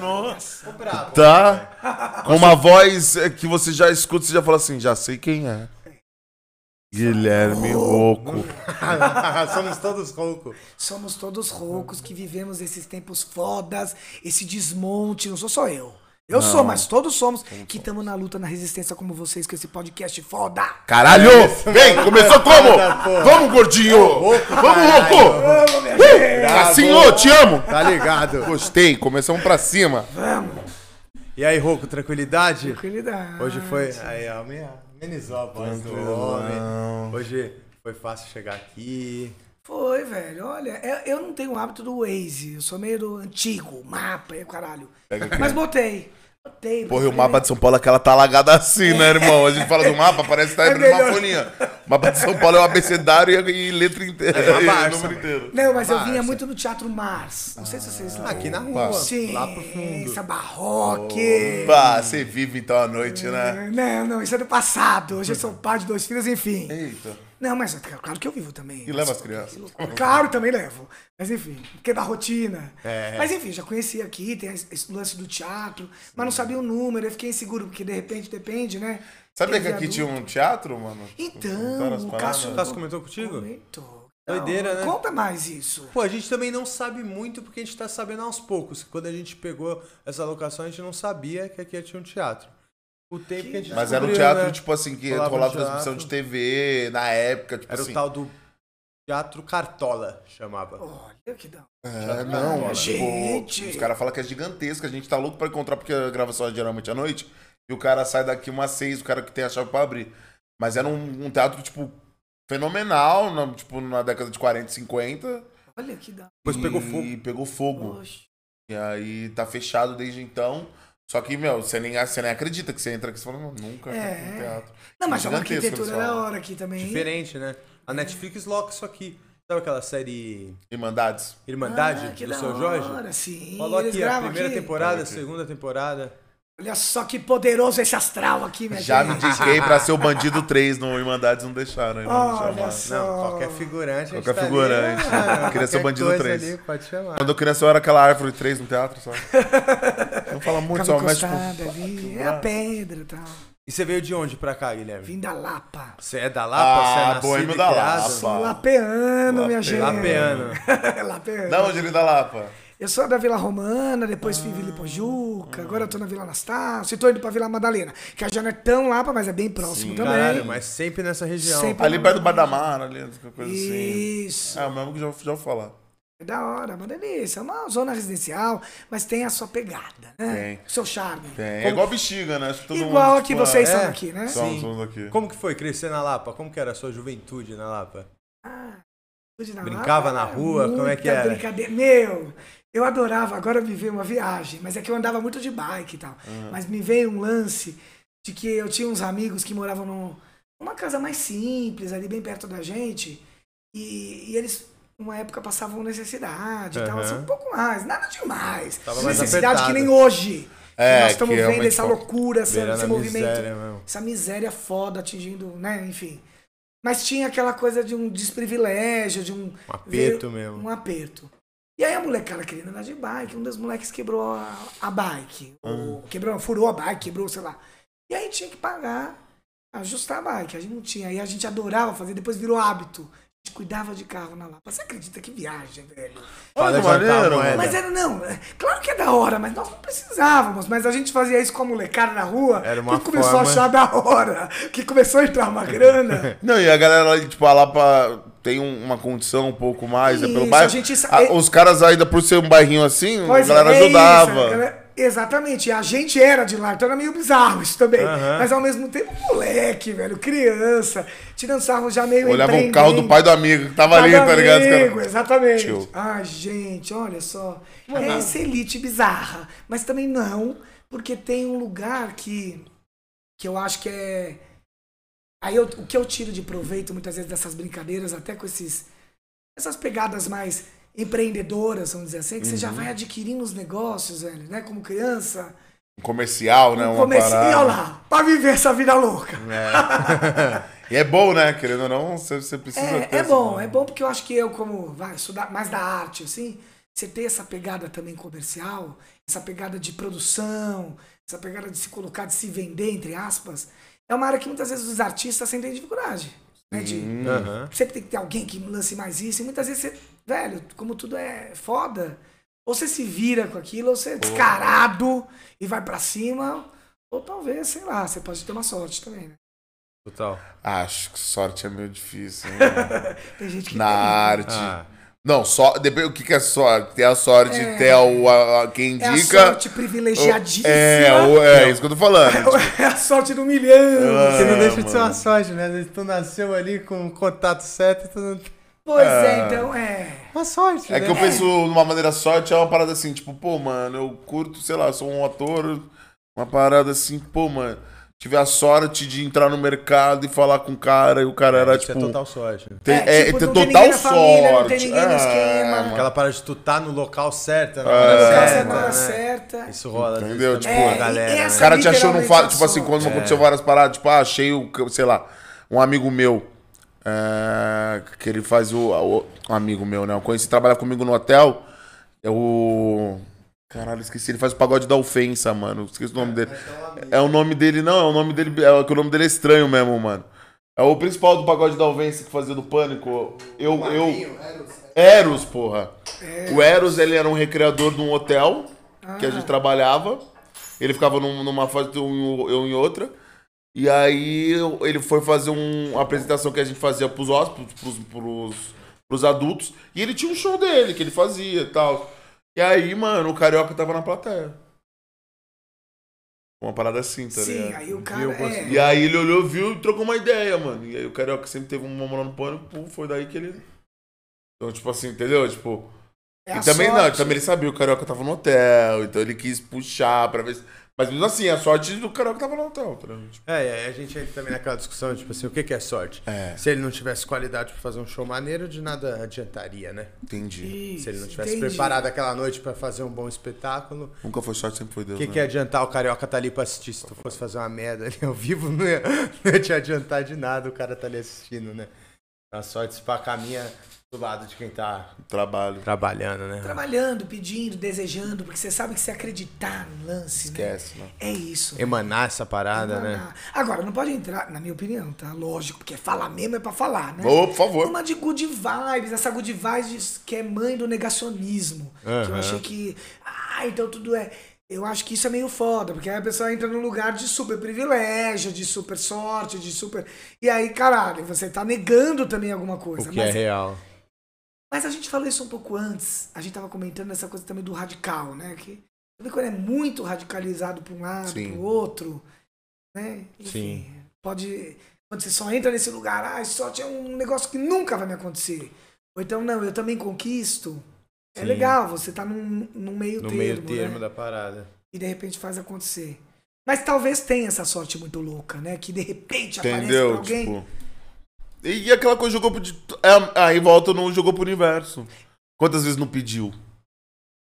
Nossa. brabo. tá? Com uma voz é, que você já escuta, você já fala assim, já sei quem é. Guilherme Rocco. Somos todos rouco. Somos todos roucos que vivemos esses tempos fodas, esse desmonte. Não sou só eu. Eu sou, mas todos somos que estamos na luta, na resistência, como vocês, com esse podcast foda. Caralho! Vem, começou como? Foda, porra. Vamos, gordinho! Rouco, Vamos, caralho. Rocco! Vamos, minha gente. Assim, ô, te amo! Tá ligado? Gostei, começamos pra cima. E aí, rouco, tranquilidade? Tranquilidade. Hoje foi. Aí, ó, me- amenizou a voz do homem. Hoje foi fácil chegar aqui. Foi, velho. Olha, é, eu, eu não tenho o hábito do Waze. Eu sou meio do antigo, mapa e o caralho. Mas botei. Botei. Porra, e o mapa de São Paulo é aquela tá alagada assim, né, irmão? A gente fala do mapa, parece que tá É entrando numa melhor. foninha. O mapa de São Paulo é um abecedário e, e letra inteira. É uma e Barça, número mano. inteiro. Não, mas eu Barça. vinha muito no Teatro Mars. Não sei se vocês lembram. Aqui na rua. Sim, Lá pro fundo. isso é barroque. Pá, você vive então a noite, né? Não, não, isso é do passado. Hoje eu sou pai de dois filhos, enfim. Eita. Não, mas é claro que eu vivo também. E leva as crianças. Claro, também levo. Mas enfim, porque é da rotina. É. Mas enfim, já conheci aqui, tem esse esse lance do teatro, mas não sabia o número, eu fiquei inseguro, porque de repente depende, né? Sabia Tem que aqui viaduto. tinha um teatro, mano? Tipo, um Contaram as Então, o paradas? Cássio. O Cássio comentou contigo? Comentou. Doideira, Não, né? Conta mais isso. Pô, a gente também não sabe muito porque a gente tá sabendo aos poucos. Quando a gente pegou essa locação, a gente não sabia que aqui tinha um teatro. O tempo que, a gente Mas era um descobriu, teatro, né? tipo assim, que Rolava rolava um transmissão teatro. de TV na época, tipo Era assim. o tal do Teatro Cartola, chamava. Olha que da É, não, mano, tipo, Gente! os caras falam que é gigantesco, a gente tá louco pra encontrar, porque a gravação é geralmente à noite, e o cara sai daqui umas seis, o cara que tem a chave pra abrir. Mas era um, um teatro, tipo, fenomenal, na, tipo, na década de 40, 50. Olha que da Depois pegou e fogo. pegou fogo. Poxa. E aí tá fechado desde então. Só que, meu, você nem, você nem acredita que você entra aqui, você fala, não, nunca É. é. um teatro. Não, mas é uma Gigantesco, arquitetura eles da falam. hora aqui também. hein? Diferente, né? A Netflix loca isso aqui. Sabe aquela série Irmandades. Irmandade Ah, que do da seu hora, Jorge? Sim. Falou Eles aqui a gravam primeira aqui. temporada, Olha a Tá aqui. segunda temporada. Olha só que poderoso esse astral aqui, minha Já me gente. indiquei pra ser o Bandido 3 no Irmandades, não deixaram. Ainda me Olha chamaram. só. Não, qualquer figurante. a gente Qualquer tá ali, figurante. né? Eu queria ser o Qualquer Bandido coisa três. ali, pode chamar. Quando eu criança eu era aquela árvore 3 no teatro, só. Não fala muito, Ficava só, mas tipo, encostada ali. É a pedra e tal. E você veio de onde pra cá, Guilherme? Vim da Lapa. Você é da Lapa? você é Ah, nascido boêmio e da criado? Lapa. Ah. Lapeano, minha Lape- gente. Lapeano. Lapeano. Da onde Ah. ele é da Lapa? Eu sou da Vila Romana, depois fui Vila Ipojuca, agora eu tô na Vila Anastácio e tô indo pra Vila Madalena, que a já não é tão Lapa, mas é bem próximo também. Caralho, mas sempre nessa região. Sempre. Ali perto do Badamar, ali, qualquer coisa assim. Isso. É o mesmo que já, já vou falar. É da hora, uma delícia. É uma zona residencial, mas tem a sua pegada, né? Tem. O seu charme. Tem. É igual bexiga, né? Acho que todo Igual mundo, aqui tipo, vocês é- são aqui, né? São- somos aqui. Como que foi crescer na Lapa? Como que era a sua juventude na Lapa? Tudo na Brincava Lapa, na rua? muita Como é que era? Brincadeira. Meu, eu adorava agora viver uma viagem, mas é que eu andava muito de bike e tal. Ah. Mas me veio um lance de que eu tinha uns amigos que moravam num- numa casa mais simples, ali bem perto da gente, e, e eles. Uma época passavam necessidade e tal, Aham. assim, um pouco mais, nada demais. Tava mais necessidade que apertado. nem hoje. que É, nós estamos que vendo realmente essa falta. loucura, esse, Beirando esse a movimento. miséria mesmo. Essa miséria foda atingindo, né, enfim. Mas tinha aquela coisa de um desprivilégio, de um. Um aperto mesmo. Um aperto. E aí a molecada querendo andar de bike, um dos moleques quebrou a, a bike. Ou, quebrou, furou a bike, quebrou, sei lá. E aí tinha que pagar, ajustar a bike. A gente não tinha. E a gente adorava fazer, depois virou hábito. A gente cuidava de carro na Lapa. Você acredita que viagem, velho? Olha Olha que que maneiro, tá, mano. Mas era, não, é, claro que é da hora, mas nós não precisávamos. Mas a gente fazia isso com a molecada na rua, Era uma que começou a forma- achar da hora, que começou a entrar uma grana. Não, e a galera, tipo, a Lapa tem um- uma condição um pouco mais, é pelo Isso, bairro. a gente sa- Ah, é- Os caras ainda, por ser um bairrinho assim, Pois a galera é, é isso, ajudava. a galera- Exatamente, e a gente era de lá, então era meio bizarro isso também. Aham. Mas ao mesmo tempo, moleque, velho, criança, tirando sarro já meio Olhava o carro do pai do amigo que tava ali, tá ligado? Os Amigo, caras- exatamente. Tio. Ai, gente, olha só. é essa elite bizarra. Mas também não, porque tem um lugar que, que eu acho que é. Aí eu- o que eu tiro de proveito muitas vezes dessas brincadeiras, até com esses. Essas pegadas mais empreendedoras, vamos dizer assim, que Uhum. você já vai adquirindo os negócios, velho, né? Como criança. Um comercial, né? Um Uma comece- E olha parada. né? lá, pra viver essa vida louca. E é bom, né? Querendo ou não, você, você precisa ter É, é essa- bom, é bom porque eu acho que eu, como vai, sou da- mais da arte, assim, você ter essa pegada também comercial, essa pegada de produção, essa pegada de se colocar, de se vender, entre aspas, é uma área que muitas vezes os artistas sentem dificuldade. Né? De, Uhum. Aham. Sempre tem que ter alguém que lance mais isso. E muitas vezes você, velho, como tudo é foda, ou você se vira com aquilo, ou você é descarado e vai pra cima, ou talvez, sei lá, você pode ter uma sorte também, né? Total. Acho que sorte é meio difícil. hein? Tem gente que Na arte. Ah, Não, só. Depois, o que, que é sorte? Tem a sorte, tem a, o- a- a- quem tem. É a indica. sorte privilegiadíssima. é, o- é isso que eu tô falando. É a sorte do milhão. Você não É, deixa de ser mano. uma sorte, né? Às vezes Tu nasceu ali com o contato certo, tu... Pois Ah. é, então é. uma sorte. É né? que eu penso de uma maneira sorte, é uma parada assim, tipo, pô, mano, eu curto, sei lá, sou um ator, uma parada assim, pô, mano, tive a sorte de entrar no mercado e falar com o cara, e o cara era, Isso tipo... é total sorte. né? tem- É, é, tipo, tem não tem total ninguém na sorte. família, não tem ninguém no É, esquema. mano, Aquela parada de tu tá no local certo, na Os hora caras é certa, na hora né? certa. Isso rola. às vezes, Entendeu? também Tipo, com a galera, e né? O essa- cara te achou num fato, Literalmente tipo assim, a quando sorte. aconteceu várias paradas, tipo, ah, achei o, sei lá, um amigo meu, é, que ele faz o, o- um amigo meu, né, eu conheci, trabalha comigo no hotel, é o... Caralho, esqueci, ele faz o pagode da ofensa, mano, esqueci o nome dele. É o nome dele, não, é o nome dele, é que o nome dele é estranho mesmo, mano. É o principal do pagode da ofensa que fazia do Pânico, eu... eu Eros, porra. O Eros, ele era um recreador de um hotel que a Ah. gente trabalhava. Ele ficava num- numa fase, eu em- eu em outra. E aí eu- ele foi fazer um- uma apresentação que a gente fazia pros hóspedes, pros, pros, pros adultos. E ele tinha um show dele que ele fazia e tal. E aí, mano, o Carioca tava na plateia. Uma parada assim, tá Sim, ligado? aí o Eu cara gosto é. E aí ele olhou, viu e trocou uma ideia, mano. E aí o Carioca sempre teve um monopólio, pum, foi daí que ele... Então, tipo assim, entendeu? Tipo... é E a também não, sorte. também ele sabia, o Carioca tava no hotel, então ele quis puxar pra ver se... Mas mesmo assim, a sorte do Carioca tava no hotel. Pra... tipo, É, é, a gente entra também naquela discussão, tipo assim, o que, que é sorte? É. Se ele não tivesse qualidade pra fazer um show maneiro, de nada adiantaria, né? entendi. Isso, Se ele não tivesse entendi. preparado aquela noite pra fazer um bom espetáculo, Nunca foi sorte, sempre foi Deus, o que, né? que é? ia adiantar o carioca tá ali pra assistir? Se tu fosse fazer uma merda ali ao vivo, não ia, não ia te adiantar de nada o cara tá ali assistindo, né? A sorte se pá caminha do lado de quem tá Trabalho. trabalhando, né? Trabalhando, pedindo, desejando, porque você sabe que se acreditar no lance, né? Esquece, mano. É isso. Emanar essa parada, né? Ah, Agora, não pode entrar, na minha opinião, tá? Lógico, porque falar mesmo é pra falar, né? Ô, por favor. Uma de good vibes, essa good vibes que é mãe do negacionismo. Que eu Aham. achei que. Ah, então tudo é. Eu acho que isso é meio foda, porque aí a pessoa entra num lugar de super privilégio, de super sorte, de super. E aí, caralho, você tá negando também alguma coisa. O que é real. Mas a gente falou isso um pouco antes. A gente tava comentando essa coisa também do radical, né? Que sabe quando é muito radicalizado para um lado, Sim. pro outro, né? Enfim, pode quando você só entra nesse lugar, ah, sorte é um negócio que nunca vai me acontecer. Ou então não, eu também conquisto. É Sim. legal, você tá num, num meio No termo, meio termo né? da parada. E de repente faz acontecer. Mas talvez tenha essa sorte muito louca, né? Que de repente aparece pra Entendeu? alguém. Tipo... E, e aquela coisa jogou pro... di- É, aí volta no jogou pro universo. Quantas vezes não pediu?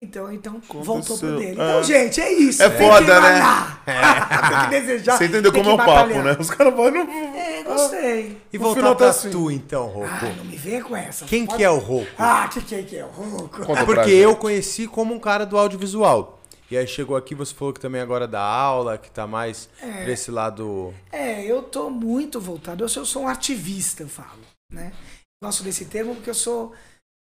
Então, então Aconteceu. voltou pro dele. É. Então, gente, é isso. É tem foda, que né? É. emanar. tem que desejar. Você entendeu tem como é o que papo, né? batalhar. Os caras vão... Não... É, gostei. E No voltar final tá pra assim. tu, então, Ah, Rocco. não me venha com essa. Quem Pode- que é o Rocco? Ah, que quem que é o Rouco? Conta É pra porque gente. eu conheci como um cara do audiovisual. E aí chegou aqui, você falou que também agora dá aula, que tá mais pra esse lado. É, eu tô muito voltado. Eu sou, eu sou um ativista, eu falo, né? Gosto desse termo porque eu sou,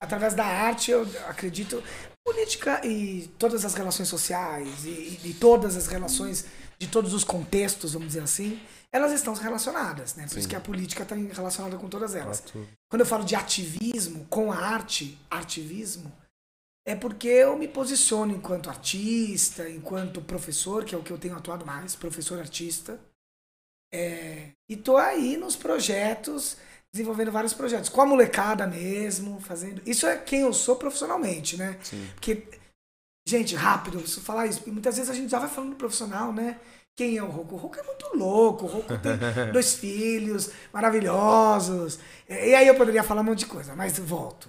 através da arte, eu acredito. Política e todas as relações sociais e, e- e todas as relações de todos os contextos, vamos dizer assim, elas estão relacionadas, né? Por isso que a política está relacionada com todas elas. Quando eu falo de ativismo com a arte, ativismo, é porque eu me posiciono enquanto artista, enquanto professor, que é o que eu tenho atuado mais, professor-artista. É, e tô aí nos projetos, desenvolvendo vários projetos, com a molecada mesmo, fazendo. Isso é quem eu sou profissionalmente, né? Porque, gente, rápido, eu preciso falar isso, porque muitas vezes a gente já vai falando do profissional, né? Quem é o Rocco? O Rocco é muito louco, o Rocco tem dois filhos maravilhosos. E aí eu poderia falar um monte de coisa, mas volto.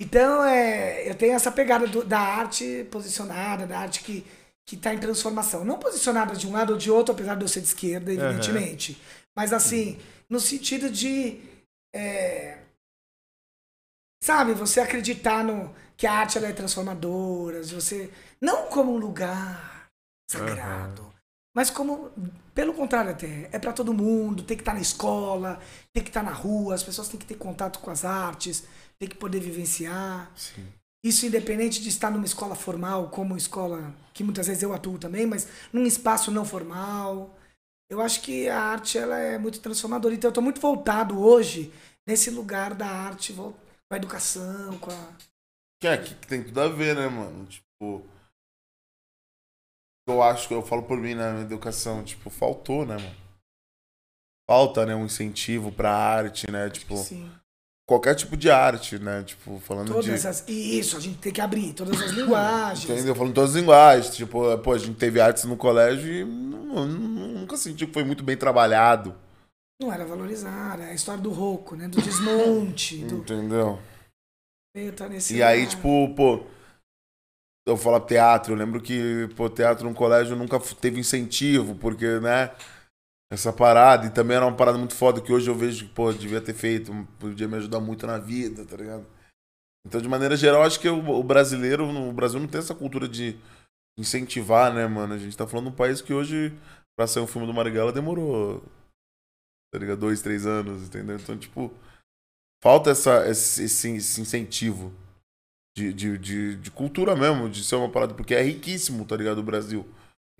Então, é, eu tenho essa pegada do- da arte posicionada, da arte que, que tá em transformação. Não posicionada de um lado ou de outro, apesar de eu ser de esquerda, evidentemente. Mas, assim, no sentido de. é, sabe, você acreditar no, que a arte ela é transformadora, de você não como um lugar sagrado, mas como pelo contrário até, é para todo mundo, tem que estar na escola, tem que estar na rua, as pessoas têm que ter contato com as artes, tem que poder vivenciar. Sim. Isso independente de estar numa escola formal, como escola que muitas vezes eu atuo também, mas num espaço não formal. Eu acho que a arte ela é muito transformadora. Então eu estou muito voltado hoje nesse lugar da arte, vol- com a educação, com a. Que é que tem tudo a ver, né, mano? Tipo. Eu acho que eu falo por mim né, na educação, tipo, faltou, né, mano? Falta, né, um incentivo pra arte, né? Tipo, Sim. qualquer tipo de arte, né? Tipo, falando assim, Todas de. as. E isso, a gente tem que abrir todas as linguagens. Entendeu? Falando todas as linguagens. Tipo, pô, a gente teve artes no colégio e nu- nu- nunca senti que foi muito bem trabalhado. Não era valorizar, é a história do rouco, né? Do desmonte, do. Entendeu? Eu tô nesse Hum. E aí, lugar. tipo, pô. Eu falo teatro, eu lembro que, pô, teatro no colégio nunca f- teve incentivo, porque, né? Essa parada, e também era uma parada muito foda que hoje eu vejo que, pô, devia ter feito, podia me ajudar muito na vida, tá ligado? Então, de maneira geral, acho que o, o brasileiro, no- o Brasil não tem essa cultura de incentivar, né, mano? A gente tá falando de um país que hoje, pra ser um filme do Marighella, demorou, tá ligado? Dois, três anos, entendeu? Então, tipo, falta essa, esse, esse- esse incentivo de, de, de, de cultura mesmo, de ser uma parada, porque é riquíssimo, tá ligado? O Brasil.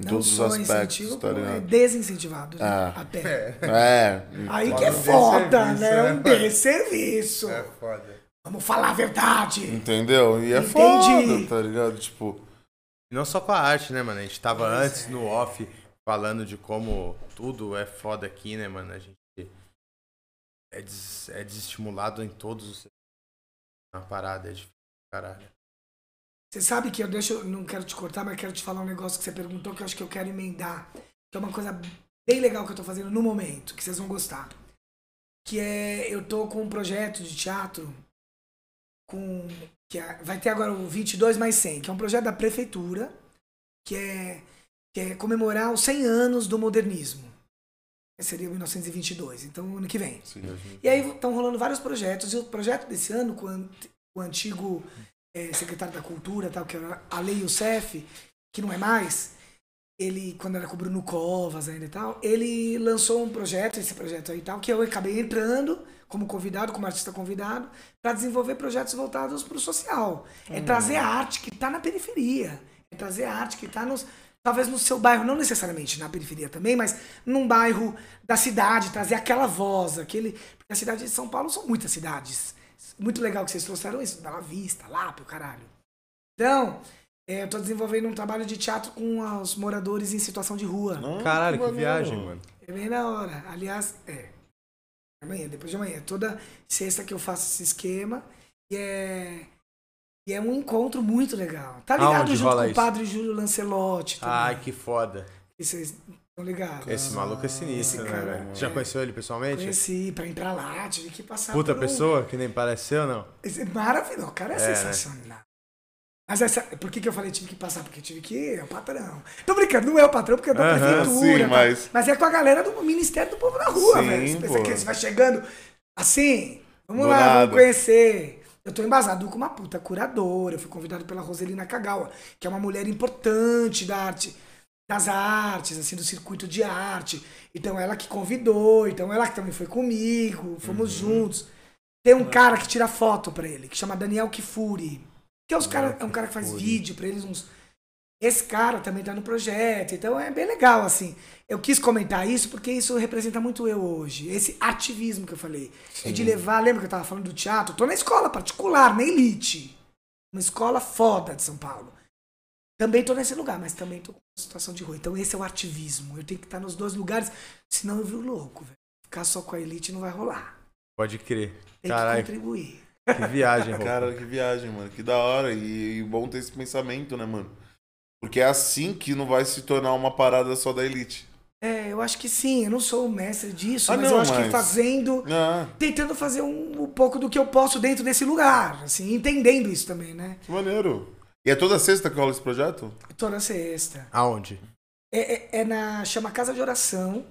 Em Não todos os só aspectos, É um incentivo, tá como É ligado? desincentivado, né? Ah. Até. É. Aí então, que é um foda, desserviço, né? É um né? desserviço. É foda. Vamos falar a verdade. Entendeu? E é Entendi. foda, tá ligado? Tipo, Não só com a arte, né, mano? A gente tava Pois antes no off falando de como tudo é foda aqui, né, mano? A gente é, des- é desestimulado em todos os. Na parada, é difícil, caralho. Você sabe que eu deixo, não quero te cortar, mas quero te falar um negócio que você perguntou que eu acho que eu quero emendar. Que é uma coisa bem legal que eu tô fazendo no momento, que vocês vão gostar. Que é, eu tô com um projeto de teatro com que é- vai ter agora o 22 mais 100, que é um projeto da prefeitura, que é que é comemorar os 100 anos do modernismo. Seria 1922, então ano que vem. E aí estão rolando vários projetos, e o projeto desse ano, com o an- o antigo eh, secretário da Cultura, tal, que era a Lei Youssef, que não é mais, ele, quando era com o Bruno Covas ainda e tal, ele lançou um projeto, esse projeto aí e tal, que eu acabei entrando como convidado, como artista convidado, para desenvolver projetos voltados para o social. É trazer a arte que está na periferia, é trazer a arte que está nos. Talvez no seu bairro, não necessariamente na periferia também, mas num bairro da cidade, trazer aquela voz, aquele. Porque as cidades de São Paulo são muitas cidades. Muito legal que vocês trouxeram isso, Bela Vista, lá, pro caralho. Então, é, eu tô desenvolvendo um trabalho de teatro com os moradores em situação de rua. Hum, Caralho, que maneiro. viagem, mano. É bem na hora. Aliás, é. Amanhã, depois de amanhã. Toda sexta que eu faço esse esquema. E é. E é um encontro muito legal. Tá ligado Aonde junto rola com o isso? padre Júlio Lancelotti. também, Ai, que foda. que vocês estão ligados. Ah, Esse maluco é sinistro, né, Esse cara, velho? Já conheceu ele pessoalmente? Conheci, pra ir pra lá, tive que passar. Puta por um- pessoa, que nem pareceu, não? Esse- Maravilhoso, o cara é, É, né? sensacional. Mas essa, por que, que eu falei tive que passar? Porque tive que ir, é o patrão. Tô brincando, não é o patrão, porque é da Aham, prefeitura. sim, tá? mas- é com a galera do Ministério do Povo na Rua, Sim, velho. Você pensa pô. que você vai chegando assim, vamos Do lá, nada. vamos conhecer. Eu tô embasado com uma puta curadora. Eu fui convidado pela Roselina Kagawa, que é uma mulher importante da arte, das artes, assim, do circuito de arte. Então ela que convidou, então ela que também foi comigo, fomos Uhum. juntos. Tem um cara que tira foto pra ele, que chama Daniel Kifuri. Que é, os cara, é um cara que faz vídeo pra eles, uns. Esse cara também tá no projeto, então é bem legal, assim. Eu quis comentar isso porque isso representa muito eu hoje. Esse ativismo que eu falei. É de levar. Lembra que eu tava falando do teatro? Tô na escola particular, na elite. Uma escola foda de São Paulo. Também tô nesse lugar, mas também tô com situação de rua. Então esse é o ativismo. Eu tenho que estar nos dois lugares, senão eu viro louco, velho. Ficar só com a elite não vai rolar. Pode crer. Tem Caralho, que contribuir. que viagem, Rô. Cara, que viagem, mano. Que da hora. E, e bom ter esse pensamento, né, mano? Porque é assim que não vai se tornar uma parada só da elite. É, eu acho que sim, eu não sou o mestre disso, Ah, mas eu não, acho que mas- fazendo, Ah, tentando fazer um, um pouco do que eu posso dentro desse lugar, assim, entendendo isso também, né? que maneiro. E é toda sexta que rola esse projeto? Toda sexta. Aonde? É, é- é na chama Casa de Oração,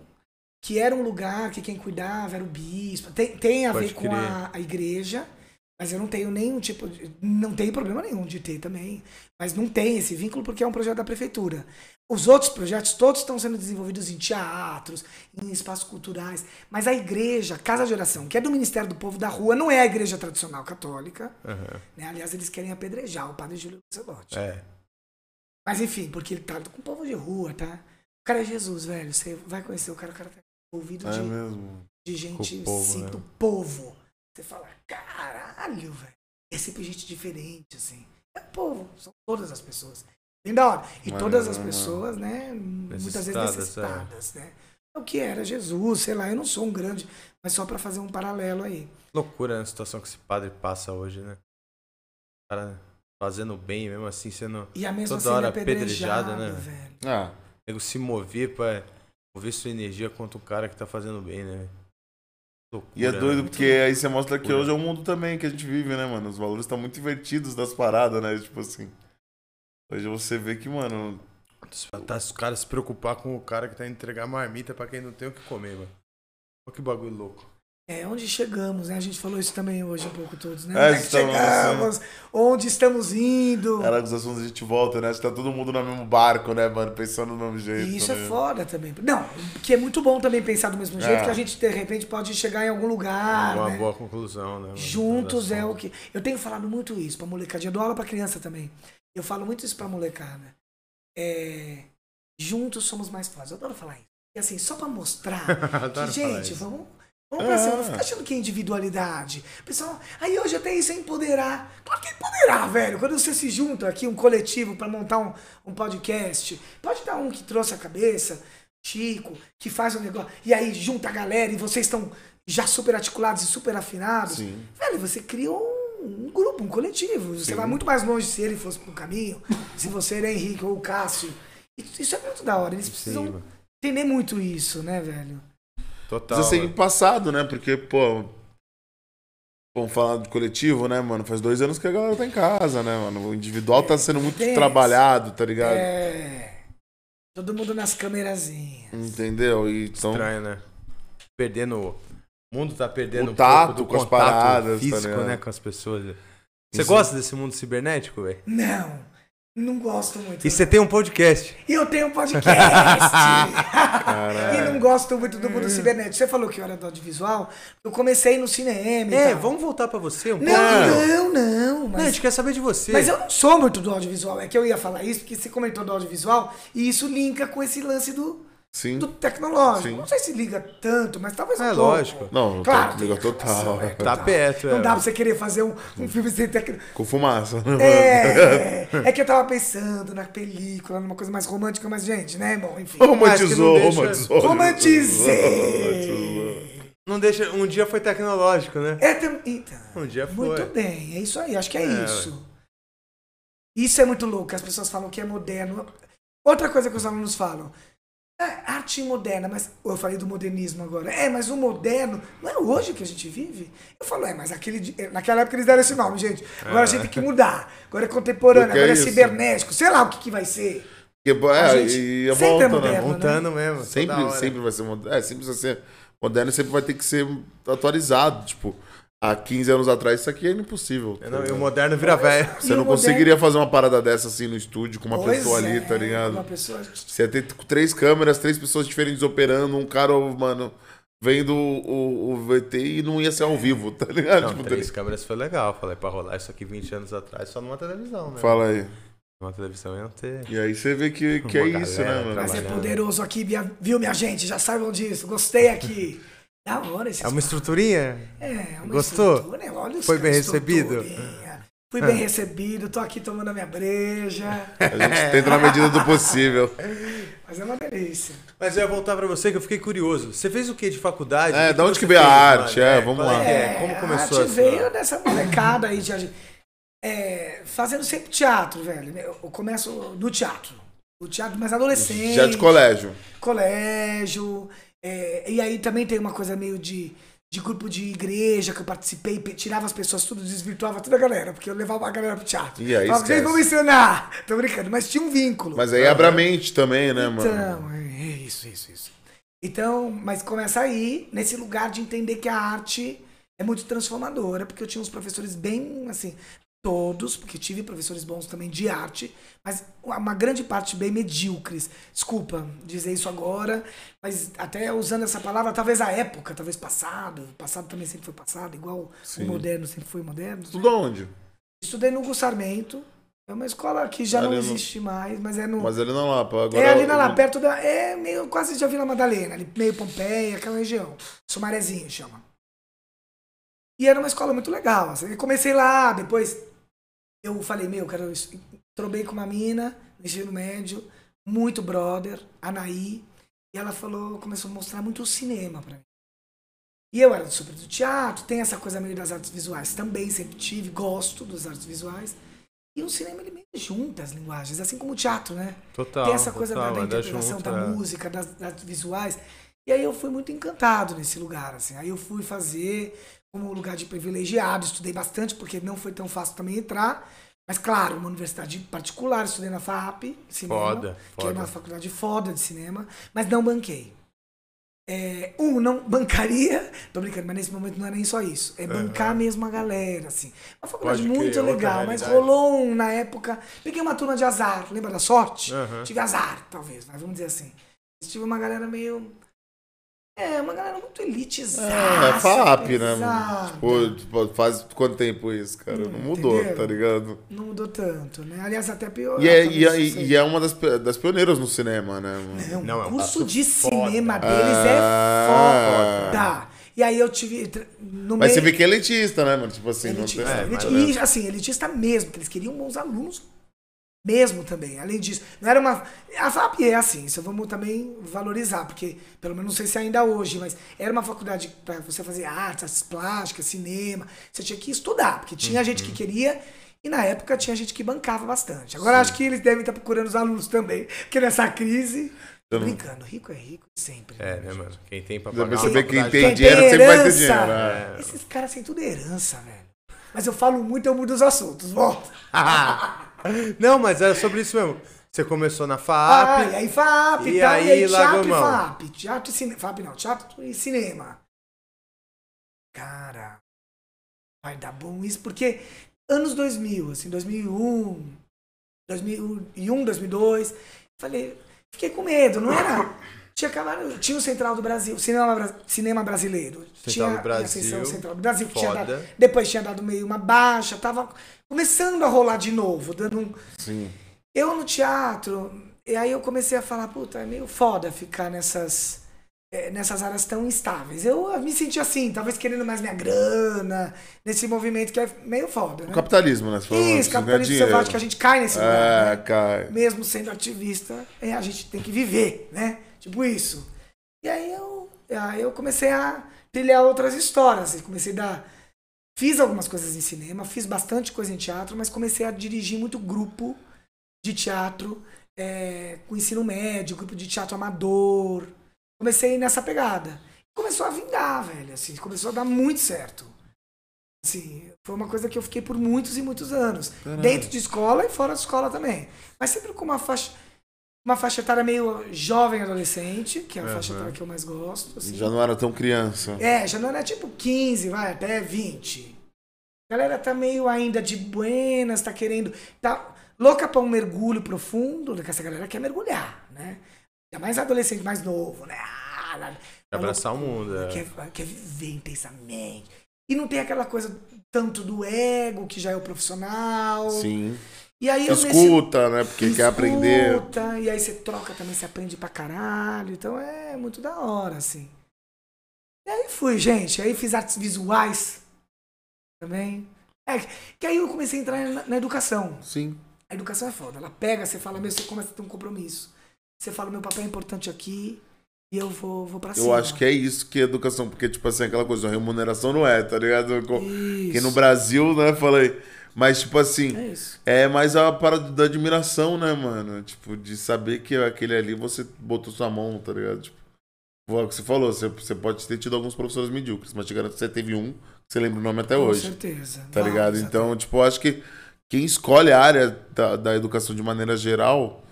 que era um lugar que quem cuidava era o bispo. Tem, tem a Pode ver com a, a igreja, Mas eu não tenho nenhum tipo de. Não tem problema nenhum de ter também. Mas não tem esse vínculo porque é um projeto da prefeitura. Os outros projetos todos estão sendo desenvolvidos em teatros, em espaços culturais. Mas a igreja, Casa de Oração, que é do Ministério do Povo da Rua, não é a igreja tradicional católica. Aham. né? Aliás, eles querem apedrejar o padre Júlio Lancelotti. É. Mas enfim, porque ele tá com o povo de rua, tá? O cara é Jesus, velho. Você vai conhecer o cara, o cara tá envolvido É de mesmo. de gente o povo, assim, né? do povo. Você fala, caralho, velho. É sempre gente diferente, assim. É o povo, são todas as pessoas. Bem da hora. E Mano, todas as mano. pessoas, né? Muitas vezes Necessitadas, necessitadas, né? É o que era Jesus, sei lá, eu não sou um grande, mas só pra fazer um paralelo aí. Loucura né, a situação que esse padre passa hoje, né? O cara fazendo bem, mesmo assim sendo. E a mesma Toda cena é hora apedrejada, apedrejada, né? velho. Ah, Nego se mover pra mover sua energia contra o cara que tá fazendo bem, né? Loucura. e é doido né? porque aí você mostra que Loucura. hoje é o mundo também que a gente vive, né, mano? Os valores estão muito invertidos das paradas, né? Tipo assim. Hoje você vê que, mano. Tá, os caras se preocupar com o cara que tá entregar marmita pra quem não tem o que comer, mano. Olha que bagulho louco. É onde chegamos, né? A gente falou isso também hoje um pouco todos, né? É, Onde é que estamos, chegamos, onde estamos indo. Caraca, os assuntos a gente volta, né? Acho que tá todo mundo no mesmo barco, né, mano? Pensando do mesmo jeito. E isso né? é foda também. Não, que é muito bom também pensar do mesmo jeito, É. que a gente de repente pode chegar em algum lugar. uma né? boa conclusão, né? mano? Juntos é o Abração. que. Eu tenho falado muito isso pra molecadinha. Eu dou aula pra criança também. Eu falo muito isso pra molecada. É, Juntos somos mais fortes. Eu adoro falar isso. E assim, só pra mostrar. que, Adoro falar gente, isso. vamos. Vamos pra cima, não É. fica achando que é individualidade. Pessoal, aí hoje até isso é empoderar. Claro que é empoderar, velho. Quando você se junta aqui, um coletivo, pra montar um, um podcast, pode dar um que trouxe a cabeça, Chico, que faz o negócio. E aí junta a galera e vocês estão já super articulados e super afinados. Sim. Velho, você cria um, um grupo, um coletivo. Você Sim. vai muito mais longe se ele fosse pro caminho, se você era Henrique ou o Cássio. Isso isso é muito da hora. Eles precisam Sim, mano. entender muito isso, né, velho? Total. Precisa ser mano. passado, né? Porque, pô. Vamos falar de coletivo, né, mano? Faz dois anos que a galera tá em casa, né, mano? O individual tá sendo muito Tem trabalhado, tá ligado? É. Todo mundo nas câmerazinhas. Entendeu? E então. Estranho, né? Perdendo. O mundo tá O perdendo um tato pouco do com as contato paradas, tá físico, ligado? né? Com as pessoas. Você Isso- gosta desse mundo cibernético, velho? Não, não gosto muito. E você tem um podcast. E eu tenho um podcast. e não gosto muito do mundo cibernético. Você falou que eu era do audiovisual. Eu comecei no cinema. e É, tal. vamos voltar pra você um pouco. Então. Não, não, não. Não, a Mas, gente quer saber de você. mas eu não sou muito do audiovisual. É que eu ia falar isso, porque você comentou do audiovisual e isso linka com esse lance do, Sim. do tecnológico. Sim. Não sei se liga tanto, mas talvez um É, pouco. lógico. Não, Claro, tá, tem liga total. relação, é, Tá perto, Não é. dá pra você querer fazer um, um filme sem tecnologia. Com fumaça, né, mano? É, é que eu tava pensando na película, numa coisa mais romântica, mas, gente, né, bom, enfim. Romantizou, Mas que não deixa- romantizou. Romantizei! Não deixa. Um dia foi tecnológico, né? É, tam- então, Um dia foi. muito bem, é isso aí, acho que é, É, isso. Isso é muito louco, as pessoas falam que é moderno. Outra coisa que os alunos falam, é arte moderna, mas eu falei do modernismo agora. É, mas o moderno não é hoje que a gente vive? Eu falo, é, mas aquele, di- naquela época eles deram esse nome, gente. Agora a gente tem que mudar. Agora é contemporâneo, É. Porque é agora é isso. cibernético, sei lá o que, que vai ser. Porque, pô, A é, gente e a sempre é volta, né? moderno. Voltando Tá mesmo. toda Sempre, hora. sempre vai ser moderno. É, sempre vai ser moderno e sempre vai ter que ser atualizado. Tipo, há 15 anos atrás isso aqui era impossível. É, não, e o moderno vira velho. Você E não o moderno- conseguiria fazer uma parada dessa assim no estúdio com uma Pois pessoa ali, é, tá ligado? Uma pessoa. Tá Você ia ter t- três câmeras, três pessoas diferentes operando, um cara, mano, vendo o, o VT e não ia ser ao vivo, tá ligado? Não, Tipo, tá três ligado? câmeras foi legal. Falei, pra rolar isso aqui 20 anos atrás, só numa televisão, né? Fala aí. Numa televisão ia ter. E aí você vê que, que é Uma isso, né, galera mano? Mas é trabalhando. poderoso aqui, minha- viu, minha gente? Já saibam disso. Gostei aqui. Da hora esse É uma estruturinha? É, uma Gostou? estrutura, né? Olha os Foi bem caras, recebido? É. estruturinha. Fui bem recebido, tô aqui tomando a minha breja. A gente tenta na medida do possível. Mas é uma delícia. Mas eu ia voltar pra você que eu fiquei curioso. Você fez o que de faculdade? É, O da onde você que veio a fez, arte? É, vamos qual lá. que É, como começou a a arte sua- veio né? dessa molecada aí de agi- é, fazendo sempre teatro, velho. Eu começo no teatro. O teatro, mas adolescente. Já de colégio. colégio. é, e aí também tem uma coisa meio de, de grupo de igreja que eu participei, pe- tirava as pessoas tudo, desvirtuava toda a galera, porque eu levava a galera pro teatro. E aí Falava, esquece. gente, vamos ensinar! Tô brincando, mas tinha um vínculo. Mas aí abre a mente também, né, mano? Então, é isso, isso, isso. Então, mas começa aí, nesse lugar de entender que a arte é muito transformadora, porque eu tinha uns professores bem, assim, todos, porque tive professores bons também de arte, mas uma grande parte bem medíocres. Desculpa dizer isso agora, mas até usando essa palavra, talvez a época, talvez passado, passado também sempre foi passado, igual Sim. o moderno sempre foi moderno. Tudo onde? Estudei no Gussarmento, é uma escola que já Ali não no- existe mais, mas é no... Mas ali na Lapa. Agora É ali na eu- lá, perto da. É meio quase de Vila Madalena, ali, meio Pompeia, aquela região. Sumarezinho chama. E era uma escola muito legal. Assim. Eu comecei lá, depois eu falei, meu, cara, eu es- trobei com uma mina no ensino médio, muito brother, Anaí, e ela falou, começou a mostrar muito o cinema pra mim. E eu era super do teatro, tem essa coisa meio das artes visuais também, sempre tive, gosto das artes visuais. E o cinema, ele meio junta as linguagens, assim como o teatro, né? Total. tem essa coisa total, da, da anda interpretação junto, da é. música, das, das visuais. E aí eu fui muito encantado nesse lugar, assim. Aí eu fui fazer como um lugar de privilegiado, estudei bastante, porque não foi tão fácil também entrar. Mas, claro, uma universidade particular, estudei na FAP, cinema, Foda, que é uma foda. faculdade foda de cinema, mas não banquei. É, um, não bancaria, tô brincando, mas nesse momento não era nem só isso. É bancar mesmo a galera, assim. Uma faculdade Pode crer, muito outra legal, mas realidade. rolou rolou um na época. Peguei uma turma de azar, lembra da sorte? Aham. Tive azar, talvez, né? vamos dizer assim. Tive uma galera meio. É, uma galera muito elitizada. É, é FAP, né? pesada. mano? Tipo, tipo, faz quanto tempo isso, cara? Não mudou, Hum, entendeu? tá ligado? Não mudou tanto, né? Aliás, até pior. E é, talvez, e é, não sei. e é uma das, pe- das pioneiras no cinema, né? mano? Não, Não, é um o curso passo de foda. cinema deles é foda. E aí eu tive. No Ah. Mas você meio... vê que é elitista, né, mano? Tipo assim, não tem. Elitista, É, eliti- mais ou menos. E, assim, elitista mesmo, que eles queriam bons alunos mesmo também. Além disso, não era uma. A FAP é assim, isso vamos também valorizar, porque, pelo menos não sei se é ainda hoje, mas era uma faculdade para você fazer artes, artes plásticas, cinema. Você tinha que estudar, porque tinha gente Uhum. que queria. E na época tinha gente que bancava bastante. Agora acho que eles devem estar procurando os alunos também. Porque nessa crise. Então, Tô brincando, rico é rico sempre. É, né, né, gente? mano? Quem tem pra pagar Depois uma você vê que quem faculdade- tem dinheiro sempre vai ter dinheiro. é. Herança. Esses caras têm tudo herança, velho. Mas eu falo muito, eu mudo os assuntos. Volta. Não, mas era sobre isso mesmo. Você começou na Ah, FAP. e aí FAP E e tal. E aí aí, teatro e Lagomão? FAP. Teatro e cinema. FAP não, teatro e cinema. Cara, vai dar bom isso, porque anos 2000, assim, 2001, 2001, 2002, falei, fiquei com medo, não era... Tinha, acabado, tinha o Central do Brasil, Cinema, Bra- cinema Brasileiro. Central tinha do Brasil, a sessão Central do Brasil, que tinha foda. dado- depois tinha dado meio uma baixa, tava começando a rolar de novo, dando um, Sim. eu no teatro, e aí eu comecei a falar, puta, é meio foda ficar nessas eh, nessas áreas tão instáveis. Eu me senti assim, talvez querendo mais minha grana, nesse movimento que é meio foda, O né? capitalismo, né? Você falou, Isso, você capitalismo ganha dinheiro. selvagem, que a gente cai nesse lugar. né? É, cara. mesmo sendo ativista, é, a gente tem que viver, né? Tipo isso. E aí eu, aí eu comecei a trilhar outras histórias. e Comecei a dar. Fiz algumas coisas em cinema, fiz bastante coisa em teatro, mas comecei a dirigir muito grupo de teatro é, com ensino médio, grupo de teatro amador. Comecei nessa pegada. Começou a vingar, velho. Assim, começou a dar muito certo. Assim, foi uma coisa que eu fiquei por muitos e muitos anos. Dentro de escola e fora de escola também. Mas sempre com uma faixa, uma faixa etária meio jovem adolescente, que é a faixa etária que eu mais gosto. assim. Já não era tão criança. É, já não era tipo 15, vai, até 20. A galera tá meio ainda de buenas, tá querendo. Tá louca pra um mergulho profundo, né, que essa galera quer mergulhar, né? Ainda mais adolescente mais novo, né? Ah, lá- Abraçar o mundo. é. quer, quer viver intensamente. E não tem aquela coisa tanto do ego, que já é o profissional. Sim. E aí eu nesse- Escuta, né? Porque quer aprender. Escuta, E aí você troca também, você aprende pra caralho. Então é muito da hora, assim. E aí fui, gente. Aí fiz artes visuais também. É, que aí eu comecei a entrar na, na educação. Sim. A educação é foda. Ela pega, você fala, meu, você começa a ter um compromisso. Você fala, meu papel é importante aqui e eu vou, vou pra cima. Eu acho que é isso que é educação, porque, tipo assim, aquela coisa, a remuneração não é, tá ligado? Com- Isso. Que no Brasil, né, falei. Mas, tipo É assim, isso. é mais a parada da admiração, né, mano? Tipo, de saber que aquele ali você botou sua mão, tá ligado? Tipo, foi o que você falou, você, você pode ter tido alguns professores medíocres, mas te garanto que você teve um, que você lembra o nome até Com hoje. certeza. Tá ligado? Vários, Então, tipo, eu acho que quem escolhe a área da, da educação de maneira geral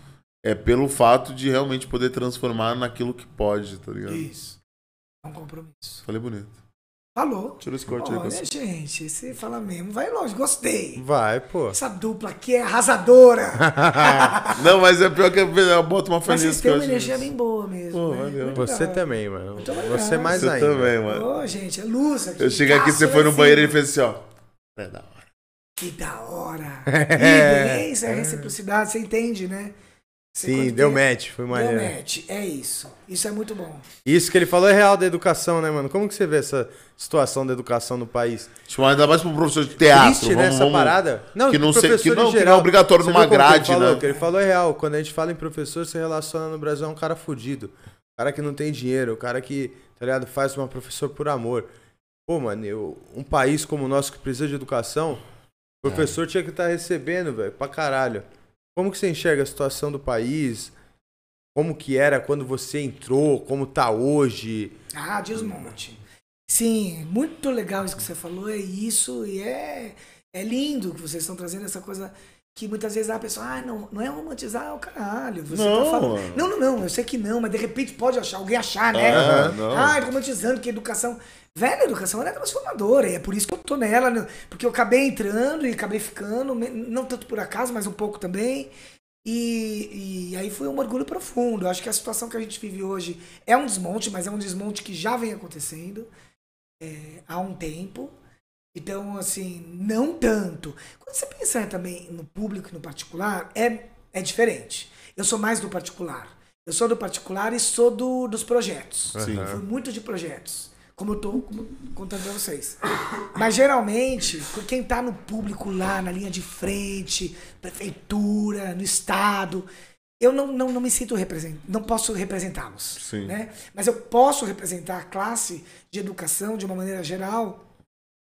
é pelo fato de realmente poder transformar naquilo que pode, tá ligado? Isso. É um compromisso. Falei bonito. Falou. Tira esse corte aí, Olha, Cassiano. gente, se falar mesmo, vai longe. Gostei. Vai, pô. Essa dupla aqui é arrasadora. Não, mas é pior que eu boto uma Mas feliz vocês têm uma energia bem boa mesmo. Pô, né? valeu. Muito Você da hora. também, mano. obrigado. Você mais Você ainda. tá também, mano. Ô, gente, é luz aqui. Eu cheguei aqui, você foi no Cacete. banheiro e ele fez assim, ó. É da hora. é Que da hora. Idem, é isso, é reciprocidade, você entende, né? Você Sim, quando deu tem- match, foi Deu maneiro. match, é isso. Isso é muito bom. Isso que ele falou é real da educação, né, mano? Como que você vê essa situação da educação no país? Tipo, ainda mais pro professor de teatro. Triste, né, essa parada? Não, que não, pro sei, que professor em não, que não é geral. obrigatório Você numa viu como que ele grade, falou? né? O que ele falou é real. Quando a gente fala em professor, se relaciona no Brasil a um cara fudido. O cara que não tem dinheiro, o cara que, tá ligado, faz uma professor por amor. Pô, mano, eu- um país como o nosso que precisa de educação, o professor É. tinha que estar recebendo, velho, pra caralho. Como que você enxerga a situação do país? Como que era quando você entrou? Como tá hoje? Ah, desmonte. Sim, muito legal isso que você falou, é isso, e é, é lindo que vocês estão trazendo essa coisa que muitas vezes a pessoa, ah, não, não é romantizar, o caralho, você Não. tá falando. Não, não, não, eu sei que não, mas de repente pode achar, alguém achar, né? Ah, não. Ah, romantizando que educação. Velho, a educação ela é transformadora, e é por isso que eu tô nela, né? porque eu acabei entrando e acabei ficando, me- não tanto por acaso, mas um pouco também. E, e aí foi um mergulho profundo. Eu Acho que a situação que a gente vive hoje é um desmonte, mas é um desmonte que já vem acontecendo é, há um tempo. Então, assim, não tanto. Quando você pensar também no público e no particular, é, é diferente. Eu sou mais do particular. Eu sou do particular e sou do, dos projetos. Sim. Fui muito de projetos. Como eu tô como- contando pra vocês. Mas geralmente, quem tá no público lá, na linha de frente, prefeitura, no estado, eu não, não, não me sinto representado. Não posso representá-los. Sim. Né? Mas eu posso representar a classe de educação de uma maneira geral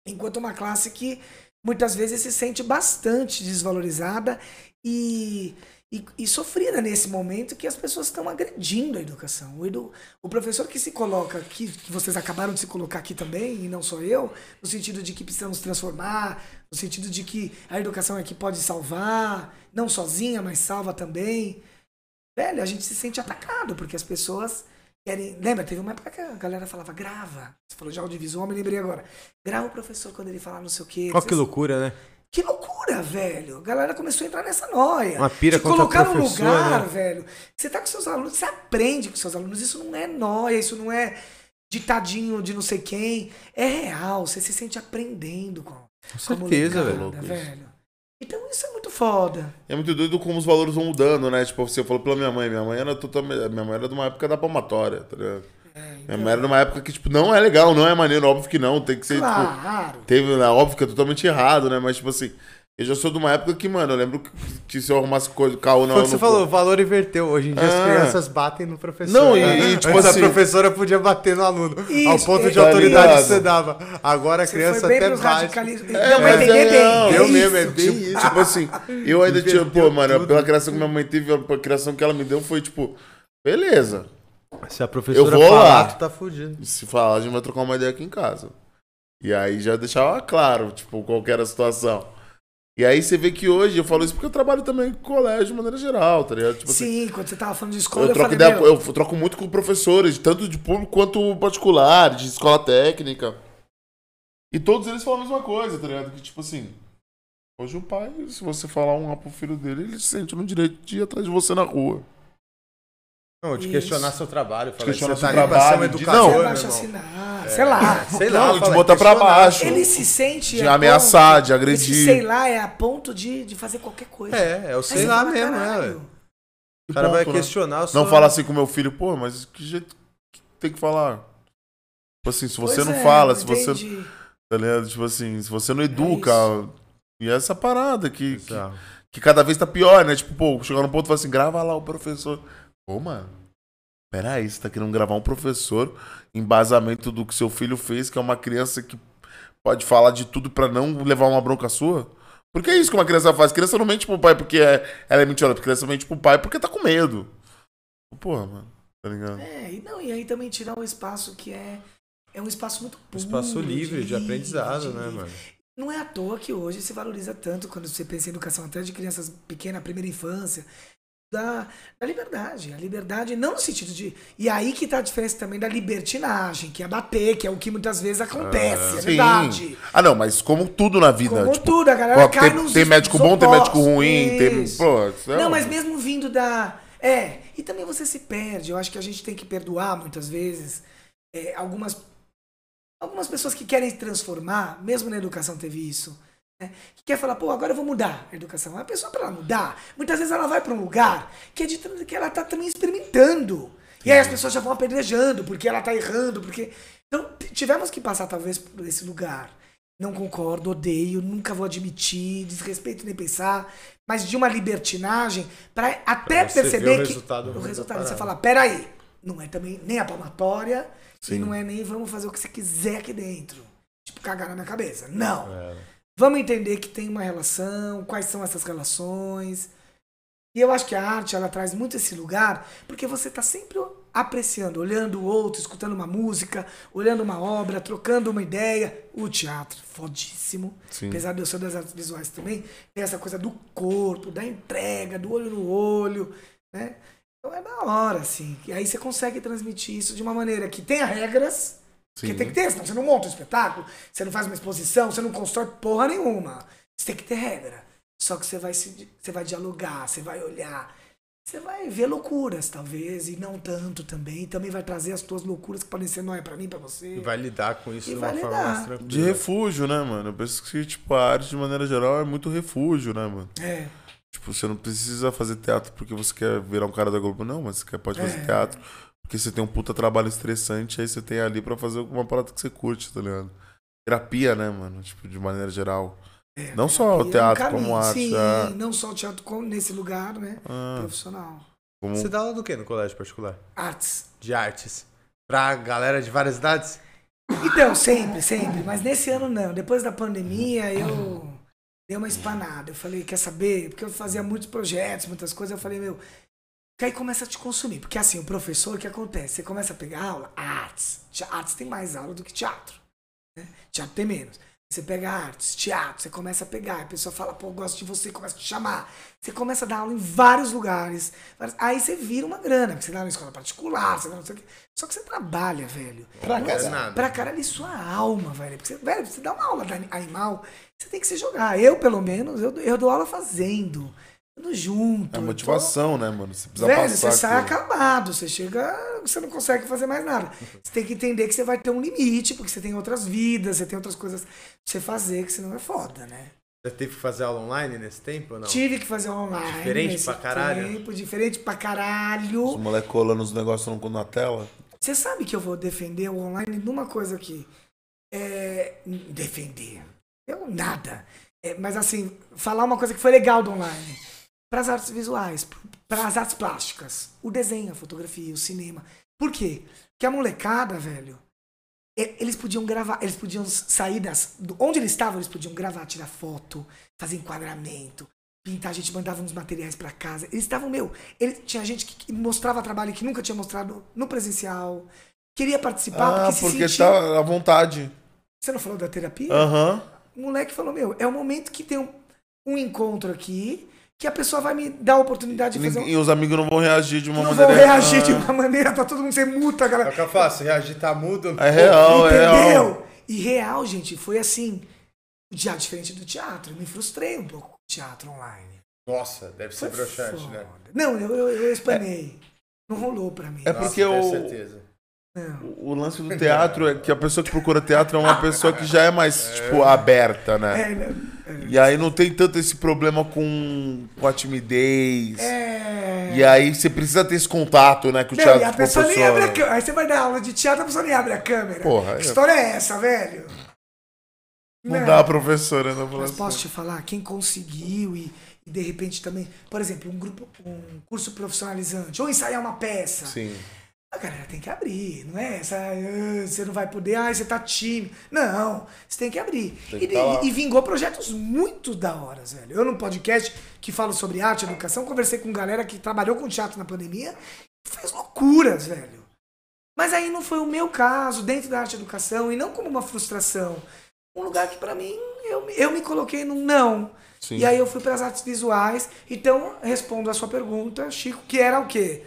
enquanto uma classe que muitas vezes se sente bastante desvalorizada e, e, e sofrida nesse momento que as pessoas estão agredindo a educação. O, edu- o professor que se coloca aqui, que vocês acabaram de se colocar aqui também, e não só eu, no sentido de que precisamos transformar, no sentido de que a educação aqui pode salvar, não sozinha, mas salva também. Velho, a gente se sente atacado, porque as pessoas querem. Lembra, teve uma época que a galera falava, grava. Você falou de audiovisual, me lembrei agora. Grava o professor quando ele falar não sei o quê. Olha que loucura, né? Que loucura, velho. A galera começou a entrar nessa noia. Uma pira de contra colocar num professor, lugar, né? velho. Você tá com seus alunos, você aprende com seus alunos. Isso não é noia, isso não é ditadinho de não sei quem. É real, você se sente aprendendo com Com como certeza, lugar, velho. Louco isso. velho. Então isso é muito foda. É muito doido como os valores vão mudando, né? Tipo, você falou pela minha mãe. Minha mãe era totalmente. Minha mãe era de uma época da palmatória, tá ligado? É, então. Minha mãe era de uma época que, tipo, não é legal, não é maneiro, óbvio que não. Tem que ser, tipo, Claro. Teve, né? Óbvio que é totalmente errado, né? Mas, tipo assim, eu já sou de uma época que, mano, eu lembro que, que se eu arrumasse coisa, caô na Foi o que você no- falou, o valor inverteu. Hoje em dia as Ah. crianças batem no professor. Não, e- né? e, tipo Antes assim- a professora podia bater no aluno, ao Isso, ponto de é- autoridade Tá que você dava. Agora a Você criança foi bem até pros bate. radicalismos. Deu pra mas entender é, não, bem. Eu é mesmo, é isso. bem isso. Tipo assim, eu ainda tinha, pô, Inverteu mano, tudo. pela criação que minha mãe teve, a criação que ela me deu foi, tipo, beleza. Se a professora Eu vou falar, lá. tu tá fudido. Se falar, a gente vai trocar uma ideia aqui em casa. E aí já deixava claro, tipo, qual que era a situação. E aí você vê que hoje, eu falo isso porque eu trabalho também com colégio de maneira geral, tá ligado? Tipo assim, Sim, quando você tava falando de escola, Eu, eu, troco falei, ideia, meu, eu troco muito com professores, tanto de público quanto particular, de escola técnica. E todos eles falam a mesma coisa, tá ligado? Que tipo assim, hoje o pai, se você falar um A pro filho dele, ele se sente no direito de ir atrás de você na rua. Não, de Isso. questionar seu trabalho. Falar, questionar você seu tá aí pra ser um trabalho, de- educador, não. É, meu eu eu, acho irmão. assinar, sei lá. Sei Não, lá, de fala, botar pra questionar. baixo. Ele se sente. um De a ameaçar, ponto- de agredir. Esse sei lá é a ponto de, de fazer qualquer coisa. É, é o Aí sei você lá fala, mesmo, né, caralho. velho? O cara Que vai ponto, né? questionar Não falar assim com meu filho, pô, mas que jeito que tem que falar? Tipo assim, se você Pois não é, fala, se você. entendi. É Tá ligado? Tipo assim, se você não educa. e é essa parada que, que, Bizarro. Hum. que cada vez tá pior, né? Tipo, pô, chegar num ponto e falar assim, grava lá o professor. Pô, mano, peraí, você tá querendo gravar um professor, embasamento do que seu filho fez, que é uma criança que pode falar de tudo pra não levar uma bronca sua? Porque é isso que uma criança faz. Criança não mente pro pai porque é, ela é mentirosa. Criança mente pro pai porque tá com medo. Porra, mano, tá ligado? É, e não, e aí também tirar um espaço que é. É um espaço muito Um puro. espaço livre de aprendizado, de né, livre. mano? Não é à toa que hoje se valoriza tanto quando você pensa em educação até de crianças pequenas, primeira infância. da, da liberdade. A liberdade não no sentido de. E aí que tá a diferença também da libertinagem, que é bater, que é o que muitas vezes acontece, é verdade. Ah, não, mas como tudo na vida. Como tipo, tudo, a galera ó, cai tem, nos tem médico bom, tem médico opostos, ruim, tem. isso. Pô, isso é Não, um- mas mesmo vindo da. É, e também você se perde. Eu acho que a gente tem que perdoar muitas vezes. é, algumas, algumas pessoas que querem se transformar, mesmo na educação teve isso. né? Que quer falar, pô, agora eu vou mudar a educação. A pessoa, pra ela mudar, muitas vezes ela vai pra um lugar que, é de, tran- que ela tá também experimentando. E aí as pessoas já vão apedrejando, porque ela tá errando, porque. Então, t- tivemos que passar, talvez, por esse lugar. Não concordo, odeio, nunca vou admitir, desrespeito nem pensar, mas de uma libertinagem, pra até Pra você ver perceber o que. resultado o ruim da resultado, você parada. fala, peraí, não é também nem a palmatória, e Sim. não é nem vamos fazer o que você quiser aqui dentro. Tipo, cagar na minha cabeça. Não. Vamos entender que tem uma relação, quais são essas relações. E eu acho que a arte, ela traz muito esse lugar, porque você tá sempre apreciando, olhando o outro, escutando uma música, olhando uma obra, trocando uma ideia. O teatro, fodíssimo. Sim. Apesar de eu ser das artes visuais também, tem essa coisa do corpo, da entrega, do olho no olho, né? Então é da hora, assim. E aí você consegue transmitir isso de uma maneira que tenha regras, porque Sim. tem que ter, senão você não monta um espetáculo, você não faz uma exposição, você não constrói porra nenhuma. Você tem que ter regra. Só que você vai, se, você vai dialogar, você vai olhar, você vai ver loucuras, talvez, e não tanto também. Também vai trazer as tuas loucuras que podem ser não é pra mim, pra você. E vai lidar com isso E de uma vai forma lidar. mais tranquila. De refúgio, né, mano? Eu penso que, tipo, a arte, de maneira geral, é muito refúgio, né, mano? É. Tipo, você não precisa fazer teatro porque você quer virar um cara da Globo, não, mas você quer, pode É. fazer teatro porque você tem um puta trabalho estressante, aí você tem ali pra fazer alguma parada que você curte, tá ligado? Terapia, né, mano? Tipo, de maneira geral. não só E é o um teatro caminho, como arte, Sim, é. não só o teatro como nesse lugar, né? Ah, Profissional. como... é Você dá aula do que no colégio particular? Artes. De artes. Pra galera de várias idades? Então, sempre, sempre. Mas nesse ano não. Depois da pandemia, eu dei uma espanada. Eu falei, quer saber? Porque eu fazia muitos projetos, muitas coisas. Eu falei, meu. Que aí começa a te consumir. Porque assim, o professor, o que acontece? Você começa a pegar aula, artes. Te- Artes tem mais aula do que teatro. né? Teatro tem menos. Você pega artes, teatro, você começa a pegar. A pessoa fala, pô, eu gosto de você, começa a te chamar. Você começa a dar aula em vários lugares. vários- Aí você vira uma grana, porque você dá na escola particular, você dá não sei o quê. Só que você trabalha, velho. Pra caralho. nada. Pra caralho, e sua alma, velho. Porque você, velho, você dá uma aula da animal, você tem que se jogar. Eu, pelo menos, eu, eu dou aula fazendo. Indo junto. É eu tô- motivação, né, mano? Você precisa Velho, passar. você sai aquilo. acabado, você chega, você não consegue fazer mais nada. Você tem que entender que você vai ter um limite, porque você tem outras vidas, você tem outras coisas pra você fazer, que senão é foda, né? Você teve que fazer aula online nesse tempo ou não? Tive que fazer online. Diferente nesse pra caralho. Tempo, diferente pra Os caralho. moleques colando os negócios no- na tela. Você sabe que eu vou defender o online numa coisa aqui. É, n- defender. Eu nada. É, mas assim, falar uma coisa que foi legal do online. Para as artes visuais, para as artes plásticas. O desenho, a fotografia, o cinema. Por quê? Porque a molecada, velho, e- eles podiam gravar, eles podiam s- sair das. do- onde eles estavam, eles podiam gravar, tirar foto, fazer enquadramento, pintar. A gente mandava uns materiais pra casa. Eles estavam, meu. Ele, tinha gente que, que mostrava trabalho que nunca tinha mostrado no presencial. Queria participar ah, porque, porque se sentia. tá à vontade. Você não falou da terapia? Aham. O moleque falou: Meu, é o momento que tem um, um encontro aqui que a pessoa vai me dar a oportunidade de fazer um. E os amigos não vão reagir de uma Não vão maneira. reagir de Ah. uma maneira pra todo mundo ser multa, É o galera. que eu faço, reagir tá mudo. É real, é real. Entendeu? E real, gente, foi assim. Já diferente do teatro. Eu me frustrei um pouco com o teatro online. Nossa, deve ser Foi broxante, foda. né? Não, eu, eu, eu espanei. Não rolou pra mim. É Nossa, porque tenho o- certeza. Não. O lance do teatro é que a pessoa que procura teatro é uma pessoa que já é mais, tipo, aberta, né? É, né? E aí não tem tanto esse problema com, com a timidez. É. E aí você precisa ter esse contato, né, que o Não, teatro e a pessoa nem abre proporciona. a câmera. Aí você vai dar aula de teatro, a pessoa nem abre a câmera. Porra, que é. história é essa, velho? né? Não dá a professora, não fala Mas assim. posso te falar, quem conseguiu e, e de repente também, por exemplo, um grupo, um curso profissionalizante, ou ensaiar uma peça, assim. Sim. a galera tem que abrir, não é essa, "Ah, você não vai poder, ah, você tá tímido. Não, você tem que abrir. e, que tá lá. e vingou projetos muito da hora, velho. Eu num podcast que falo sobre arte e educação, conversei com galera que trabalhou com teatro na pandemia, fez loucuras, velho. Mas aí não foi o meu caso dentro da arte e educação, e não como uma frustração. um lugar que pra mim, eu, eu me coloquei num não. Sim. E aí eu fui para as artes visuais. Então, respondo a sua pergunta, Chico, que era o quê?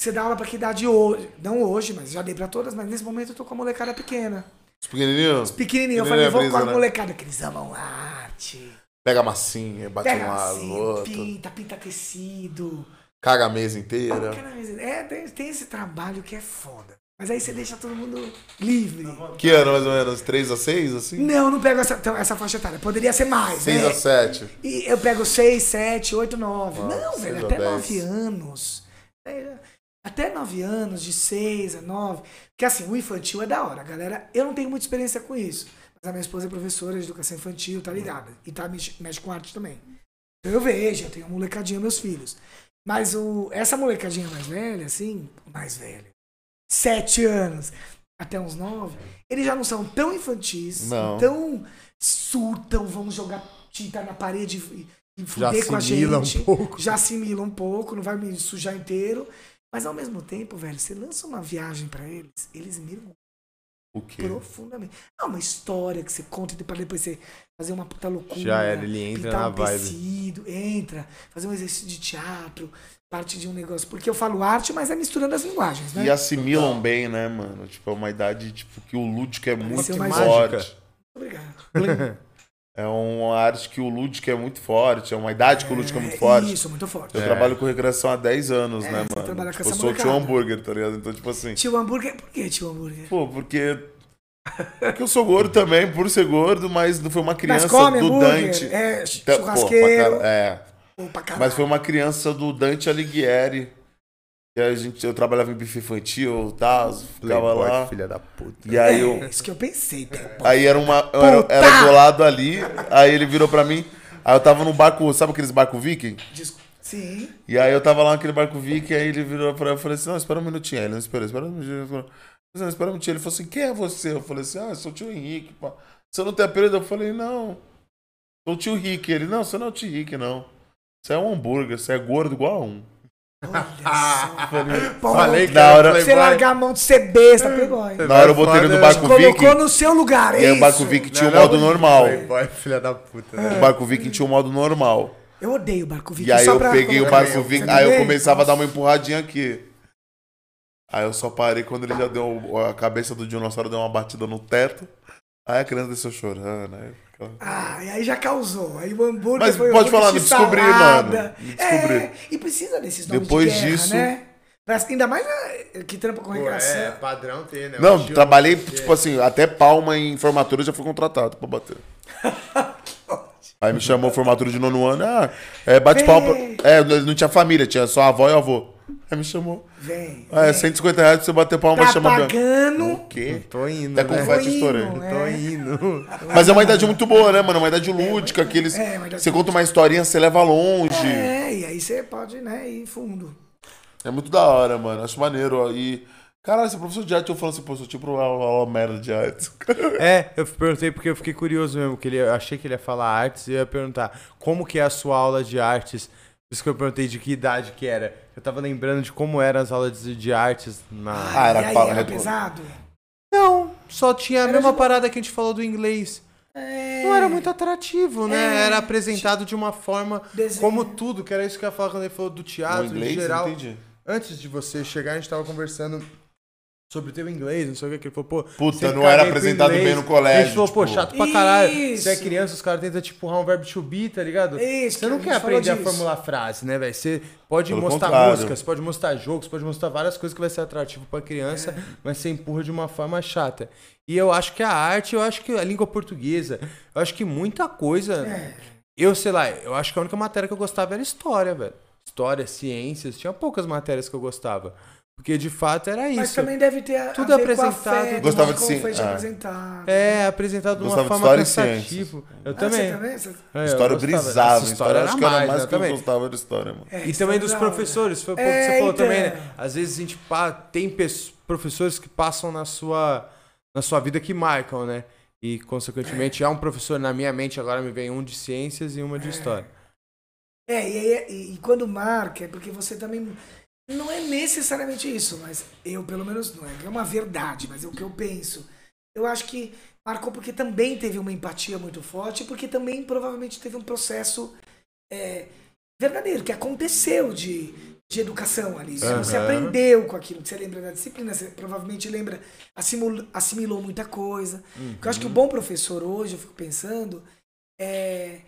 Você dá aula para que idade hoje? Não hoje, mas já dei para todas, mas nesse momento eu tô com a molecada pequena. Os pequenininhos. Pequenininha, eu Pequenininha falei, vou com brisa, a né? molecada, que eles amam arte. Pega a massinha, bate um Pega lado, assim, outro. pinta, pinta tecido. Caga a mesa inteira. Cara, mas É, tem, tem esse trabalho que é foda. Mas aí você deixa todo mundo livre. Que ano, mais ou menos? 3 a 6, assim? Não, não pego essa, então, essa faixa etária. Poderia ser mais, 6 né? a 7. E eu pego 6, 7, 8, 9. Ah, Não, seis velho, ou até dez. 9 anos. É, Até 9 anos, de 6 a 9. Porque assim, o infantil é da hora, galera. Eu não tenho muita experiência com isso. Mas a minha esposa é professora de educação infantil, tá ligada? E tá, mexe, mexe com arte também. Então eu vejo, eu tenho uma molecadinha, meus filhos. Mas o, essa molecadinha mais velha, assim, mais velha, 7 anos até uns 9, eles já não são tão infantis, Não. tão surtam, vão jogar tinta na parede e, e Já fuder com a assimila um gente. pouco. Já assimila um pouco, não vai me sujar inteiro. Mas ao mesmo tempo, velho, você lança uma viagem pra eles, eles miram O quê? profundamente. É uma história que você conta pra depois você fazer uma puta loucura. Já era, ele entra pintar na um vibe. tecido, entra, fazer um exercício de teatro, parte de um negócio. Porque eu falo arte, mas é misturando as linguagens, né? E assimilam bem, né, mano? Tipo, é uma idade tipo, que o lúdico é muito ser mais forte. Obrigado. É uma arte que o lúdico é muito forte. É uma idade que o lúdico é muito forte. Isso, muito forte. Eu É. trabalho com recreação há 10 anos, É, né, você mano? trabalha com Tipo, eu essa sou o tio molecada. hambúrguer, tá ligado? Então, tipo assim. Tio hambúrguer, por que tio hambúrguer? Pô, porque. Porque eu sou gordo também, por ser gordo, mas não foi uma criança Mas come do hambúrguer, Dante. é, ch- Então, pô, pra churrasqueiro, Ah. cara- é. ou pra caralho. Mas foi uma criança do Dante Alighieri. Que a gente, eu trabalhava em bife infantil e tal, ficava Playboy, lá. filha da puta. E aí eu. É, isso que eu pensei, Playboy. Aí era uma. eu Era, Puta! era do lado ali, aí ele virou pra mim. Aí eu tava num barco, sabe aqueles barco viking? Desculpa. Sim. E aí eu tava lá naquele barco viking, aí ele virou pra eu falei assim, não, espera um minutinho. Aí ele não esperou, espera um minutinho. Ele falou, não, espera um minutinho. Ele falou assim, quem é você? Eu falei assim, ah, eu sou o tio Henrique, pá. Você não tem apelido? Eu falei, não. Sou o tio Rick. Ele, não, você não é o tio Rick, não. Você é um hambúrguer, você é gordo igual a um. Olha só. Falei, Pô, Falei que da era hora- Playboy. Você largar a mão de ser besta, Playboy. na hora eu botei ele Foda, no barco Colocou viking. no seu lugar, E é aí o barco isso. viking tinha o modo normal. Playboy, filha da puta. né? O barco viking tinha o modo normal. Eu odeio barco viking. E aí só eu pra peguei o colocar barco isso. viking, Você aí eu também? começava a dar uma empurradinha aqui. Aí eu só parei quando ele já deu a cabeça do dinossauro deu uma batida no teto. Aí a criança desceu chorando. aí ficou- Ah, e aí já causou. Aí o hambúrguer Mas foi o pode hambúrguer falar, de me descobri, salada. mano. Me descobri. É, e precisa desses nomes Depois de guerra, disso- né? Pra- Ainda mais eh, que trampa com Pô, recreação. é, padrão tem, né? Não, O um tio- trabalhei, tipo assim, até palma em formatura eu já fui contratado pra bater. Aí me chamou formatura de nono ano, ah, é, bate Vem. palma. pra- É, não tinha família, tinha só avó e avô. Aí me chamou. Vem. Ah, é 150 reais pra você bater palma e tá chamar pagando. O quê? Tô indo, Até né? confete Tô estourei. indo, Tô indo. Mas é uma idade muito boa, né, mano? Uma idade lúdica, que eles. é, uma idade Você conta uma historinha, você leva longe. É. É, e aí você pode, né, ir fundo. muito da hora, mano. Acho maneiro. ó. E. Caralho, você é professor de arte, eu falo assim, pô, sou tipo uma, uma merda de arte. É, eu perguntei porque eu fiquei curioso mesmo, que ele, eu achei que ele ia falar artes e eu ia perguntar como que é a sua aula de artes. Por isso que eu perguntei de que idade que era. Eu tava lembrando de como eram as aulas de, de artes na. Ah, era e aí pala- era era- pesado? Não, só tinha a mesma de- parada que a gente falou do inglês. É. Não era muito atrativo, né? É. Era apresentado de uma forma Desenho. como tudo, que era isso que eu ia falar quando ele falou do teatro No inglês, em geral. entendi. Antes de você chegar, a gente tava conversando sobre o teu inglês, não sei o que, que ele falou, pô... Puta, sempre não era caguei pro apresentado bem no colégio, A gente falou, pô, tipo- chato pra caralho. Você é Isso. criança, os caras tentam te empurrar um verbo to be, tá ligado? você Isso, cara, não a quer gente falou aprender a disso. formular frase, né, velho? Você pode Pelo mostrar contrário. músicas, pode mostrar jogos, pode mostrar várias coisas que vai ser atrativo pra criança, É. mas você empurra de uma forma chata. E eu acho que a arte, eu acho que a língua portuguesa, eu acho que muita coisa... É. Eu sei lá, eu acho que a única matéria que eu gostava era história, velho. História, ciências, tinha poucas matérias que eu gostava. Porque de fato era isso. Mas também deve ter a, Tudo a ver com apresentado. a fé, Gostava de como sim, foi te é. apresentado. É, apresentado de uma Gostava de forma história e cansativa. Eu Ah, você também. também? Você- É, eu história gostava. brisava, Essa história acho que era mais né, que eu também. gostava de história, mano. É, E isso também é dos da hora. professores, foi o pouco que É, você falou então. também, né? Às vezes a gente pá, tem pes- professores que passam na sua, na sua vida que marcam, né? E, consequentemente, há um professor na minha mente, agora me vem um de ciências e uma de história. então, É, e, aí- e- e quando marca, é porque você também. Não é necessariamente isso, mas eu, pelo menos, não é. É uma verdade, mas é o que eu penso. eu acho que marcou porque também teve uma empatia muito forte, porque também provavelmente teve um processo é, verdadeiro, que aconteceu de, de educação ali. Se Você Aham. aprendeu com aquilo, que você lembra da disciplina, você provavelmente lembra, assimul- assimilou muita coisa. Porque Eu acho que o bom professor hoje, eu fico pensando, é,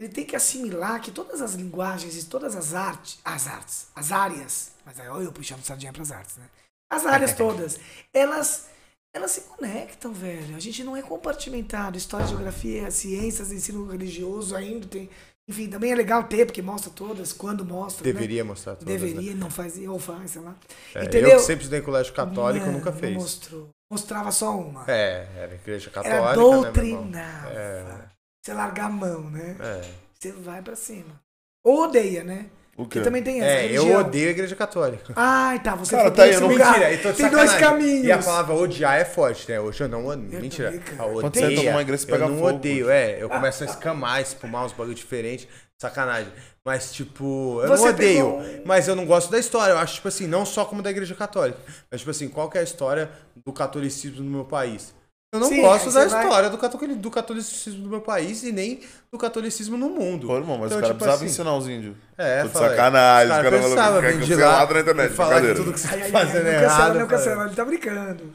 ele tem que assimilar que todas as linguagens e todas as artes, as artes, as áreas, mas aí olha eu puxando sardinha para as artes, né? As áreas todas, elas elas se conectam, velho. A gente não é compartimentado. História, geografia, ciências, ensino religioso ainda tem. Enfim, também é legal ter, porque mostra todas, quando mostra. né? Deveria mostrar todas, né? Deveria, não fazia, ou faz, sei lá. É, Entendeu? Eu que sempre estudei em colégio católico, Mano, nunca não fez. Mostrou. Mostrava só uma. É, era igreja católica, Era né, doutrinava. meu irmão? Você largar a mão, né? É, Você vai pra cima. Ou odeia, né? O quê? Porque também tem essa. é. é eu religião. odeio a igreja católica. Ai, tá, você Cara, foi tá pra aí, esse eu não- lugar. Mentira, eu tô de Tem dois sacanagem. caminhos. E a palavra odiar é forte, né? Hoje eu não odeio. Eu Mentira. também, cara. A odeia, Quando você entra numa igreja, você pega eu não fogo. odeio, é. Eu começo a escamar, espumar uns bagulho diferente. Sacanagem. Mas, tipo, eu Você não odeio. pegou- um- Mas eu não gosto da história. Eu acho, tipo assim, não só como da igreja católica. Mas, tipo assim, qual que é a história do catolicismo no meu país? Eu não Sim, gosto aí da você vai- história do, catoli- do catolicismo do meu país e nem do catolicismo no mundo. Pô, irmão, mas Então, o cara tipo precisava assim, ensinar os índios. É, Tô de fala aí. sacanagem, Os os caras caras pensavam, falam vem de lá cancelado na internet, e falar de brincadeira. tudo que você Ai, ai, tá ai, fazendo não errado. É, Cancela, não cara. cancela, ele tá brincando.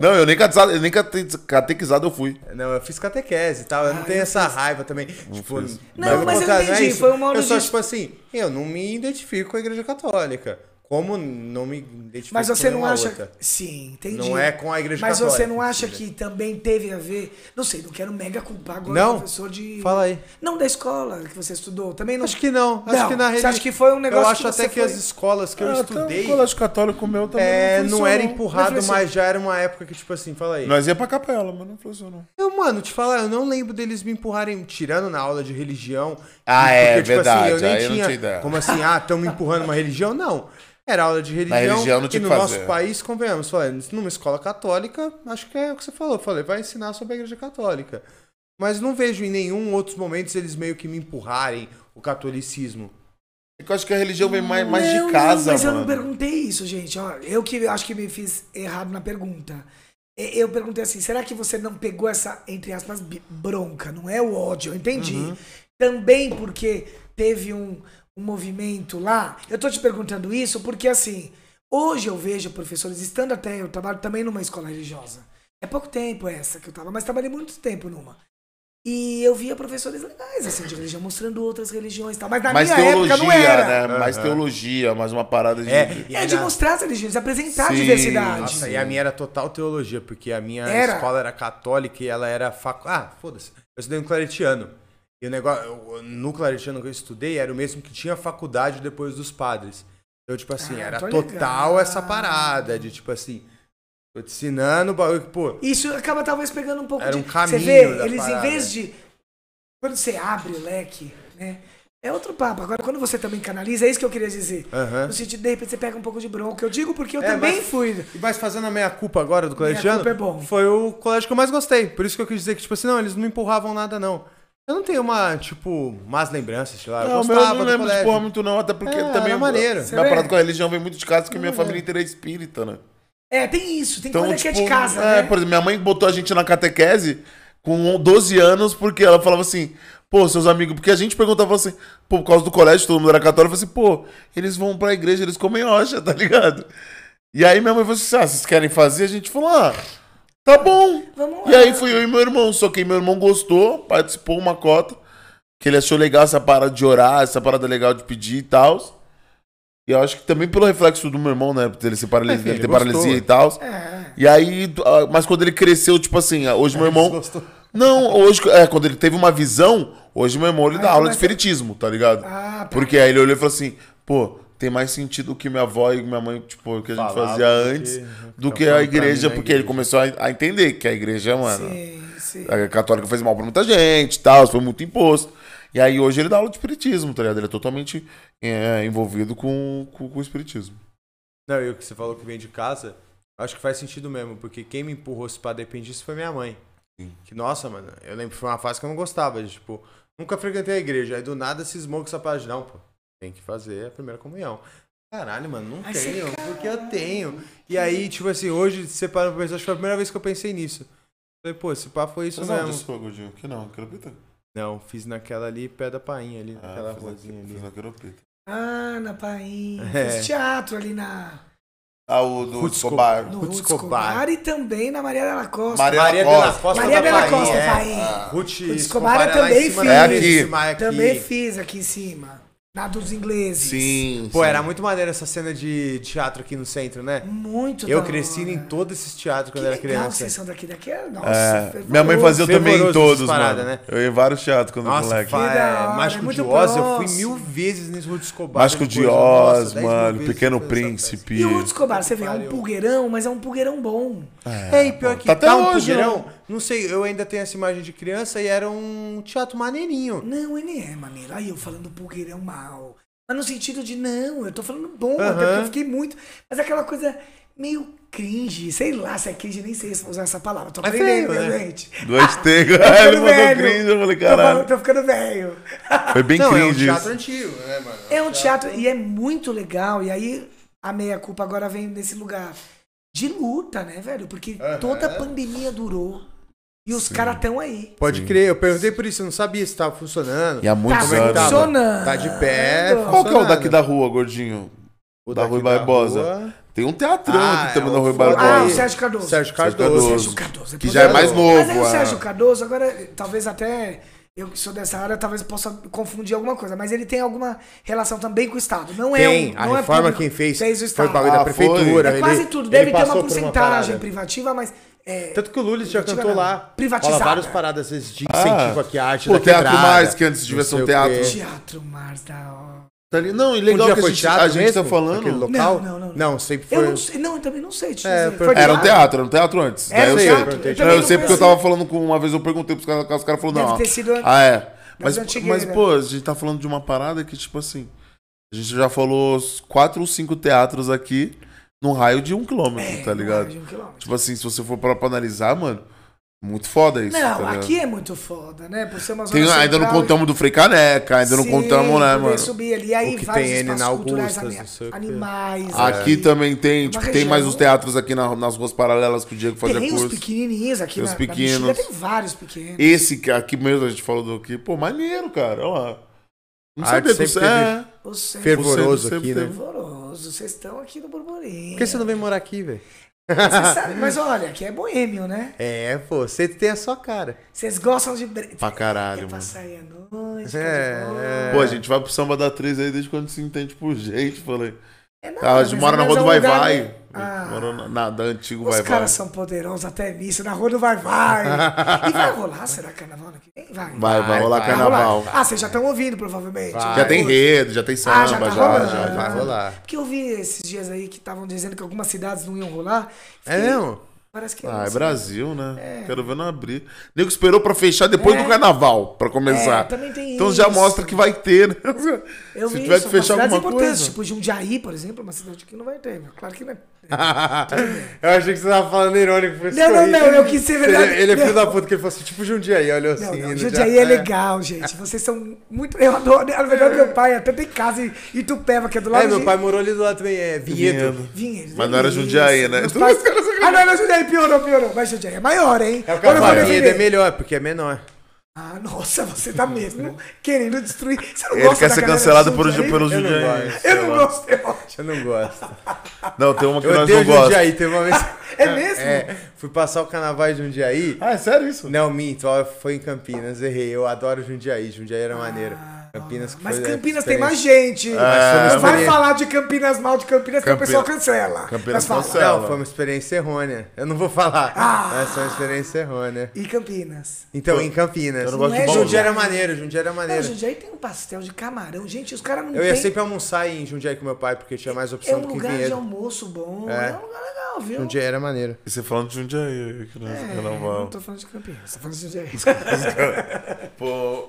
Não, eu nem catizado, eu nem cate- catequizado eu fui. Não, eu fiz catequese e tal. Eu não Ah, tenho eu essa raiva também. tipo, fiz. Não, pelo mas eu contrário, não é entendi, isso. foi uma hora Eu só, de- tipo assim, eu não me identifico com a igreja católica. Como não me identifico Mas você com não nenhuma acha. outra? Sim, entendi. Não é com a igreja Mas católica. você não acha que também teve a ver. Não sei, não quero mega culpar agora Não? o professor de. Fala aí. Não da escola que você estudou. Também não. Acho que não. Acho Não, que na você rede. acha que foi um negócio Eu que acho até você que foi- Ah, então as escolas que eu estudei. Ah, então, O colégio católico meu também É, não era Não empurrado, influenciou. mas já era uma época que, tipo assim, fala aí. Nós ia pra capela, mas não funcionou. Eu, mano, te falar, eu não lembro deles me empurrarem, tirando na aula de religião. tipo assim, Ah, é, verdade, eu nem aí eu não tinha, tinha ideia. Como assim, ah, estão me empurrando uma religião? Não. Era aula de religião. religião não tinha e que no fazer. nosso país, convenhamos, falei, numa escola católica, acho que é o que você falou. Falei, vai ensinar sobre a igreja católica. Mas não vejo em nenhum outros momentos eles meio que me empurrarem o catolicismo. É que eu acho que a religião vem mais, mais Não, de casa, Mas eu não mano. perguntei isso, gente. Ó, eu que acho que me fiz errado na pergunta. E- Eu perguntei assim: será que você não pegou essa, entre aspas, bi- bronca? Não é o ódio, eu entendi. Uhum. Também porque teve um, um movimento lá. Eu tô te perguntando isso porque, assim, hoje eu vejo professores, estando até, eu trabalho também numa escola religiosa. É pouco tempo essa que eu tava, mas trabalhei muito tempo numa. E eu via professores legais, assim, de religião, mostrando outras religiões e tal. Mas na mais minha teologia, época não era. né? Mais teologia, mais uma parada de. É. E É aí de na- mostrar as religiões, apresentar a Sim, diversidade. Nossa, e a minha era total teologia, porque a minha Era? escola era católica e ela era facu... Ah, foda-se. Eu estudei no Claretiano. E o negócio... eu- No Claretiano que eu estudei era o mesmo que tinha faculdade depois dos padres. Então, tipo assim, Ah, era tô total ligado. essa parada de, tipo assim... Tô te ensinando o bagulho que, pô... Isso acaba talvez pegando um pouco Era de. um caminho Você vê, da eles parada. em vez de. Quando você abre o leque, né? É outro papo. Agora, quando você também canaliza, é isso que eu queria dizer. Aham. No sentido, de repente, você pega um pouco de bronca. Eu digo porque eu É, também mas- fui. Mas fazendo a meia culpa agora do Claretiano, culpa é bom. foi o colégio que eu mais gostei. Por isso que eu quis dizer que, tipo assim, não, eles não me empurravam nada, não. Eu não tenho uma, tipo, más lembranças, sei lá. Eu Não, mas gostava eu não do lembro de colégio. porra muito, não. Até porque É, também. era maneiro. Na Você parada vê? Uhum. com a religião vem muito de casa, porque minha família inteira é espírita, né? É, tem isso. Tem Então, coisa tipo, que é de casa, é, né? por exemplo, minha mãe botou a gente na catequese com 12 anos, porque ela falava assim, pô, seus amigos, porque a gente perguntava assim, pô, por causa do colégio, todo mundo era católico, eu falei assim, pô, eles vão pra igreja, eles comem rocha, tá ligado? E aí minha mãe falou assim, ah, vocês querem fazer? A gente falou, ah, tá bom. Vamos E lá. aí fui eu e meu irmão, só que aí meu irmão gostou, participou uma cota, que ele achou legal essa parada de orar, essa parada legal de pedir e tal. E eu acho que também pelo reflexo do meu irmão, né, dele ser paralisia, Enfim, ele ele ter gostou. paralisia e tal. É. E aí, do- ah, mas quando ele cresceu, tipo assim, ah, hoje meu irmão. Desgostou. Não, hoje, é, quando ele teve uma visão, hoje meu irmão ele dá Aí aula de começa- espiritismo, tá ligado? Ah, tá. Porque aí ele olhou e falou assim, pô, tem mais sentido o que minha avó e minha mãe, tipo, o que a gente Falava fazia do que- antes, do do que que a falando pra mim né, igreja, na porque ele igreja. começou a, a entender que a igreja, mano, Sim, sim. a católica fez mal pra muita gente e tal, foi muito imposto. E aí hoje ele dá aula de espiritismo, tá ligado? Ele é totalmente é, envolvido com, com, com o espiritismo. Não, e o que você falou que vem de casa, eu acho que faz sentido mesmo, porque quem me empurrou se pra dependência foi minha mãe. Que, nossa, mano, eu lembro que foi uma fase que eu não gostava, de, tipo, nunca frequentei a igreja, aí do nada cismou com essa página, não, pô, tem que fazer a primeira comunhão. Caralho, mano, não Aí você, tenho, porque eu tenho. E aí, tipo assim, hoje, separando pra pensar, acho que foi a primeira vez que eu pensei nisso. Falei, pô, esse pá foi isso Você não mesmo. disse, Gordinho, que não, quiropita? Não, fiz naquela ali, pé da painha ali, Ah, naquela fiz na- ruazinha ali. Fiz na quiropita. Ah, na Paim. É. Fiz teatro ali na, Ah, o do Ruth Escobar. no Ruth Ruth Escobar. Escobar e também na Maria da Costa. Maria, Maria Costa. Ah, Bela Costa Maria da Bela Painha, Costa, é. Paim. Ruth Escobar eu é lá em também cima fiz. da Cris, É aqui. mas aqui. Também fiz aqui em cima. Na dos ingleses. Sim. Pô, sim. era muito maneiro essa cena de teatro aqui no centro, né? Muito Eu da cresci hora. em todos esses teatros Que quando legal era que criança. vocês são daqui daqui. é- Nossa, É, fervoroso. minha mãe fazia também em fervoroso todos, essas paradas, mano. né? Eu ia em vários teatros quando Nossa, moleque. fa- Que da é, hora, Mágico muito de Oz, eu fui próximo. mil vezes nesse Ruth Escobar. Mágico de depois, nossa, Oz, dez mil mano. vezes eu Pequeno fui nessa festa. Príncipe. E o Ruth Escobar, você vê, é um Pariu. pulgueirão, mas é um pulgueirão bom. É, e pior que Tá tá, até um hoje, né? poderão. Não sei, eu ainda tenho essa imagem de criança e era um teatro maneirinho. Não, ele é maneiro. Aí eu falando pulgueirão mal. Mas no sentido de, não, eu tô falando bom, Aham. até porque eu fiquei muito. Mas é aquela coisa meio cringe, sei lá se é cringe, nem sei se usar essa palavra. Tô É aprendendo, feio, né, né? gente? Do Estego. tá Tô Ele ficando mandou velho. cringe, eu falei, Tô falando- caralho. Tô ficando velho. Foi bem não, é um cringe teatro isso. antigo, né, mano? É um teatro e é muito legal. E aí a meia culpa agora vem nesse lugar de luta, né, velho? Porque toda a pandemia durou e os caras estão aí. Pode crer, eu perguntei por isso, eu não sabia se tava funcionando. E há muitos Como é que anos. tava? funcionando. Tá de pé. Qual que é o funcionando. daqui da rua, gordinho? O da daqui Rui Barbosa? rua? Tem um teatrão Ah, aqui também é na o Rui Fo- Ah, o Barbosa. Sérgio Cardoso. Sérgio Sérgio Cardoso. Sérgio Cardoso. Que já é mais poderoso. novo, Mas aí o é. ah. Sérgio Cardoso, agora, talvez até eu que sou dessa área, talvez possa confundir alguma coisa, mas ele tem alguma relação também com o Estado. Não Tem, é um. a não reforma é público, quem fez, Fez o foi o Estado. bagulho Ah, da foi. prefeitura. é quase ele- tudo. ele Deve ter uma passou por porcentagem parada. privativa, mas. é, Tanto que o Lulis já Privativa cantou não. lá. Privatizada. Fala várias paradas de Ah. incentivo aqui à arte Pô, da Teatro quebrada, Mais, que antes devia não ser um sei o teatro. quê. Teatro Mars da Hora. Tá ali- Não, e Um dia legal que a foi gente, teatro a gente mesmo, tá falando. aquele local? Não, não, não. sempre Eu foi. um não sei, não, eu também não sei te É, dizer. foi- Foi um- Era um teatro? teatro, era um teatro antes. Era Daí um eu teatro, sei. eu Não, também eu não sei porque eu conhecia. tava falando com uma vez, eu perguntei pros caras, os caras falaram, não. Deve ó. ter sido antes. Ah, é. Mas, Mas antigueira. mas, pô, a gente tá falando de uma parada que, tipo assim, a gente já falou os quatro ou cinco teatros aqui num raio de um quilômetro, tá ligado? De um quilômetro. Tipo assim, se você for parar pra analisar, mano, muito foda isso. Não, tá ligado? aqui é muito foda, né? Por ser uma zona Tem- um- ainda não central e- contamos do Frei Caneca, ainda não Sim, contamos, né, poder mano? subir ali. Aí O que vários tem N na espaços culturais, Augusta, ani- não sei o quê. animais. Aqui né? também tem, tipo, tem região. mais os teatros aqui na- nas ruas paralelas que o Diego fazia Tem os curso. pequenininhos aqui Tem na, os na pequenos. Bexiga, tem vários pequenos. Esse que- aqui mesmo a gente falou do que, pô, maneiro, cara. Olha lá. Não A sabia arte que sempre isso teve- é. Você é Fervoroso sempre aqui, teve- né? fervoroso, vocês estão aqui no burburinho. Por que você não vem morar aqui, velho? Você sabe, mas olha, aqui é boêmio, né? É, pô, você tem a sua cara. Vocês gostam de... bre- Pra é caralho, pra mano. sair à noite, ficar É, de boa. é. Pô, a gente vai pro samba da 3 aí desde quando se entende por gente, falei. É nada, Ah, a gente mas mora é na mais rua do um Vai lugar, Vai. né? Ah, Morou na, na da antigo os Vai Vai. caras são poderosos até nisso, na rua do Vai Vai. e vai rolar, será, carnaval ano que vem? Vai. Vai, vai, Vai, rolar vai, carnaval. rolar. Ah, vocês já estão ouvindo, provavelmente. Vai. Já tem enredo, já tem samba, Ah, já tá já, rolando. já, já. vai rolar. Porque eu vi esses dias aí que estavam dizendo que algumas cidades não iam rolar. É Fiquei- mesmo? Parece que Ah, é nossa, Brasil, né? Quero ver não abrir. O nego esperou pra fechar depois É. do carnaval, pra começar. É, também tem então já isso. mostra que vai ter, né? Eu Se vi tiver isso, que é fechar umas cidades alguma importantes, coisa. Tipo, Jundiaí, por exemplo, uma cidade que não vai ter. meu. Claro que não. é. eu achei que você tava falando irônico por isso. Não, que eu não, ri. não, eu quis ser verdade. Ele, ele é filho Não. da puta, que ele falou assim, tipo Jundiaí, olha Não, assim. não, ele Jundiaí já- é legal, gente. Vocês são muito. Eu adoro. né? Na verdade, É. meu pai até tem casa em Itupeva, que é do lado É, meu de- pai morou ali do lado também, é Vinhedo. Vinhedo. Mas não era Isso. Jundiaí, né? Meus pais- Ah, não era Jundiaí, piorou, piorou. Mas Jundiaí é maior, hein? É o que Olha, eu eu vou falo, Vinhedo é defender. melhor, porque é menor. Ah, nossa, você tá mesmo querendo destruir. Você não Ele gosta quer da ser galera do cancelado por, um Jundiaí? pelo Eu não Jundiaí. gosto. Eu não gosto, é eu acho. Eu não gosto. Não, tem uma que Eu nós não odeio gostamos. Jundiaí, teve uma vez... É mesmo? É, fui passar o carnaval em Jundiaí. Ah, é sério isso? Não, minto, ó, foi em Campinas, errei. Eu adoro Jundiaí, Jundiaí era maneiro. Campinas que Ah, Mas foi a Campinas tem experiência. mais gente. mas não vai também- falar de Campinas mal de Campinas, Campi- que o pessoal cancela. Campinas Mas fala. cancela. Não, foi uma experiência errônea. Eu não vou falar. Ah! Mas foi uma experiência errônea. E Campinas? Então, Pô, em Campinas. eu não gosto de Bauru. Jundiaí era maneiro, Jundiaí era é Não, maneiro. Jundiaí tem um pastel de camarão. Gente, os caras não Eu ia têm- sempre almoçar em Jundiaí com meu pai, porque tinha mais É opção um do que lugar de Vinhedo. almoço bom. É. É, um lugar legal, viu? Jundiaí era maneiro. E você falando de Jundiaí aqui no É, carnaval. não tô falando de Campinas, tô falando de Jundiaí. Pô,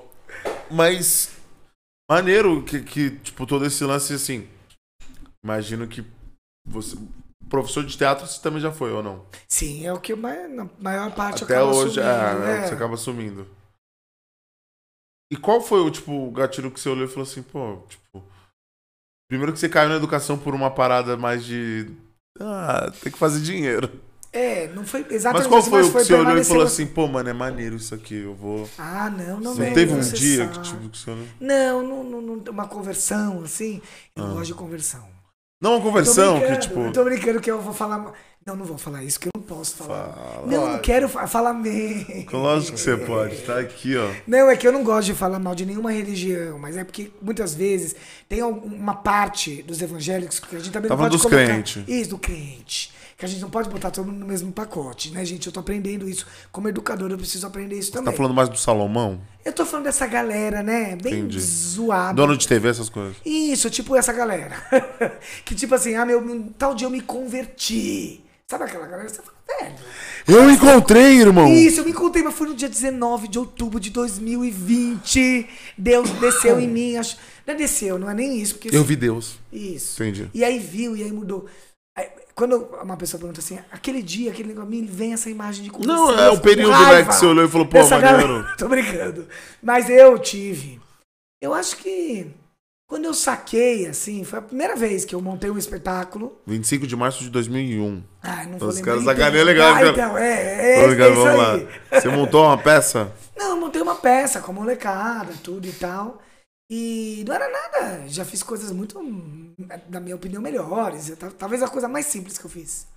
mas maneiro que, que, tipo, todo esse lance assim. Imagino que você. Professor de teatro você também já foi, ou não? Sim, é o que mais, na maior parte Até eu acabo hoje, assumindo, é, né? você acaba sumindo. E qual foi o, tipo, o gatilho que você olhou e falou assim, pô, tipo. Primeiro que você caiu na educação por uma parada mais de. Ah, tem que fazer dinheiro. É, não foi Mas exatamente qual assim, foi o que foi você olhou e permanecer falou na- assim, pô, mano, é maneiro isso aqui, eu vou. Ah, não, não Não velho, teve um você dia sabe. que, tipo, que você olhou. Não, não, não, não- uma conversão, assim. Eu gosto de conversão. Não uma Ah. conversão, Tô que brincando, tipo. eu Tô brincando que eu vou falar. ma- Não, não vou falar isso, que eu não posso falar. Fala. Não, não quero fa- falar mesmo. então, Lógico que você pode, tá aqui, ó. Não, é que eu não gosto de falar mal de nenhuma religião, mas é porque muitas vezes tem al- uma parte dos evangélicos que a gente também Tá não pode falando dos colocar. crente. Isso, do crente. Que a gente não pode botar todo mundo no mesmo pacote, né, gente? Eu tô aprendendo isso. Como educador, eu preciso aprender isso Tá também. falando mais do Salomão? Eu tô falando dessa galera, né? Bem Entendi. zoada. Dono de TV, essas coisas. Isso, tipo essa galera. que tipo assim, ah, meu, um tal dia eu me converti. Sabe aquela galera? Você fala, velho. Eu encontrei, irmão! Isso, eu me contei, mas foi no dia 19 de outubro de 2020. Deus desceu em mim. Acho... Não é desceu, não é nem isso. Porque Eu vi Deus. Isso. Entendi. E aí viu, e aí mudou. Aí, Quando uma pessoa pergunta assim, aquele dia, aquele negócio, me vem essa imagem de conversão, Não, é eu o fico com período, raiva né, que você olhou e falou, pô, dessa maneiro. galera. Tô brincando. Mas eu tive. Eu acho que quando eu saquei, assim, foi a primeira vez que eu montei um espetáculo. 25 de março de 2001. Ai, não vou Os lembrar caras nem da tudo. galera é legal, Ah, cara. então, é, é, Ô, cara, é isso vamos aí. lá. Você montou uma peça? Não, eu montei uma peça com a molecada, tudo e tal. E não era nada. Já fiz coisas muito, na minha opinião, melhores. Eu ta- Talvez a coisa mais simples que eu fiz.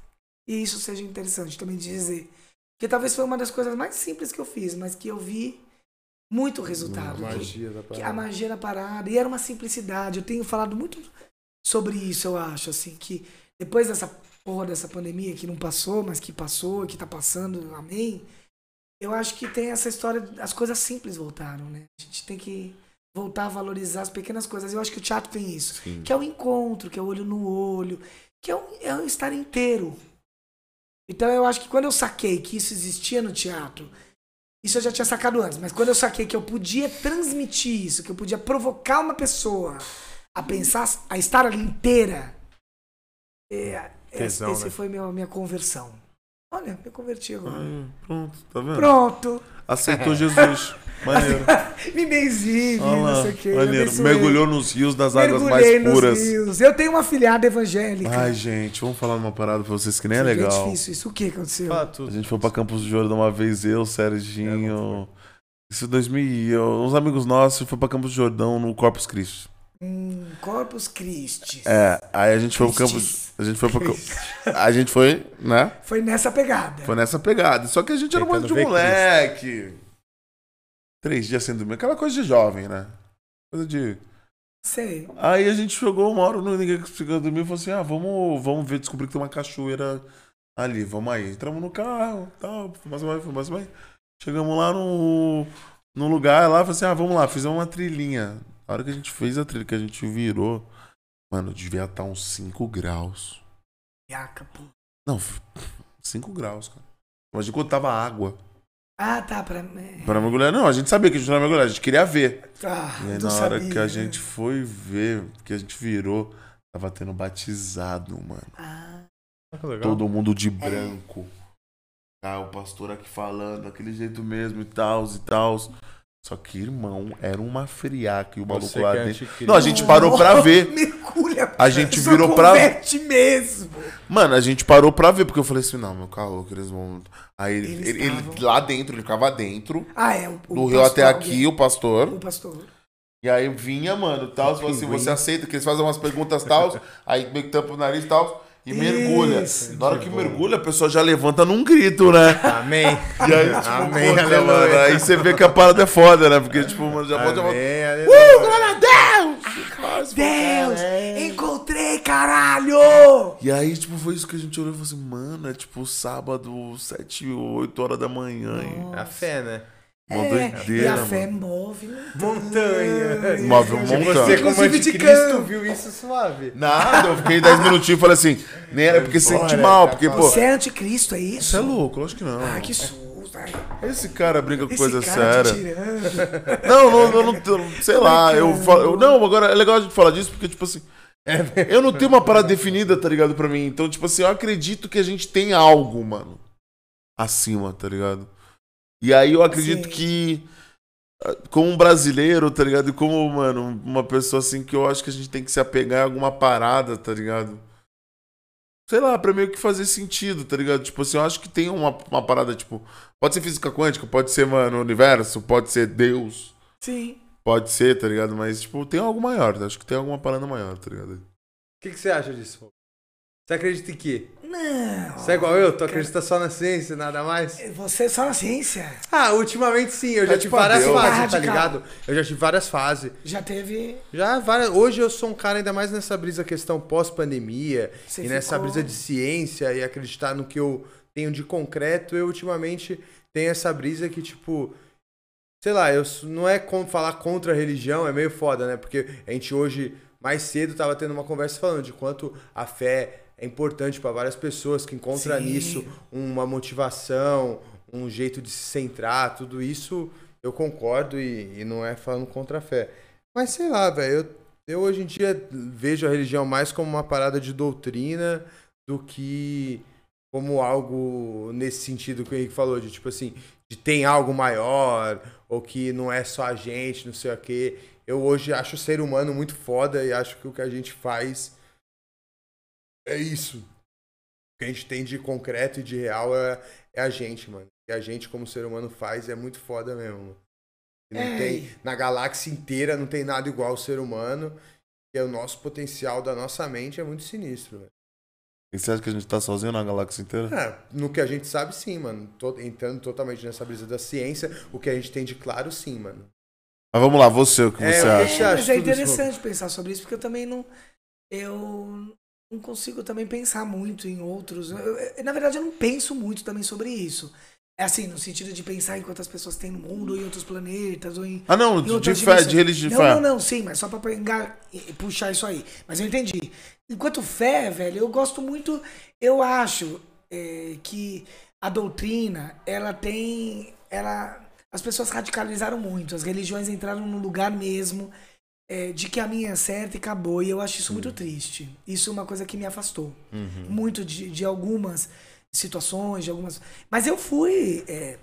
E isso seja interessante também de dizer. Porque talvez foi uma das coisas mais simples que eu fiz, mas que eu vi muito resultado. Magia da Que a parada. magia da parada. E era uma simplicidade. Eu tenho falado muito sobre isso, eu acho, assim, que depois dessa porra dessa pandemia que não passou, mas que passou, que tá passando, amém. Eu acho que tem essa história, as coisas simples voltaram, né? A gente tem que voltar a valorizar as pequenas coisas. Eu acho que o teatro tem isso. Sim. Que é o encontro, que é o olho no olho, que é o, é o estar inteiro. Então eu acho que quando eu saquei que isso existia no teatro, isso eu já tinha sacado antes, mas quando eu saquei que eu podia transmitir isso, que eu podia provocar uma pessoa a pensar, a estar ali inteira, é, Tesão, esse né? foi meu, minha conversão. Olha, me converti agora. Aí, pronto, tá vendo? Pronto. Aceitou Jesus. Maneiro. me benzi, me Olha lá, não sei o que. maneiro. Mergulhou nos rios das águas Mergulhei mais nos puras. rios. Eu tenho uma afilhada evangélica. Ai, gente, vamos falar uma parada pra vocês que nem é Gente, legal. É difícil isso. O que aconteceu? Fala A tudo. gente foi pra Campos de Ouro de uma vez, eu, É, Serginho. Isso em 2000. e eu- Uns amigos nossos foi pra Campos de Jordão no Corpus Christi. Hum, Corpus Christi. É, aí a gente foi pro Campos. Christis. A gente foi pra. A gente foi, né? Foi nessa pegada. Foi nessa pegada. Só que a gente era um Tentando monte de ver moleque. Três dias sem dormir. Aquela coisa de jovem, né? Coisa de. Sei. Aí a gente chegou uma hora, não- ninguém conseguiu dormir e falou assim: ah, vamos, vamos ver, descobrir que tem uma cachoeira ali, vamos aí. Entramos no carro, tal, fomos mais, fomos mais. Chegamos lá no, no lugar lá, falou assim: ah, vamos lá, fizemos uma trilhinha. A hora que a gente fez a trilha, que a gente virou, mano, devia estar uns 5 graus. Iaca, pô. Não, 5 graus, cara. Mas de quando tava água. Ah, tá. Pra... é, Para mergulhar, não, a gente sabia que a gente não ia mergulhar, a gente queria ver. Ah, E aí, não na hora sabia, que a né? gente foi ver, que a gente virou, tava tendo batizado, mano. Ah, Ah, que legal. Todo mundo É. de branco. Tá, o pastor aqui falando, daquele jeito mesmo e tal, e tal. Só que, irmão, era uma friaca e o um maluco Você lá que é dentro. anticristo. Não, a gente parou pra ver. Mergulha. A gente Só virou pra- converte mesmo. Mano, a gente parou pra ver, porque eu falei assim, não, meu carro, que eles vão. Aí ele, Eles ele- ele estavam- lá dentro, ele ficava dentro. Ah, é. O, o do rio pastor, até aqui, alguém- o pastor. O pastor. E aí vinha, mano, tal, você falou assim, você aceita, que eles fazem umas perguntas tal, aí meio que tampa o nariz tal, e mergulha. Isso. Tipo- Na hora que mergulha, a pessoa já levanta num grito, né? Amém. E aí, tipo, Amém, puta, aleluia. mano, aí você vê que a parada é foda, né? Porque, tipo, mano, já pode... Uh, Amém, aleluia. glória a Deus! Quase, Deus! cara, é. Encontrei, caralho! E aí, tipo, foi isso que a gente olhou e falou assim, mano, é tipo sábado, 7, 8 horas da manhã. hein? A fé, né? Uma É, e doideira, a mano. fé move. né? Montanha. Move um Se montão. Você, como Inclusive de anticristo, campo. viu isso suave. Nada, eu fiquei 10 minutinhos e falei assim, nem era porque embora, senti mal, tá porque, pô... Você é anticristo, é isso? Você é louco, lógico que não. Ah, que susto. ai. Esse cara brinca com Esse coisa cara te séria. tirando. Não, não, não, não, não, sei lá, eu falo. eu- não, agora é legal a gente falar disso, porque, tipo assim. eu não tenho uma parada definida, tá ligado, pra mim. Então, tipo assim, eu acredito que a gente tem algo, mano. Acima, tá ligado? E aí eu acredito Sim. que. ah, Como um brasileiro, tá ligado? E como, mano, uma pessoa assim que eu acho que a gente tem que se apegar a alguma parada, tá ligado? sei lá, pra meio que fazer sentido, tá ligado? Tipo assim, eu acho que tem uma, uma parada, tipo, pode ser física quântica, pode ser, mano, universo, pode ser Deus, Sim. pode ser, tá ligado? Mas, tipo, tem algo maior, tá? acho que tem alguma parada maior, tá ligado? que, que você acha disso? Fo? Você acredita em quê? Não. Você é igual eu? Tu acredita só na ciência e nada mais? Você é só na ciência. Ah, ultimamente sim, eu já É tive tipo várias adeus. fases, tá Radical. ligado? Eu já tive várias fases. Já teve. Já várias. Hoje eu sou um cara ainda mais nessa brisa questão pós-pandemia Você e nessa ficou- brisa de ciência e acreditar no que eu tenho de concreto. Eu ultimamente tenho essa brisa que tipo, sei lá, eu s- não é como falar contra a religião, é meio foda, né? Porque a gente hoje mais cedo tava tendo uma conversa falando de quanto a fé é importante para várias pessoas que encontra Sim. nisso uma motivação, um jeito de se centrar, tudo isso eu concordo e, e não é falando contra a fé. Mas sei lá, velho, eu, eu hoje em dia vejo a religião mais como uma parada de doutrina do que como algo nesse sentido que o Henrique falou, de tipo assim, de tem algo maior, ou que não é só a gente, não sei o quê. Eu hoje acho o ser humano muito foda e acho que o que a gente faz é isso. O que a gente tem de concreto e de real é, é a gente, mano. E a gente, como ser humano, faz é muito foda mesmo. E Não É, tem, e- na galáxia inteira não tem nada igual ao ser humano. E o nosso potencial da nossa mente é muito sinistro, velho. E você acha que a gente tá sozinho na galáxia inteira? Ah, no que a gente sabe, sim, mano. Tô entrando totalmente nessa brisa da ciência. O que a gente tem de claro, sim, mano. Mas vamos lá, você, o que É, você eu- acha? Você acha mas é tudo isso interessante pensar sobre isso, porque eu também não. Eu não consigo também pensar muito em outros. Eu- eu- na verdade, eu não penso muito também sobre isso. É assim, no sentido de pensar em quantas pessoas tem no mundo, ou em outros planetas, ou em. Ah, não, em de, de outras fé, dimensões. de religião. assim, Não, não, não, sim, mas só pra pegar, e- e puxar isso aí. Mas eu entendi. Enquanto fé, velho, eu gosto muito. Eu acho é, que a doutrina, ela tem. Ela, as pessoas radicalizaram muito, as religiões entraram no lugar mesmo é, de que a minha é certa e acabou. E eu acho isso Uhum. muito triste. Isso é uma coisa que me afastou muito de, de algumas situações, de algumas. Mas eu fui é,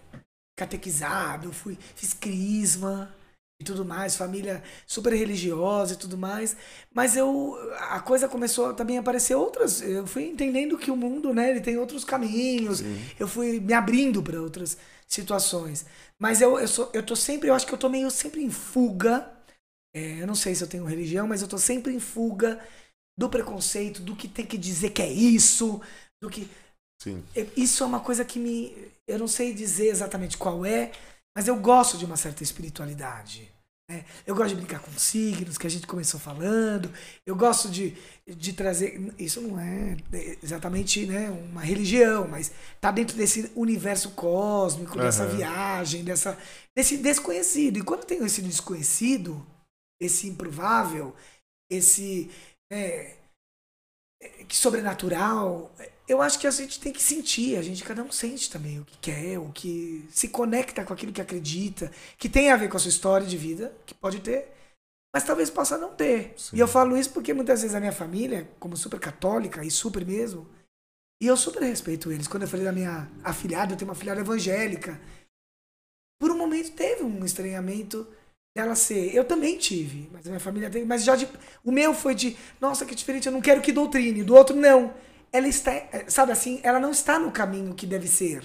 catequizado, eu fui, fiz crisma e tudo mais, família super religiosa e tudo mais. Mas eu a coisa começou a também a aparecer outras. Eu fui entendendo que o mundo, né, ele tem outros caminhos. Eu fui me abrindo para outras situações. Mas eu, eu, sou, eu tô sempre, eu acho que eu tô meio sempre em fuga. É, eu não sei se eu tenho religião, mas eu tô sempre em fuga do preconceito, do que tem que dizer que é isso, do que. Sim. Eu- Isso é uma coisa que me. Eu não sei dizer exatamente qual é, mas eu gosto de uma certa espiritualidade. né? Eu gosto de brincar com signos, que a gente começou falando. Eu gosto de, de trazer. Isso não é exatamente né, uma religião, mas tá dentro desse universo cósmico, dessa Aham. viagem, dessa, desse desconhecido. E quando tem esse desconhecido, esse improvável, esse. né, que sobrenatural. Eu acho que a gente tem que sentir, a gente cada um sente também o que quer, o que se conecta com aquilo que acredita, que tem a ver com a sua história de vida, que pode ter, mas talvez possa não ter. Sim. E eu falo isso porque muitas vezes a minha família, como super católica e super mesmo, e eu super respeito eles. Quando eu falei da minha afilhada, eu tenho uma afilhada evangélica. Por um momento teve um estranhamento dela ser. Eu também tive, mas a minha família teve. Mas já de, o meu foi de, nossa, que diferente, eu não quero que doutrine. Do outro, não. Ela está, eh, sabe assim, ela não está no caminho que deve ser.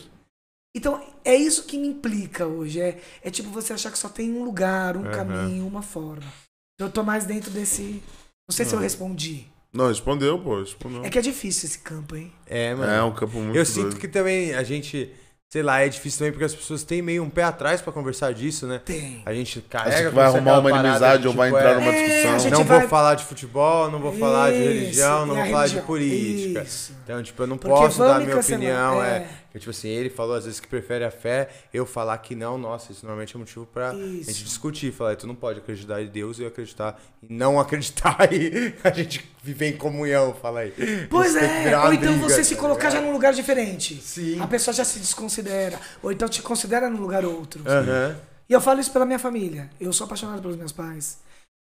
Então, é isso que me implica hoje. É, é tipo você achar que só tem um lugar, um Aham. caminho, uma forma. Eu tô mais dentro desse. Não sei se eu respondi. Não, respondeu, pô, respondeu. É que é difícil esse campo, hein? É, É um campo muito Eu doido. sinto que também a gente, sei lá, é difícil também porque as pessoas têm meio um pé atrás pra conversar disso, né? Tem. A gente Acha carrega que vai com essa arrumar uma aquela parada inimizade de, ou vai tipo, entrar é, numa É, discussão. a gente Não vai- vou falar de futebol, não vou falar de Isso, religião, não e a vou falar de religião, política. isso. Então, tipo, eu não Porque posso vão dar a me minha cancelar, opinião. É. é. Porque, tipo assim, ele falou às vezes que prefere a fé, eu falar que não, nossa, isso normalmente é motivo pra Isso. a gente discutir. Falar, tu não pode acreditar em Deus e eu acreditar em não acreditar e a gente viver em comunhão, fala aí. Pois Isso tipo, tem que é, virar uma ou então briga, você se tá colocar já ligado? num lugar diferente. Sim. A pessoa já se desconsidera. Ou então te considera num lugar outro. Aham. E eu falo isso pela minha família. Eu sou apaixonado pelos meus pais.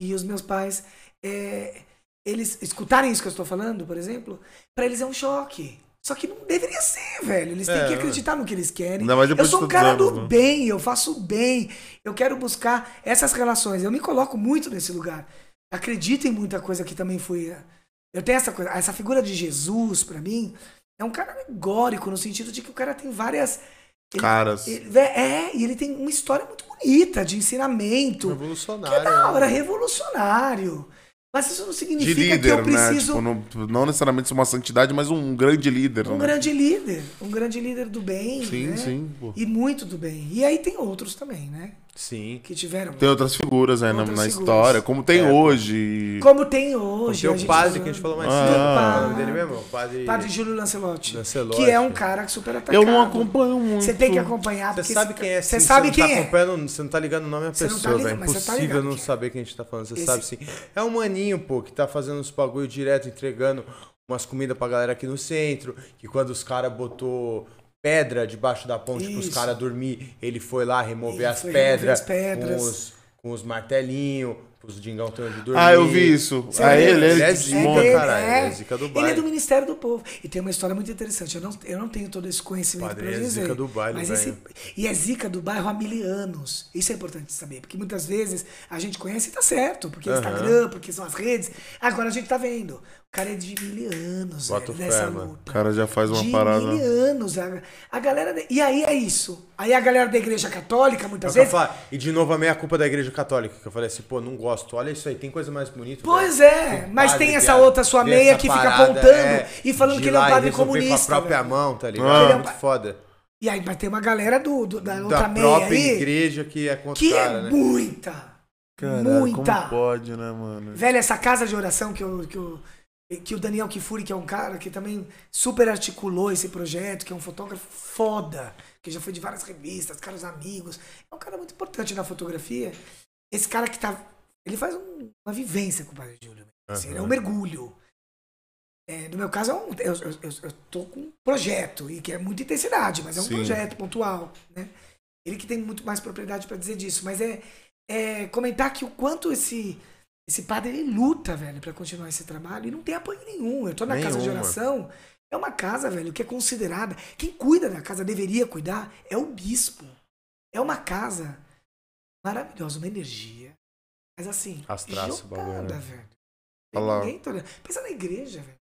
E os meus pais, é, eles escutarem isso que eu estou falando, por exemplo, pra eles é um choque. Só que não deveria ser, velho. Eles têm É, que é. acreditar no que eles querem. Ainda mais eu depois sou de um cara tantos do anos, né? bem, eu faço o bem. Eu quero buscar essas relações. Eu me coloco muito nesse lugar. Acredito em muita coisa que também fui é. Eu tenho essa coisa, essa figura de Jesus, pra mim, é um cara alegórico, no sentido de que o cara tem várias. ele- Caras. ele- é, e ele tem uma história muito bonita de ensinamento. Que é Revolucionário. da né? hora, revolucionário. Mas isso não De significa que eu líder, né? preciso Tipo, não, não necessariamente uma santidade, mas um grande líder. um né? grande líder. Um grande líder do bem. Sim, né? sim. pô. E muito do bem. E aí tem outros também, né? Sim. Que tiveram. Tem outras figuras aí na, Outras na figuras. É, história, como tem hoje. Como tem hoje. Tem a o gente um padre falando. que a gente falou mais Ah. cedo. Padre. O nome dele mesmo? O Padre. Padre Júlio Lancelotti. Lancelotti. Que é um cara que super atacado. Eu não acompanho muito. Você tem que acompanhar. Você porque sabe esse- quem é, Você sim, sabe você não quem tá é. acompanhando, você não tá ligando o nome à Você não tá pessoa, ligando, velho. mas você tá Impossível ligado não quem é. saber quem a gente tá falando, você Esse- sabe sim. É um maninho, pô, que tá fazendo uns bagulho direto, entregando umas comidas pra galera aqui no centro, que quando os caras botou pedra debaixo da ponte pros Isso. caras dormir, ele foi lá remover Ele as foi remover pedras, as pedras. com os, com os martelinhos, pros dingão ter onde dormir. Ah, eu vi isso. Você Ah, viu? ele, ele Ele é desmonta. dele. dele, caralho, é zica do Ele baile. é do Ministério do Povo. E tem uma história muito interessante. Eu não, eu não tenho todo esse conhecimento Padre, pra é dizer. zica do baile, mas velho. E é zica do bairro há mil anos. Isso é importante saber. Porque muitas vezes a gente conhece e tá certo. Porque é Instagram, porque são as redes. Agora a gente tá vendo. O cara é de mil anos Bota velho, fé, nessa mano. luta. O cara já faz uma de parada. mil anos. A, a galera. da- E aí é isso. Aí a galera da igreja católica, É o muitas que eu vezes. falo. E de novo a meia culpa da igreja católica, que eu falei assim, pô, não gosto, olha isso aí, tem coisa mais bonita. Pois velho. é, Um mas padre tem que essa a- outra sua tem meia essa que fica parada, apontando é, e falando de que ele é um lá e padre resolver comunista, né? Com a própria velho. mão, tá Ah. ligado? Ele É é um muito pa- foda. E aí, mas tem uma galera do, do- da Ah, outra Da meia própria aí igreja que é contra que o cara, é né? muita. muita. Como pode, né, mano? Velho, essa casa de oração que, eu, que, eu, que o Daniel Kifuri, que é um cara que também super articulou esse projeto, que é um fotógrafo foda, que já foi de várias revistas, caros amigos. É um cara muito importante na fotografia. Esse cara que tá. Ele faz um- uma vivência com o Padre Júlio. Assim, ele é um mergulho. É, no meu caso, é um, eu, eu, eu- eu tô com um projeto, e que é muita intensidade, mas é um Sim. projeto pontual. Né? Ele que tem muito mais propriedade para dizer disso, mas é, é comentar que o quanto esse, esse padre ele luta, velho, para continuar esse trabalho, e não tem apoio nenhum. Eu tô na casa de Nenhuma. oração, é uma casa, velho, que é considerada. Quem cuida da casa, deveria cuidar, é o bispo. É uma casa maravilhosa, uma energia. Mas assim, As traças, o bagulho, jogada, né? velho. Olha lá. Ninguém tolera. Pensa na igreja, velho.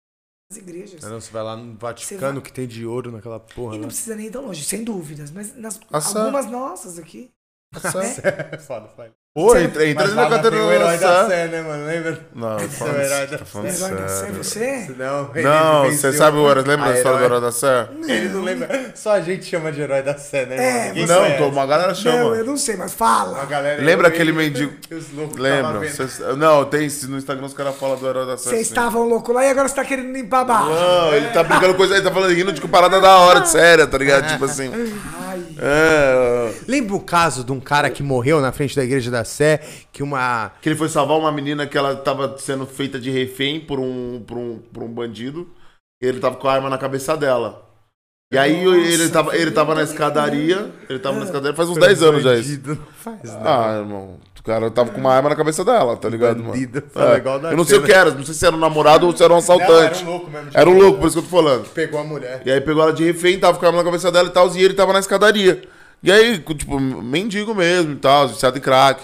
As igrejas. Não, você vai lá no Você Vaticano vai- que tem de ouro naquela porra né? E não lá. precisa nem ir tão longe, sem dúvidas. Mas nas, Nossa. algumas nossas aqui. né? É foda, vai. Pô, Tá entra, entra na o herói categoria da da Sé, né, mano? Lembra? Não, eu falo Você é o herói da tá falando Herói da Sé, sério. você? Não, Não, você sabe o herói. Ah, Lembra da história do herói da Sé? Ele não lembra. Só a gente chama de herói da Sé, né? É, mano? Ninguém você- Não, conhece. tô, uma galera Não, eu chama. não sei, mas A fala. galera- Lembra eu- aquele eu- mendigo- que os loucos Lembra? tava tá vendo. Cês- Não, tem esse- no Instagram os caras falam do herói da Sé. Vocês sim. estavam loucos lá e agora você tá querendo limpar a barra. Não, ele tá brincando coisa, ele tá falando rindo de que parada da hora, de séria, tá ligado? Tipo assim. Ai. É. Lembra o caso de um cara que morreu na frente da igreja da Sé, que uma Que ele foi salvar uma menina que ela tava sendo feita de refém por um, por um, por um bandido. Ele tava com a arma na cabeça dela. E aí Nossa, ele tava, ele foi tava na muito escadaria. Ele tava na escadaria faz uns 10 anos já é isso. É, Bandido não faz, né? Ah, irmão. O cara tava com uma arma na cabeça dela, tá ligado, mano? Bandido, fala É. igual na Eu não sei o cena. que era, não sei se era um namorado ou se era um Não, era um assaltante. louco mesmo. Era um louco, por isso que eu tô falando. Pegou a mulher. E aí pegou ela de refém, tava com a arma na cabeça dela e tal, e ele tava na escadaria. E aí, com, tipo, mendigo mesmo e tal, viciado em crack.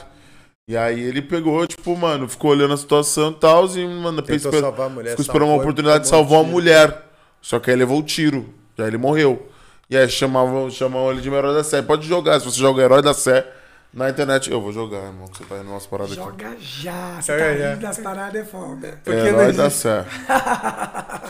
E aí ele pegou, tipo, mano, ficou olhando a situação e tal, e, mano, Tentou esper- salvar a mulher, ficou esperando uma salvou e oportunidade de tomou um salvar uma tiro. mulher. Só que aí levou o tiro, e aí ele morreu. E aí chamavam, chamavam ele de meu herói da Sé. Pode jogar, se você joga herói da Sé na internet. Eu vou jogar, irmão, que você tá indo umas paradas aqui. Joga já. Você Joga tá já. rindo das paradas, é foda. Herói da Sé. A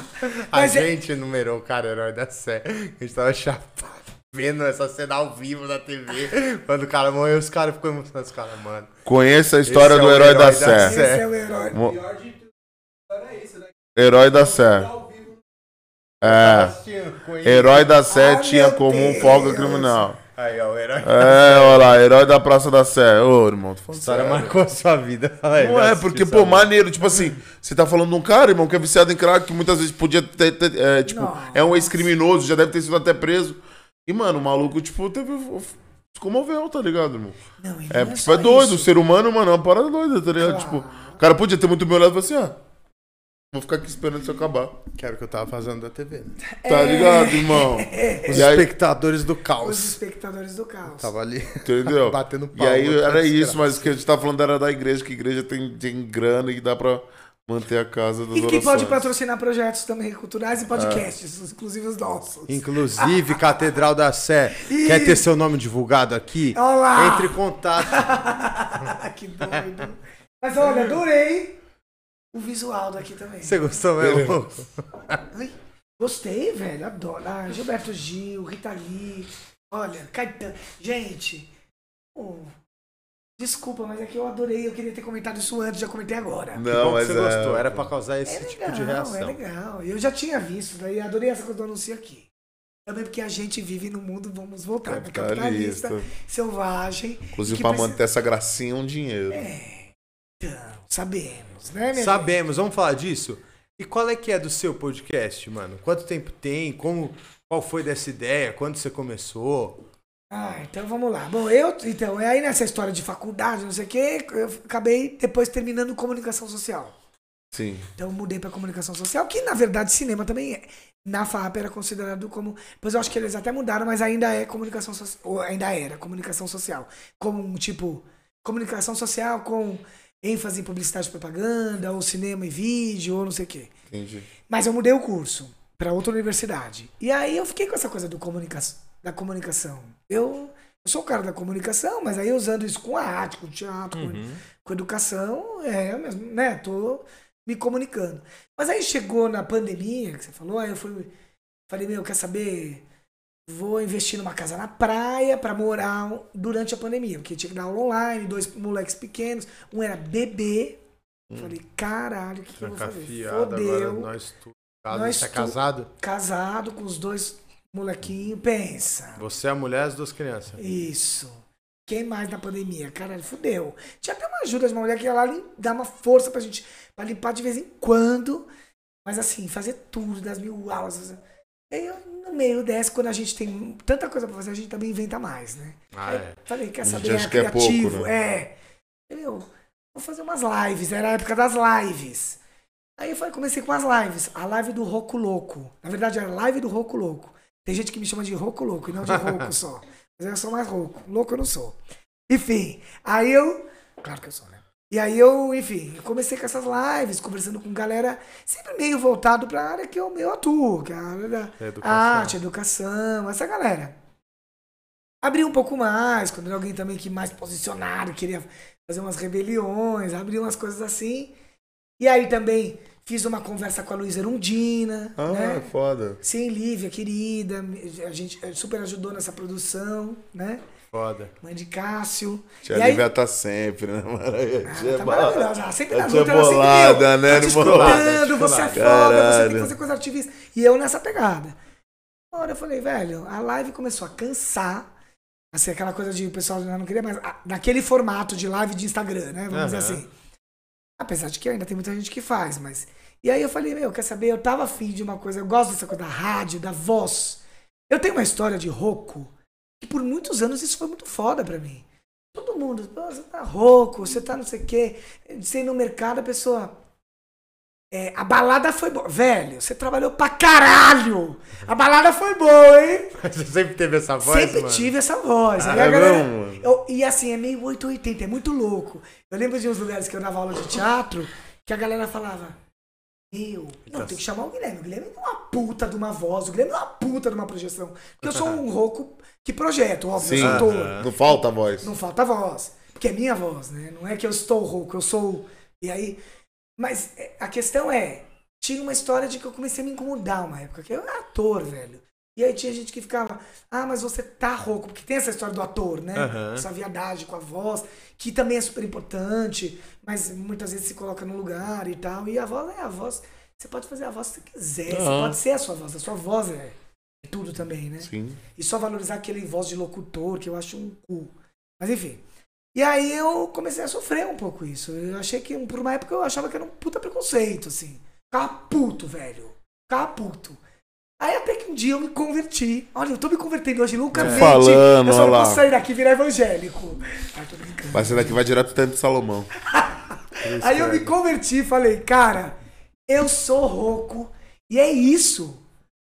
Mas é- gente numerou o cara herói da Sé. A gente tava chapado. Vendo essa cena ao vivo na TV. Quando o cara morreu, os caras ficam emocionados. Os caras, mano. Conheça a história Esse é do o herói, herói da da Sé. Esse é o herói. Mo- é né? Herói da Sé. É. Assistindo, conhece. Herói da Sé Ah, tinha meu como um Deus. folga criminal. Aí, ó, o herói. É, olha lá, herói da Praça da Sé. Ô, irmão, tô A falando história sério. marcou a sua vida. Fala aí, Não vai é, assistir porque, essa pô, merda. maneiro, tipo assim, você tá falando de um cara, irmão, que é viciado em crack, que muitas vezes podia ter, ter- é, tipo, Nossa. é um ex-criminoso, já deve ter sido até preso. E, mano, o maluco, tipo, teve, se comoveu, tá ligado, irmão? Não, ele É, não tipo, só é doido, o isso. ser humano, mano, é uma parada doida, tá ligado? Claro. Tipo, o cara podia ter muito bem olhado e falar assim, ah, vou ficar aqui esperando isso acabar. Que era o que eu tava fazendo da TV. né? É. Tá ligado, irmão? Os E aí- espectadores do Os caos. espectadores do caos. Tava ali. Entendeu? Batendo E palma, aí tá era desgraça. isso, mas o que a gente tá falando era da igreja, que igreja tem, tem grana e dá pra Manter a casa dos E que pode orações. patrocinar projetos também culturais e podcasts, inclusive os nossos. Inclusive, Catedral da Sé, quer ter seu nome divulgado aqui? Olha lá! Entre em contato. que doido. Mas olha, adorei o visual daqui também. Você gostou né, mesmo? Ai, Gostei, velho. Adoro. Ah, Gilberto Gil, Rita Lee. Olha, Caetano. Gente, ô, desculpa, mas é que eu adorei. Eu queria ter comentado isso antes, já comentei agora. Que bom Não, que mas você é... gostou. Era pra causar É esse legal, tipo de é reação. legal. Eu já tinha visto, daí adorei essa coisa do anúncio aqui. Também porque a gente vive no mundo, vamos voltar, pro Capitalista. capitalista, selvagem. Inclusive, que pra precisa- manter essa gracinha, um dinheiro. Então, sabemos, né, minha Sabemos, vamos falar disso? E qual é que é do seu podcast, mano? Quanto tempo tem? Como, qual foi dessa ideia? Quando você começou? Ah, então vamos lá. Bom, eu, então, é aí nessa história de faculdade, não sei o quê, eu acabei depois terminando comunicação social. Sim. Então eu mudei pra comunicação social, que na verdade cinema também é. Na FAP era considerado como. Pois eu acho que eles até mudaram, mas ainda é comunicação social. Ainda era comunicação social. Como um tipo. Comunicação social com ênfase em publicidade e propaganda, ou cinema e vídeo, ou não sei o quê. Entendi. Mas eu mudei o curso para outra universidade. E aí eu fiquei com essa coisa do comunica da comunicação. Eu, eu sou o cara da comunicação, mas aí usando isso com a arte, com o teatro, com- Uhum. Uhum. com, educação, é eu mesmo, né? Tô me comunicando. Mas aí chegou na pandemia, que você falou, aí eu fui, falei, meu, quer saber? Vou investir numa casa na praia para morar um, durante a pandemia, porque tinha que dar aula online, dois moleques pequenos, um era bebê. Falei, caralho, o que, que eu vou fazer? Trancafiado, agora né? Fodeu nós tu... casado, Nós Você é tu- casado? casado com os dois molequinhos, pensa. Você é a mulher e as duas crianças. Isso. Quem mais na pandemia? Caralho, fudeu. Tinha até uma ajuda de uma mulher que ia lá lim- dar uma força pra gente, pra limpar de vez em quando. Mas assim, fazer tudo, das mil aulas. fazer- E aí, eu, no meio dessa, quando a gente tem tanta coisa pra fazer, a gente também inventa mais, né? Ah, Aí é. Falei, quer A gente saber? acha é que é pouco, criativo. né? É. Eu vou fazer umas lives. Era a época das lives. Aí eu falei, comecei com as lives. A live do Roco Louco. Na verdade, era a live do Roco Louco. Tem gente que me chama de Roco Louco e não de Roco só. Mas eu sou mais rouco. Louco eu não sou. Enfim, aí eu. Claro que eu sou, né? E aí eu, enfim, eu comecei com essas lives, conversando com galera, sempre meio voltado pra área que eu, eu atuo, que é a área da Da educação. arte, educação, essa galera. Abri um pouco mais, quando era alguém também que mais posicionado, queria fazer umas rebeliões, abri umas coisas assim. E aí também fiz uma conversa com a Luísa Erundina, Ah, né? foda. Sim, Lívia, querida, a gente super ajudou nessa produção, né? Foda. Mãe de Cássio. Tia E aí- Lívia tá sempre, né, mano? A Ah, tia tá ba- maravilhosa. Ela sempre a na tia luta, ela sempre bolada, eu. né, Tá te irmão? escutando, Bolada, você é bolada. foda, você tem Caralho. que fazer coisa ativista. E eu nessa pegada. Uma hora eu falei, velho, a live começou a cansar. Assim, aquela coisa de o pessoal já não queria mais. ah, Naquele formato de live de Instagram, né? Vamos dizer Aham. assim. Apesar de que ainda tem muita gente que faz, mas. E aí eu falei, meu, quer saber? Eu tava afim de uma coisa, eu gosto dessa coisa da rádio, da voz. Eu tenho uma história de rouco que por muitos anos isso foi muito foda pra mim. Todo mundo, "Pô, você tá rouco, você tá não sei o quê. Você ir no mercado, a pessoa. "É, a balada foi boa. Velho, você trabalhou pra caralho! A balada foi boa, hein? Você sempre teve essa voz, Sempre mano? tive essa voz. Ah, e, a é galera- mesmo, mano? eu- e assim, é meio 880, é muito louco. Eu lembro de uns lugares que eu dava aula de teatro que a galera falava. Eu. Não, tem que chamar o Guilherme. O Guilherme é uma puta de uma voz, o Guilherme é uma puta de uma projeção. Porque eu sou um rouco que projeto, óbvio, Sim, eu sou touro. não falta a voz. Não falta voz. Porque é minha voz, né? Não é que eu estou rouco, eu sou. E aí. Mas é, a questão é: tinha uma história de que eu comecei a me incomodar uma época, que eu era ator, velho. E aí tinha gente que ficava, ah, mas você tá rouco, porque tem essa história do ator, né? Aham. Essa viadagem com a voz, que também é super importante, mas muitas vezes se coloca no lugar e tal. E a voz é a voz. Você pode fazer a voz que você quiser, você Aham. pode ser a sua voz. A sua voz é tudo também, né? Sim. E só valorizar aquele voz de locutor, que eu acho um cu. Mas enfim. E aí eu comecei a sofrer um pouco isso. Eu achei que, por uma época, eu achava que era um puta preconceito, assim. Ficava puto, velho. Ficava puto. Aí até que um dia eu me converti. Olha, eu tô me convertendo hoje, Luca Verde. É. Falando, eu só olha não lá. posso sair daqui e virar evangélico. Ah, tô brincando. Mas esse daqui vai direto pro Tanto de Salomão. Aí eu me converti e falei, cara, eu sou rouco. E é isso.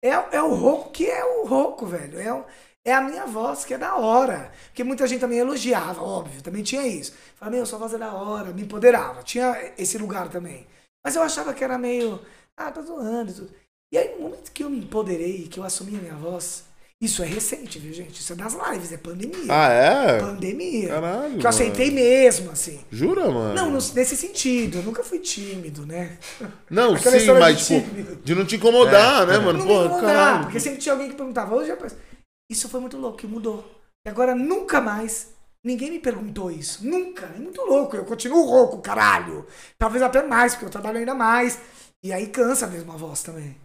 É, é o rouco que é o rouco, velho. É, o- é a minha voz que é da hora. Porque muita gente também elogiava, óbvio, também tinha isso. Falava, meu, sua voz é da hora, me empoderava. Tinha esse lugar também. Mas eu achava que era meio. Ah, tá zoando e tudo. E aí, no momento que eu me empoderei, que eu assumi a minha voz. Isso é recente, viu, gente? Isso é das lives, é pandemia. Ah, é? Pandemia. Caralho, que eu aceitei mesmo, assim. Jura, mano? Não, no- nesse sentido. Eu nunca fui tímido, né? Não, Aquela sim, história mas, de tipo, time. de não te incomodar, né, mano? Não me Porra, incomodava, caralho. porque sempre tinha alguém que perguntava. Hoje eu penso, isso foi muito louco, que mudou. E agora nunca mais ninguém me perguntou isso. Nunca. É muito louco. Eu continuo rouco, caralho. Talvez até mais, porque eu trabalho ainda mais. E aí cansa mesmo a voz também.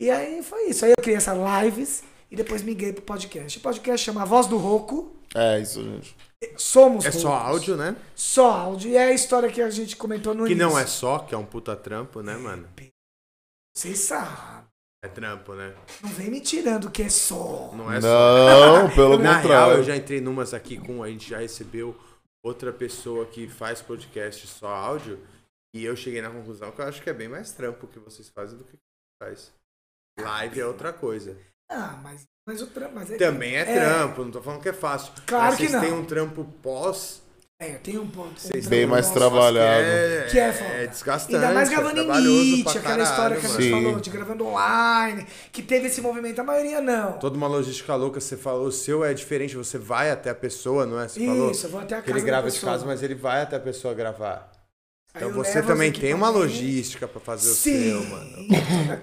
E aí foi isso. Aí eu criei essas lives e depois migrei pro podcast. O podcast chama A Voz do Roco. É, isso, gente. Somos É só roucos. áudio, né? Só áudio. E é a história que a gente comentou no Que início. não é só, que é um puta trampo, né, mano? Vocês sabem. É trampo, né? Não vem me tirando que é só. Não é só. Não, pelo Na real, eu contrário. já entrei numas aqui com. A gente já recebeu outra pessoa que faz podcast só áudio. E eu cheguei na conclusão que eu acho que é bem mais trampo o que vocês fazem do que faz. Live é outra coisa. Ah, mas, mas o trampo. Mas é que- Também é trampo, não tô falando que é fácil. Claro Mas que vocês não. têm um trampo pós É, tem um ponto. um Vocês ponto Bem mais nosso. que trabalhado. é, Que é foda. é desgastante. Ainda mais é gravando em trabalhoso Meet, pra aquela caralho, história que a mano. gente Sim. falou, de gravando online, que teve esse movimento. A maioria não. Toda uma logística louca, você falou, o seu é diferente, você vai até a pessoa, não é? Você Isso, falou eu vou até a que ele casa da grava de pessoa. casa, mas ele vai até a pessoa gravar. Aí Então eu você levo os também tem uma equipamentos. logística pra fazer o Sim. seu, mano.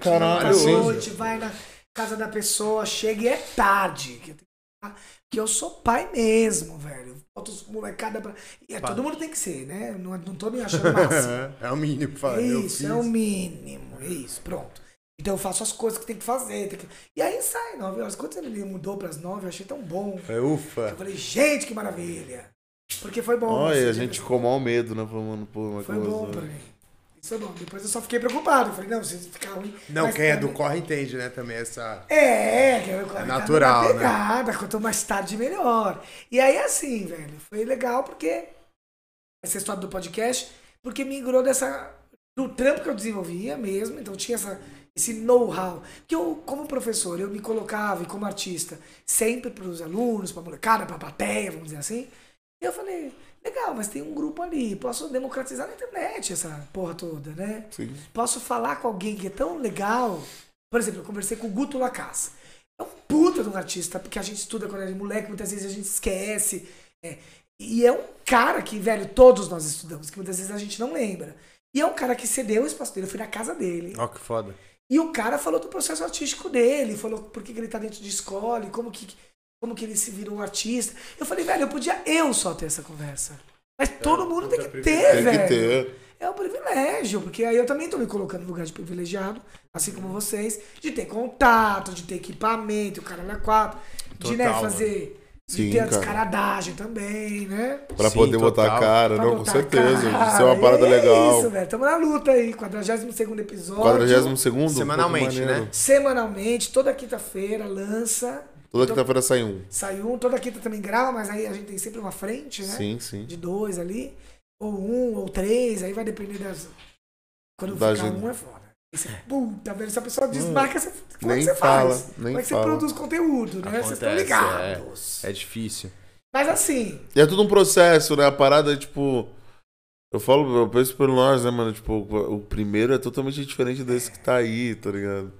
Caralho, Caralho, sim. noite, vai na casa da pessoa, chega e é tarde. Que eu, tenho que falar que eu sou pai mesmo, velho. Bota os molecada pra. E é, todo mundo tem que ser, né? Eu Não, não tô me achando massa. É o mínimo, fala. eu fiz. Isso, é o mínimo. Isso, pronto. Então eu faço as coisas que tem que fazer. tem que- E aí sai, 9 horas. Quando ele mudou pras 9, eu achei tão bom. É, ufa. Eu falei, gente, que maravilha. Porque foi bom. Olha, assim, a gente ficou mal medo, né? Falou, mano, pô, mas Foi como bom tá assim? pra mim. Isso é bom. Depois eu só fiquei preocupado. Eu falei, não, se ficar ruim. Não, mas quem é do também- corre entende, né, também essa... É, que eu- natural, tá na né? pegada, Quanto mais tarde, melhor. E aí, assim, velho, foi legal porque essa história do podcast, porque migrou dessa. do trampo que eu desenvolvia mesmo, então tinha essa, esse know-how. Que eu, como professor, eu me colocava e como artista, sempre pros alunos, pra molecada, pra plateia, vamos dizer assim. E eu falei, legal, mas tem um grupo ali, posso democratizar na internet essa porra toda, né? Sim. posso falar com alguém que é tão legal. Por exemplo, eu conversei com o Guto Lacaz. É um puta de um artista, porque a gente estuda quando é moleque, muitas vezes a gente esquece. é. E é um cara que, velho, todos nós estudamos, que muitas vezes a gente não lembra. E é um cara que cedeu o espaço dele, eu fui na casa dele. Ó, que foda. E o cara falou do processo artístico dele, falou por que, que ele tá dentro de escola, e como que, como que ele se virou um artista. Eu falei, velho, eu podia eu só ter essa conversa. Mas todo mundo tem puta que privilégio. ter, Tem velho que ter. é um privilégio, porque aí eu também tô me colocando no lugar de privilegiado, assim como vocês, de ter contato, de ter equipamento, o cara na quatro, de né, Total, fazer, de Sim, ter a cara. descaradagem também, né? Pra Sim, poder botar total. a cara, Pra não, com botar a certeza. cara. Isso é uma parada E legal. Isso, velho, tamo na luta aí, 42º episódio. 42 Semanalmente, né? Semanalmente, toda quinta-feira lança, Toda quinta-feira sai um. sai um, toda quinta também grava, mas aí a gente tem sempre uma É. frente, né? Sim, sim. de dois ali, ou um, ou três, aí vai depender das. Quando Da ficar agenda. um é foda. Aí você, puta, velho, se a pessoa desmarca, você, como é nem que você fala, faz? nem como é que fala. você produz conteúdo, né? Vocês estão Acontece, ligados. É difícil. Mas assim, E é tudo um processo, né? A parada é tipo. Eu falo, eu penso por nós, né, mano? Tipo, o primeiro é totalmente diferente desse que tá aí, tá ligado?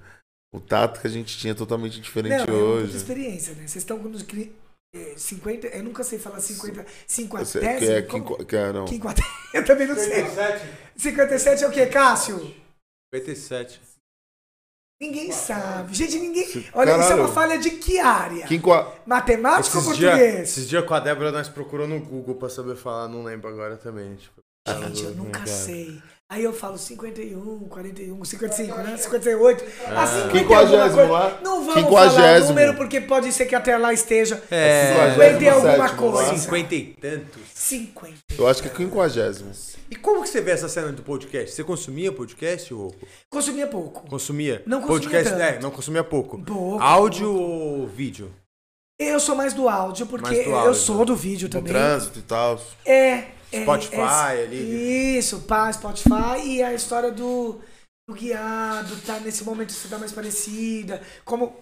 O tato que a gente tinha é totalmente não, diferente é uma puta hoje. experiência, né? Vocês estão com uns cli- eh, 50, eu nunca sei falar 50, Você- que é, 50, quinqu- que é, não. eu também não sei. 57 é o que, Cássio? 57. Ninguém sabe. Gente, ninguém. Olha, isso é Caralho. uma falha de que área? Quinqua... Matemática ou Esses português? dias, esses dias com a Débora nós procurou no Google pra saber falar, não lembro agora também. Tipo, Gente, eu nunca sei. Aí eu falo 51, 41, 55, né? 58. Ah. Assim, Quinquagésimo lá. Não vamos falar o Quinquagésimo. número porque pode ser que até lá esteja É. né? 50 e alguma 57, coisa. lá. 50 e tantos. 50. Eu acho que é quinquagésimo. E como que você vê essa cena do podcast? Você consumia podcast, Rouco? Consumia pouco. Consumia? Não consumia podcast, tanto. é, não consumia pouco. Pouco, Áudio ou vídeo? Eu sou mais do áudio porque Mais do eu áudio. sou do vídeo também. Trânsito e tal. É. é, Spotify é, ali. né? Isso, pá, Spotify e a história do, do guiado, tá? Nesse momento você dá mais parecida. Como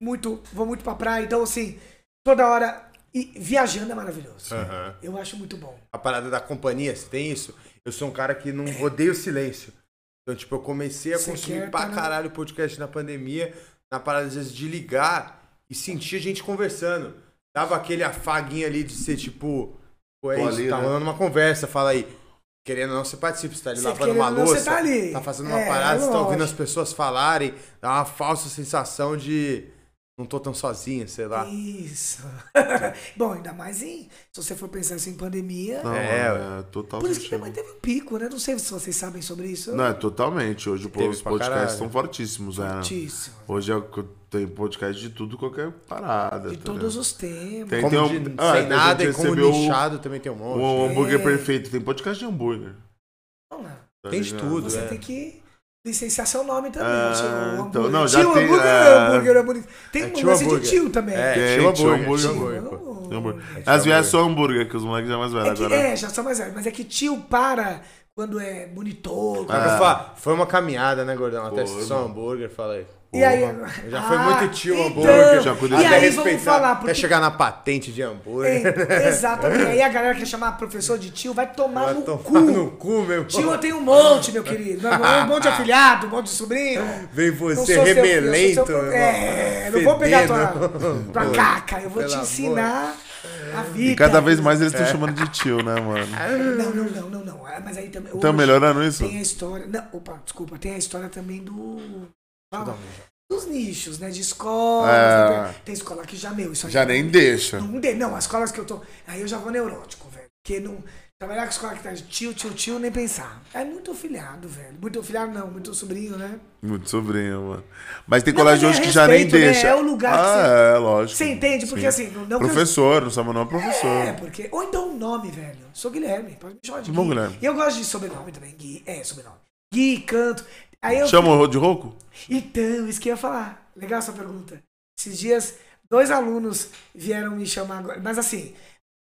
muito, vou muito pra praia, então assim, toda hora. E viajando é maravilhoso. Aham. Eu acho muito bom. A parada da companhia, você tem isso? Eu sou um cara que não odeio silêncio. Então, tipo, eu comecei a Você consumir quer pra tá na- caralho podcast na pandemia, na parada às vezes de ligar e sentir a gente conversando. Dava aquele afaguinho ali de ser tipo, pô, é Tô isso, ali, tá né? rolando uma conversa, fala aí. Querendo ou não, você participa, você tá ali Você lavando uma querendo ou não, você louça, tá ali. fazendo uma É, parada, você tá ouvindo lógico. as pessoas falarem, dá uma falsa sensação de não tô tão sozinha, sei lá. Isso. Bom, ainda mais em. Se você for pensar isso em pandemia. Não, é, total Por isso que minha sentido. mãe teve um pico, né? Não sei se vocês sabem sobre isso. Não, é totalmente. Hoje pô, Teve os pra podcasts caralho. são fortíssimos, né? Notíssimo. Hoje é, tem podcast de tudo, qualquer parada. De tá todos ligado? os temas. Tem- Como então, de, ah, a sem gente nada e como recebeu o- nichado também tem um monte. O hambúrguer É. perfeito. Tem podcast de hambúrguer. Não, não. tá Tem de ligado? tudo, Você é. tem que licenciar seu nome também. Ah, tio, o então, hambúrguer. não, já tio, tem, hambúrguer, é. hambúrguer é bonito. Tem É um tio lance de hambúrguer. tio também. É, Tem, tio tio hambúrguer. hambúrguer. Tio Tio, hambúrguer, pô. hambúrguer. Tem hambúrguer. Às É de vezes é hambúrguer. só hambúrguer, que os moleques já mais velhos É, que, agora. é, já são mais velhos, mas é que tio para quando é monitor. Mas eu falo, foi uma caminhada, né, gordão? Até Foi, só mano. hambúrguer, falei. E aí, Ah, Já foi muito tio o hambúrguer. então, já cuidei E dele. até aí vamos respeitar, falar, Até porque chegar na patente de hambúrguer. É, exatamente. Aí a galera que quer chamar professor de tio vai tomar Vai no tomar cu. no cu, meu irmão. Tio, eu tenho um monte, meu querido. Meu irmão, Um monte de afilhado, um monte de sobrinho. Vem Não você sou seu filho, rebelento, eu sou seu- meu É, irmão. não vou pegar Fedendo. tua, tua caca. Eu vou Pelo te amor. ensinar a vida. E cada vez mais eles estão É. chamando de tio, né, mano? Não, não, não, não, não. Ah, Mas aí também. Tá hoje melhorando isso? Tem a história. Não, opa, desculpa. Tem a história também do. ah, dos nichos, né? De escola. É. Tem, tem escola que já, meu, isso aí Já nem deixa. Não, dei- não, as escolas que eu tô. Aí eu já vou neurótico, velho. Porque não. Trabalhar com escola que tá de tio, tio, tio, nem pensar. É muito filhado, velho. Muito filhado não, muito sobrinho, né? Muito sobrinho, mano. Mas tem Não, colégio mas hoje é que já nem respeito, né? deixa. É o lugar que Ah, você- é, lógico. Você entende? Porque Sim. assim, não que eu- Professor, não sabe o nome, professor. É, porque. Ou então um nome, velho. Sou Guilherme. Pode me chamar de Tá Gui. bom, Guilherme. E eu gosto de sobrenome também. Gui. É, sobrenome. Gui, canto. Aí eu. Chama o de rouco? Então, isso que eu ia falar. Legal essa pergunta. Esses dias, dois alunos vieram me chamar agora. Mas assim,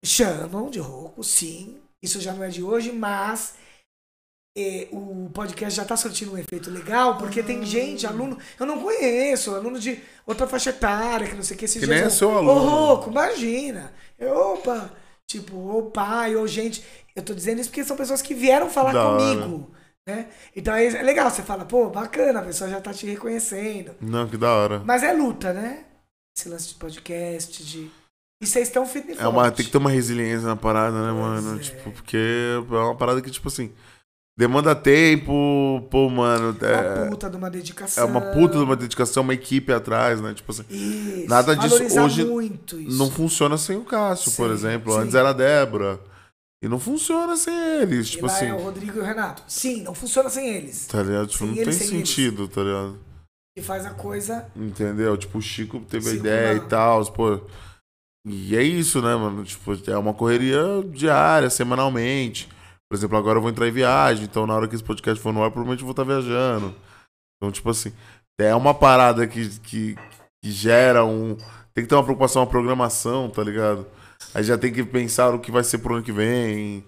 chamam de rouco, sim. Isso já não é de hoje, mas eh, o podcast já tá surtindo um efeito legal, porque Ah. tem gente, aluno, eu não conheço, aluno de outra faixa etária, que não sei o que, esses Que dias nem é eu- seu Ô, aluno. rouco, imagina. Eu, opa, tipo, ô pai, ô gente. Eu tô dizendo isso porque são pessoas que vieram falar Da hora. comigo. Né? Então aí é legal, você fala, pô, bacana, a pessoa já tá te reconhecendo. Não, que da hora. Mas é luta, né? Esse lance de podcast, de. E vocês estão firme e É uma, forte. tem que ter uma resiliência na parada, né, Pois mano? é. Tipo, porque é uma parada que, tipo assim, demanda tempo, pô, mano. uma É, puta de uma dedicação. é uma puta de uma dedicação, uma equipe atrás, né? Tipo assim, Isso. Nada disso Valorizar hoje muito isso. não funciona sem o Cássio, por Sim, exemplo. sim. Antes era a Débora. E não funciona sem eles, E tipo lá assim. é o Rodrigo e o Renato. Sim, não funciona sem eles. Tá ligado? Tipo, Sem não eles, tem sem eles. sentido, tá ligado? E faz a coisa. Entendeu? Tipo, o Chico teve a Chico ideia lá. e tal, pô. E é isso, né, mano? Tipo, é uma correria diária, semanalmente. Por exemplo, agora eu vou entrar em viagem, então na hora que esse podcast for no ar, provavelmente eu vou estar viajando. Então, tipo assim, é uma parada que, que, que gera um. Tem que ter uma preocupação, uma programação, tá ligado? Aí já tem que pensar o que vai ser pro ano que vem.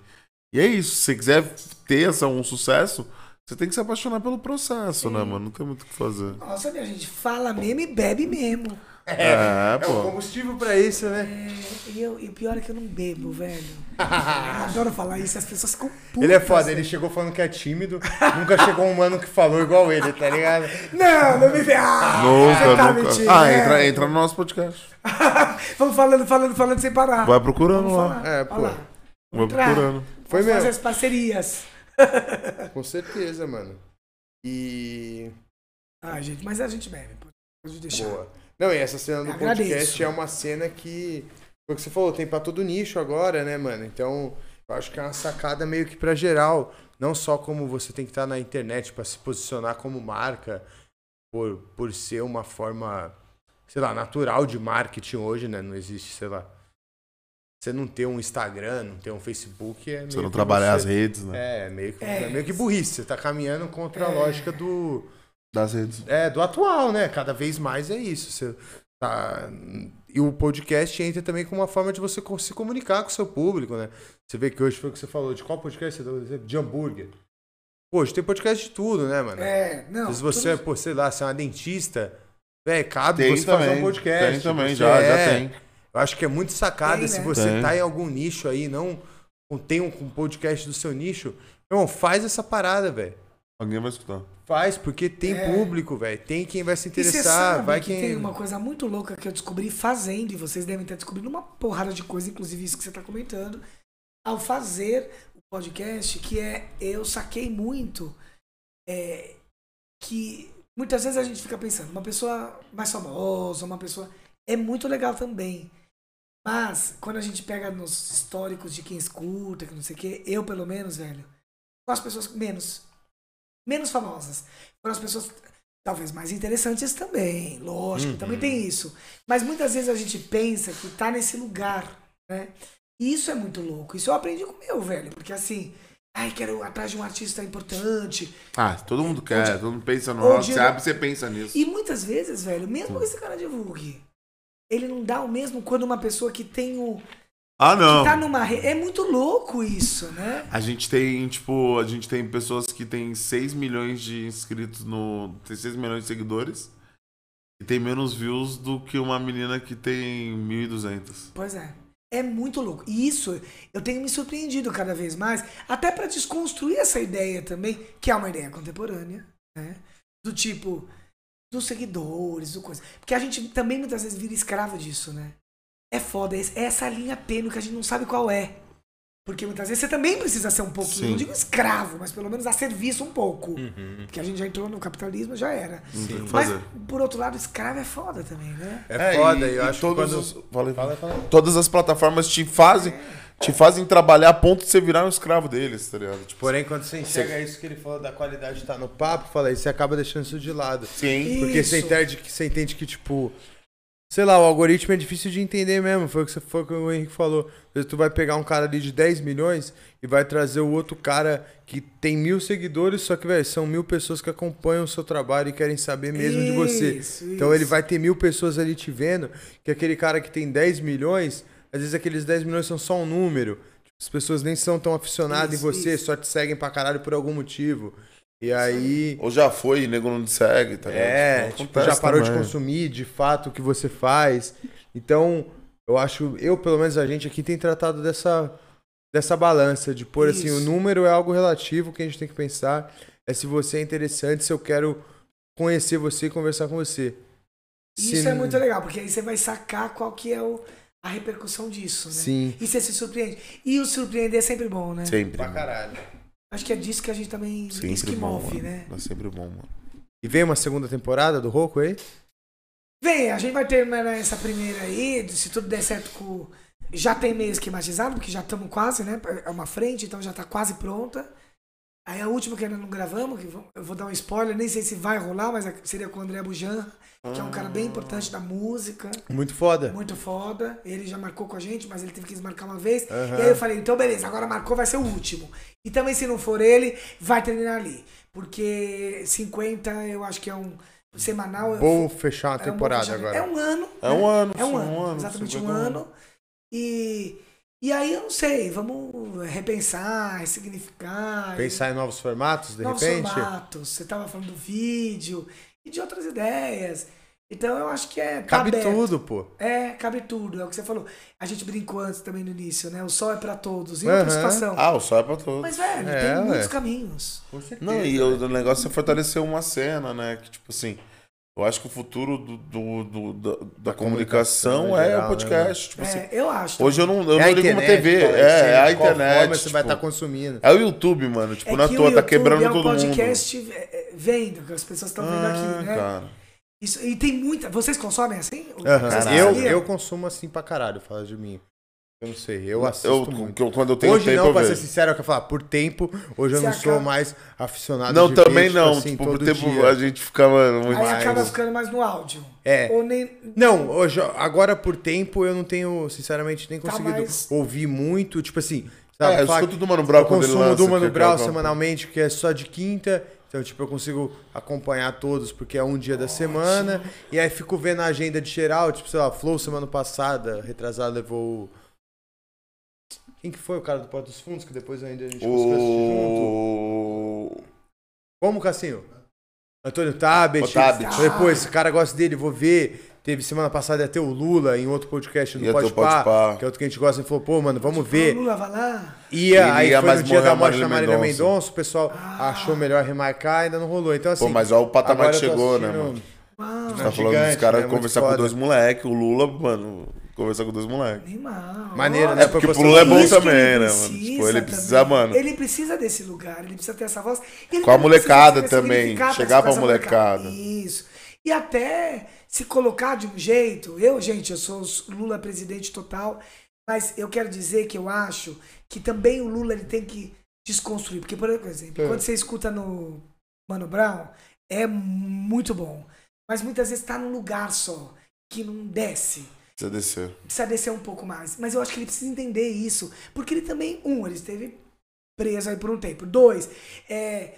E é isso. Se você quiser ter essa, um sucesso, você tem que se apaixonar pelo processo, né, mano? Não tem muito o que fazer. Nossa, minha gente, fala mesmo e bebe mesmo. É, É o pô. combustível pra isso, né? É, E, eu, e o pior é que eu não bebo, velho. Eu adoro falar isso, as pessoas ficam putas. Ele é foda, ele chegou falando que é tímido, nunca chegou um mano que falou igual ele, tá ligado? Não, não me vê. Ah, Nunca, você tá nunca. mentindo, Ah, né? entra, entra no nosso podcast. Vamos falando, falando, falando sem parar. Vai procurando Ah. Vamos lá. falar. É, Olha pô. lá. Vai Entrar. procurando. Foi Vamos fazer mesmo. as parcerias. Com certeza, mano. E. Ah, gente, mas a gente bebe. pô. Pode deixar. Boa. Não, e essa cena do Eu agradeço. podcast é uma cena que, foi o que você falou, tem pra todo nicho agora, né, mano? Então, eu acho que é uma sacada meio que pra geral. Não só como você tem que estar na internet pra se posicionar como marca, por, por ser uma forma, sei lá, natural de marketing hoje, né? Não existe, sei lá. Você não ter um Instagram, não ter um Facebook, é meio Você não que trabalhar as você- redes, né? É, meio que, É. é meio que burrice. Você tá caminhando contra a lógica do, Das redes. é, do atual, né? Cada vez mais é isso. Você tá- E o podcast entra também como uma forma de você co- se comunicar com o seu público, né? Você vê que hoje foi o que você falou. De qual podcast você deu? o exemplo? De hambúrguer. Pô, hoje tem podcast de tudo, né, mano? É, não. Se você é, tudo- pô, sei lá, se é uma dentista, velho, cabe Tem você fazer também. um podcast. Tem também, Você já, já é- tem. Eu acho que é muito sacada Tem, se né? você Tem. tá em algum nicho aí, não não tem um um podcast do seu nicho. Irmão, faz essa parada, velho. Alguém vai escutar. Faz, porque tem É. público, velho. Tem quem vai se E você interessar, sabe vai que quem. tem uma coisa muito louca que eu descobri fazendo, e vocês devem ter descobrido uma porrada de coisa, inclusive isso que você está comentando, ao fazer o podcast, que é eu saquei muito é, que muitas vezes a gente fica pensando, uma pessoa mais famosa, uma pessoa. É muito legal também. Mas, quando a gente pega nos históricos de quem escuta, que não sei o quê, eu pelo menos, velho, com as pessoas menos. Menos famosas. Foram as pessoas talvez mais interessantes também, lógico, também tem isso. Mas muitas vezes a gente pensa que tá nesse lugar, né? E isso é muito louco. Isso eu aprendi com o meu, velho. Porque assim, ai, quero atrás de um artista importante. Ah, todo mundo quer, todo mundo pensa no Ou rock. de- Você abre e você pensa nisso. E muitas vezes, velho, mesmo que esse cara divulgue, ele não dá o mesmo quando uma pessoa que tem o. Ah, Que não. tá numa. re- É muito louco isso, né? A gente tem, tipo, a gente tem pessoas que tem 6 milhões de inscritos no. Tem 6 milhões de seguidores. E tem menos views do que uma menina que tem 1.200. Pois é. É muito louco. E isso eu tenho me surpreendido cada vez mais, até pra desconstruir essa ideia também, que é uma ideia contemporânea, né? Do tipo, dos seguidores, do coisa. Porque a gente também muitas vezes vira escravo disso, né? É foda, é essa linha tênue que a gente não sabe qual é. Porque muitas vezes você também precisa ser um pouquinho, Sim. não digo escravo, mas pelo menos a serviço um pouco. Porque a gente já entrou no capitalismo, já era. Não tem o que Mas, fazer. por outro lado, escravo é foda também, né? É foda, e- eu e acho que todos quando. os- Fala aí, Fala, fala. Todas as plataformas te fazem, te fazem trabalhar a ponto de você virar um escravo deles, tá ligado? Tipo, Porém, quando você enxerga isso que ele falou da qualidade tá no papo, fala aí, você acaba deixando isso de lado. sim. Porque você Isso. entende, que, você entende que, tipo. Sei lá, o algoritmo é difícil de entender mesmo. Foi o que, você, foi o, que o Henrique falou. Às vezes Tu vai pegar um cara ali de 10 milhões e vai trazer o outro cara que tem mil seguidores, só que, velho, são mil pessoas que acompanham o seu trabalho e querem saber mesmo de você. Isso, Então ele isso. vai ter mil pessoas ali te vendo, que aquele cara que tem 10 milhões, às vezes aqueles 10 milhões são só um número. As pessoas nem são tão aficionadas Isso, em você, isso. só te seguem pra caralho por algum motivo. E aí. Ou já foi, e nego não te segue, tá ligado? É, Tipo, tipo, acontece já parou de também. consumir de fato o que você faz. Então, eu acho, eu pelo menos a gente aqui tem tratado dessa dessa balança de pôr assim, Isso. o número é algo relativo que a gente tem que pensar, é se você é interessante, se eu quero conhecer você e conversar com você. Isso Se- é muito legal, porque aí você vai sacar qual que é o- a repercussão disso, né? Sim. E você se surpreende. E o surpreender é sempre bom, né? Sempre. mano. caralho. Acho que é disso que a gente também Sempre isso que bom, move, mano. né? É sempre bom, mano. E vem uma segunda temporada do Roku aí? Vem, a gente vai terminar essa primeira aí, se tudo der certo com. Já tem meio esquematizado, porque já estamos quase, né? É uma frente, então já tá quase pronta. Aí a última que ainda não gravamos, que vou- eu vou dar um spoiler, nem sei se vai rolar, mas é, seria com o André Bujan, que é um cara bem importante da música. Muito foda. Muito foda. Ele já marcou com a gente, mas ele teve que desmarcar uma vez. Aham. E aí eu falei, então beleza, agora marcou, vai ser o último. E também se não for ele, vai terminar ali. Porque 50 eu acho que é um semanal. eu- Vou fechar a é um bom temporada fechamento. agora. É um ano. É né? um ano, É um sim, ano. exatamente um 50 ano. E, e aí eu não sei, vamos repensar, ressignificar. Pensar em novos formatos, de novos repente? formatos. Você tava falando do vídeo e de outras ideias. Então eu acho que é. tá Cabe aberto. tudo, pô. É, cabe tudo, é o que você falou. A gente brincou antes também no início, né? O sol é pra todos. E Aham. outra situação. Ah, o sol é pra todos. Mas, velho, É, tem ué. muitos caminhos. Não, e o o negócio é fortalecer uma cena, né? Que, tipo assim, eu acho que o futuro do, do- do- da, da comunicação, comunicação em é geral, o né, podcast. tipo assim, É, eu acho. hoje eu não, eu É a não ligo uma internet, TV, cara, é, assim, é a de qual internet. forma você vai tipo, tá estar consumindo. É o YouTube, mano. Tipo, é na que toa, o tá YouTube quebrando é um todo mundo. podcast é, é, vendo, que as pessoas estão vendo Ah, aqui, né? cara. Isso, e tem muita. Vocês consomem assim? Aham. Vocês Caralho. Eu, sabiam? eu consumo assim pra caralho, fala de mim. Eu não sei, eu assisto Eu, muito. que eu- quando eu tenho hoje tempo, não, eu pra vejo. ser sincero, eu quero falar, por tempo, hoje eu Você não sou acaba- mais aficionado não, de ver, também tipo não. assim, tipo, por todo tempo dia. a gente ficava muito Aí acaba mais. ficando mais no áudio. É. Ou nem. Não, hoje, agora por tempo eu não tenho, sinceramente, nem conseguido mais- ouvir muito. Tipo assim, É, eu falar- escuto do Mano Brown eu quando ele consumo lança, do que é Mano Brown aquela- semanalmente, que é só de quinta. Então, tipo, eu consigo acompanhar todos, porque é um dia da semana. E aí fico vendo a agenda de geral, tipo, sei lá, Flow semana passada, retrasado, levou. o- Quem que foi o cara do Porto dos Fundos, que depois ainda a gente conseguiu assistir junto? O. Como, Cassinho? Antônio Tabet. O Tabet. Falei, pô, esse cara gosta dele, vou ver. Teve semana passada até o Lula em outro podcast do Ia ter o Pode Pá, Podpah. que é outro que a gente gosta, e falou, pô, mano, vamos O ver. Lula vai lá. Ia, aí Ele ia, foi mas no dia morreu da a morte Marília da Marília Mendonça. Mendonça, o pessoal achou melhor remarcar, ainda não rolou. Então, assim. Pô, mas olha o patamar agora que eu tô chegou, né, assistindo- um mano? Uau, Tá falando Gigante, dos caras né? Muito conversar foda. com dois moleques. O Lula, mano, conversar com dois moleques. animal. Maneiro, Olha, né? É porque Foi pro Lula é postado- bom isso que também, ele né, mano? Tipo, precisa ele precisa, também. mano. Ele precisa desse lugar, ele precisa ter essa voz. E Ele Com a também precisa molecada saber também, significar chegar pra essa molecada. Isso. E até se colocar de um jeito. Eu, gente, eu sou s- Lula presidente total, mas eu quero dizer que eu acho que também o Lula ele tem que desconstruir. Porque, por exemplo, É. quando você escuta no Mano Brown, é muito bom. Mas muitas vezes tá num lugar só, que não desce Precisa descer. precisa descer um pouco mais. Mas eu acho que ele precisa entender isso. Porque ele também, um, ele esteve preso aí por um tempo. Dois, é,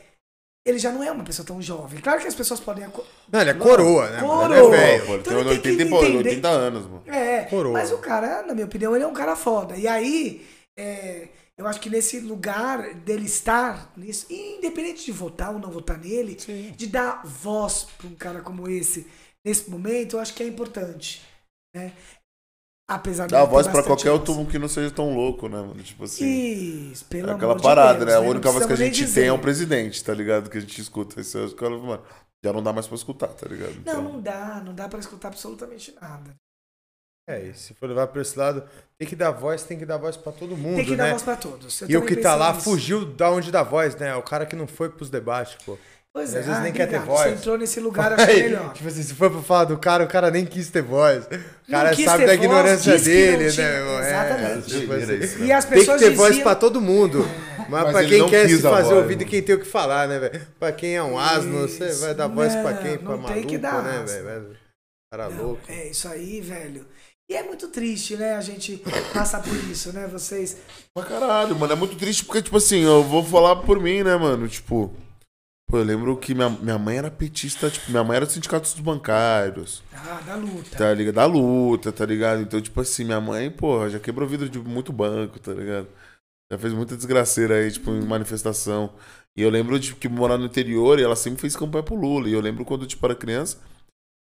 ele já não é uma pessoa tão jovem. Claro que as pessoas podem. aco- Não, ele é coroa, né? mano? Ele é Coroa. velho. Pô, ele tem Então ele tem que 80, e pouco, entender. 80 anos, mano. É, Coroa. mas o cara, na minha opinião, ele é um cara foda. E aí, é, eu acho que nesse lugar dele estar nisso, e independente de votar ou não votar nele, de dar voz pra um cara como esse, nesse momento, eu acho que é importante. Né? Apesar de Dá ele ter voz pra bastante qualquer voz. outro que não seja tão louco, né, mano? Tipo assim. Isso, pelo É amor aquela de parada, Deus, né? A Não única voz que a precisamos nem gente dizer. tem é o presidente, tá ligado? Que a gente escuta. Isso eu acho que, mano, já não dá mais pra escutar, tá ligado? Não, Então, não dá, não dá pra escutar absolutamente nada. É, e se for levar pra esse lado, tem que dar voz, tem que dar voz pra todo mundo, Tem que dar né? voz pra todos. Eu E o também que tá penso lá nisso. fugiu da onde dá voz, né? O cara que não foi pros debates, pô. Pois Às é, vezes ah, nem quer ter obrigado, voz. Você entrou nesse lugar, acho que é melhor. Tipo assim, se for pra falar do cara, o cara nem quis ter voz. O Não cara quis sabe ter da voz, ignorância disse que não dele, tinha. né? irmão? É, Exatamente. tipo Doideira assim. isso, né? E as Tem que pessoas ter voz diziam- É. pra todo mundo. Mas, Mas pra ele quem não quer se quis a fazer voz, ouvido e mano. quem tem o que falar, né, velho? Pra quem é um asno, você Isso. né? vai dar voz pra quem? Pra Não, não maluco, tem que dar né, asno. velho? Cara Não, louco. É isso aí, velho. E é muito triste, né? A gente passar por isso, né? Vocês. Pra caralho, mano. É muito triste porque, tipo assim, eu vou falar por mim, né, mano? Tipo. Pô, eu lembro que minha, minha mãe era petista, tipo, minha mãe era do sindicato dos bancários, Ah, da luta. tá ligado? Da luta, tá ligado? Então, tipo assim, minha mãe, porra, já quebrou vidro de muito banco, tá ligado? Já fez muita desgraceira aí, tipo, em manifestação. E eu lembro de que morar no interior e ela sempre fez campanha pro Lula. E eu lembro quando, tipo, era criança,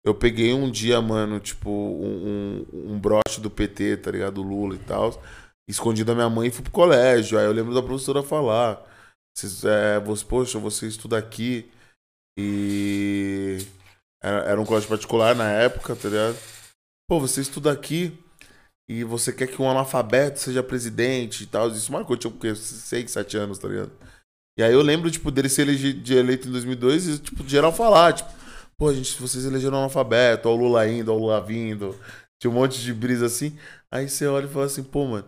eu peguei um dia, mano, tipo, um, um, um broche do PT, tá ligado? Do Lula e tal. Escondi da minha mãe e fui pro colégio. Aí eu lembro da professora falar. Vocês, é, você, poxa, você estuda aqui. E. Era, era um colégio particular na época, tá ligado? Pô, você estuda aqui e você quer que um analfabeto seja presidente e tal. Isso marcou, eu tinha o quê? 6, 7 anos, tá ligado? E aí eu lembro, tipo, dele ser elege- de eleito em 2002 e, tipo, de geral falar, tipo, pô, gente, vocês elegeram um analfabeto, ó o Lula indo, ó o Lula vindo. Tinha um monte de brisa assim. Aí você olha e fala assim, pô, mano,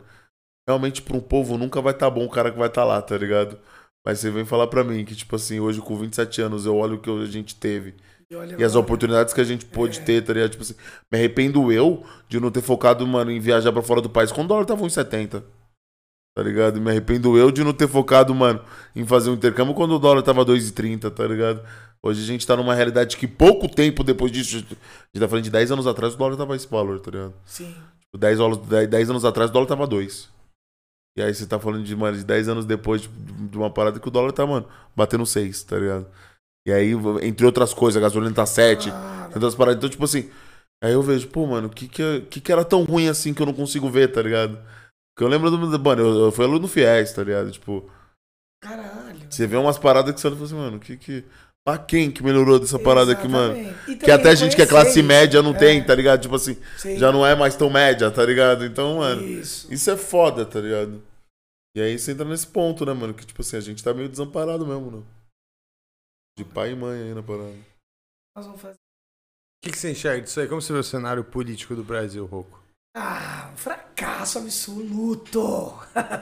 realmente pra um povo nunca vai estar bom o cara que vai estar lá, tá ligado? Mas você vem falar pra mim que, tipo assim, hoje com 27 anos eu olho o que a gente teve olha e as agora. oportunidades que a gente pôde ter, tá ligado? Tipo assim, me arrependo eu de não ter focado, mano, em viajar pra fora do país quando o dólar tava 1,70. Tá ligado? Me arrependo eu de não ter focado, mano, em fazer um intercâmbio quando o dólar tava 2,30, tá ligado? Hoje a gente tá numa realidade que pouco tempo depois disso, a gente tá falando de 10 anos atrás, o dólar tava esse valor, tá ligado? Sim. Tipo, 10, horas- 10 10 anos atrás o dólar tava 2. E aí você tá falando de, mano, de 10 anos depois de, de uma parada que o dólar tá, mano, batendo 6, tá ligado? E aí, entre outras coisas, a gasolina tá 7, Cara, entre outras paradas. Então, tipo assim, aí eu vejo, pô, mano, o que que, é- que que era tão ruim assim que eu não consigo ver, tá ligado? Porque eu lembro do. Mano, eu, eu fui aluno fiéis, tá ligado? Tipo, caralho. você vê umas paradas que você olha e fala assim, mano, que que. Pra quem que melhorou dessa parada aqui, mano? Exatamente. E Que também até gente que é classe conhecer média não isso. tem, É, tá ligado? Tipo assim, sim. já não é mais tão média, tá ligado? Então, mano. Isso. Isso é foda, tá ligado? E aí você entra nesse ponto, né, mano? Que tipo assim, a gente tá meio desamparado mesmo, né? De pai e mãe aí na parada. Nós vamos fazer. O que, que você enxerga disso aí? Como você vê o cenário político do Brasil, Rocco? Ah, um fracasso absoluto.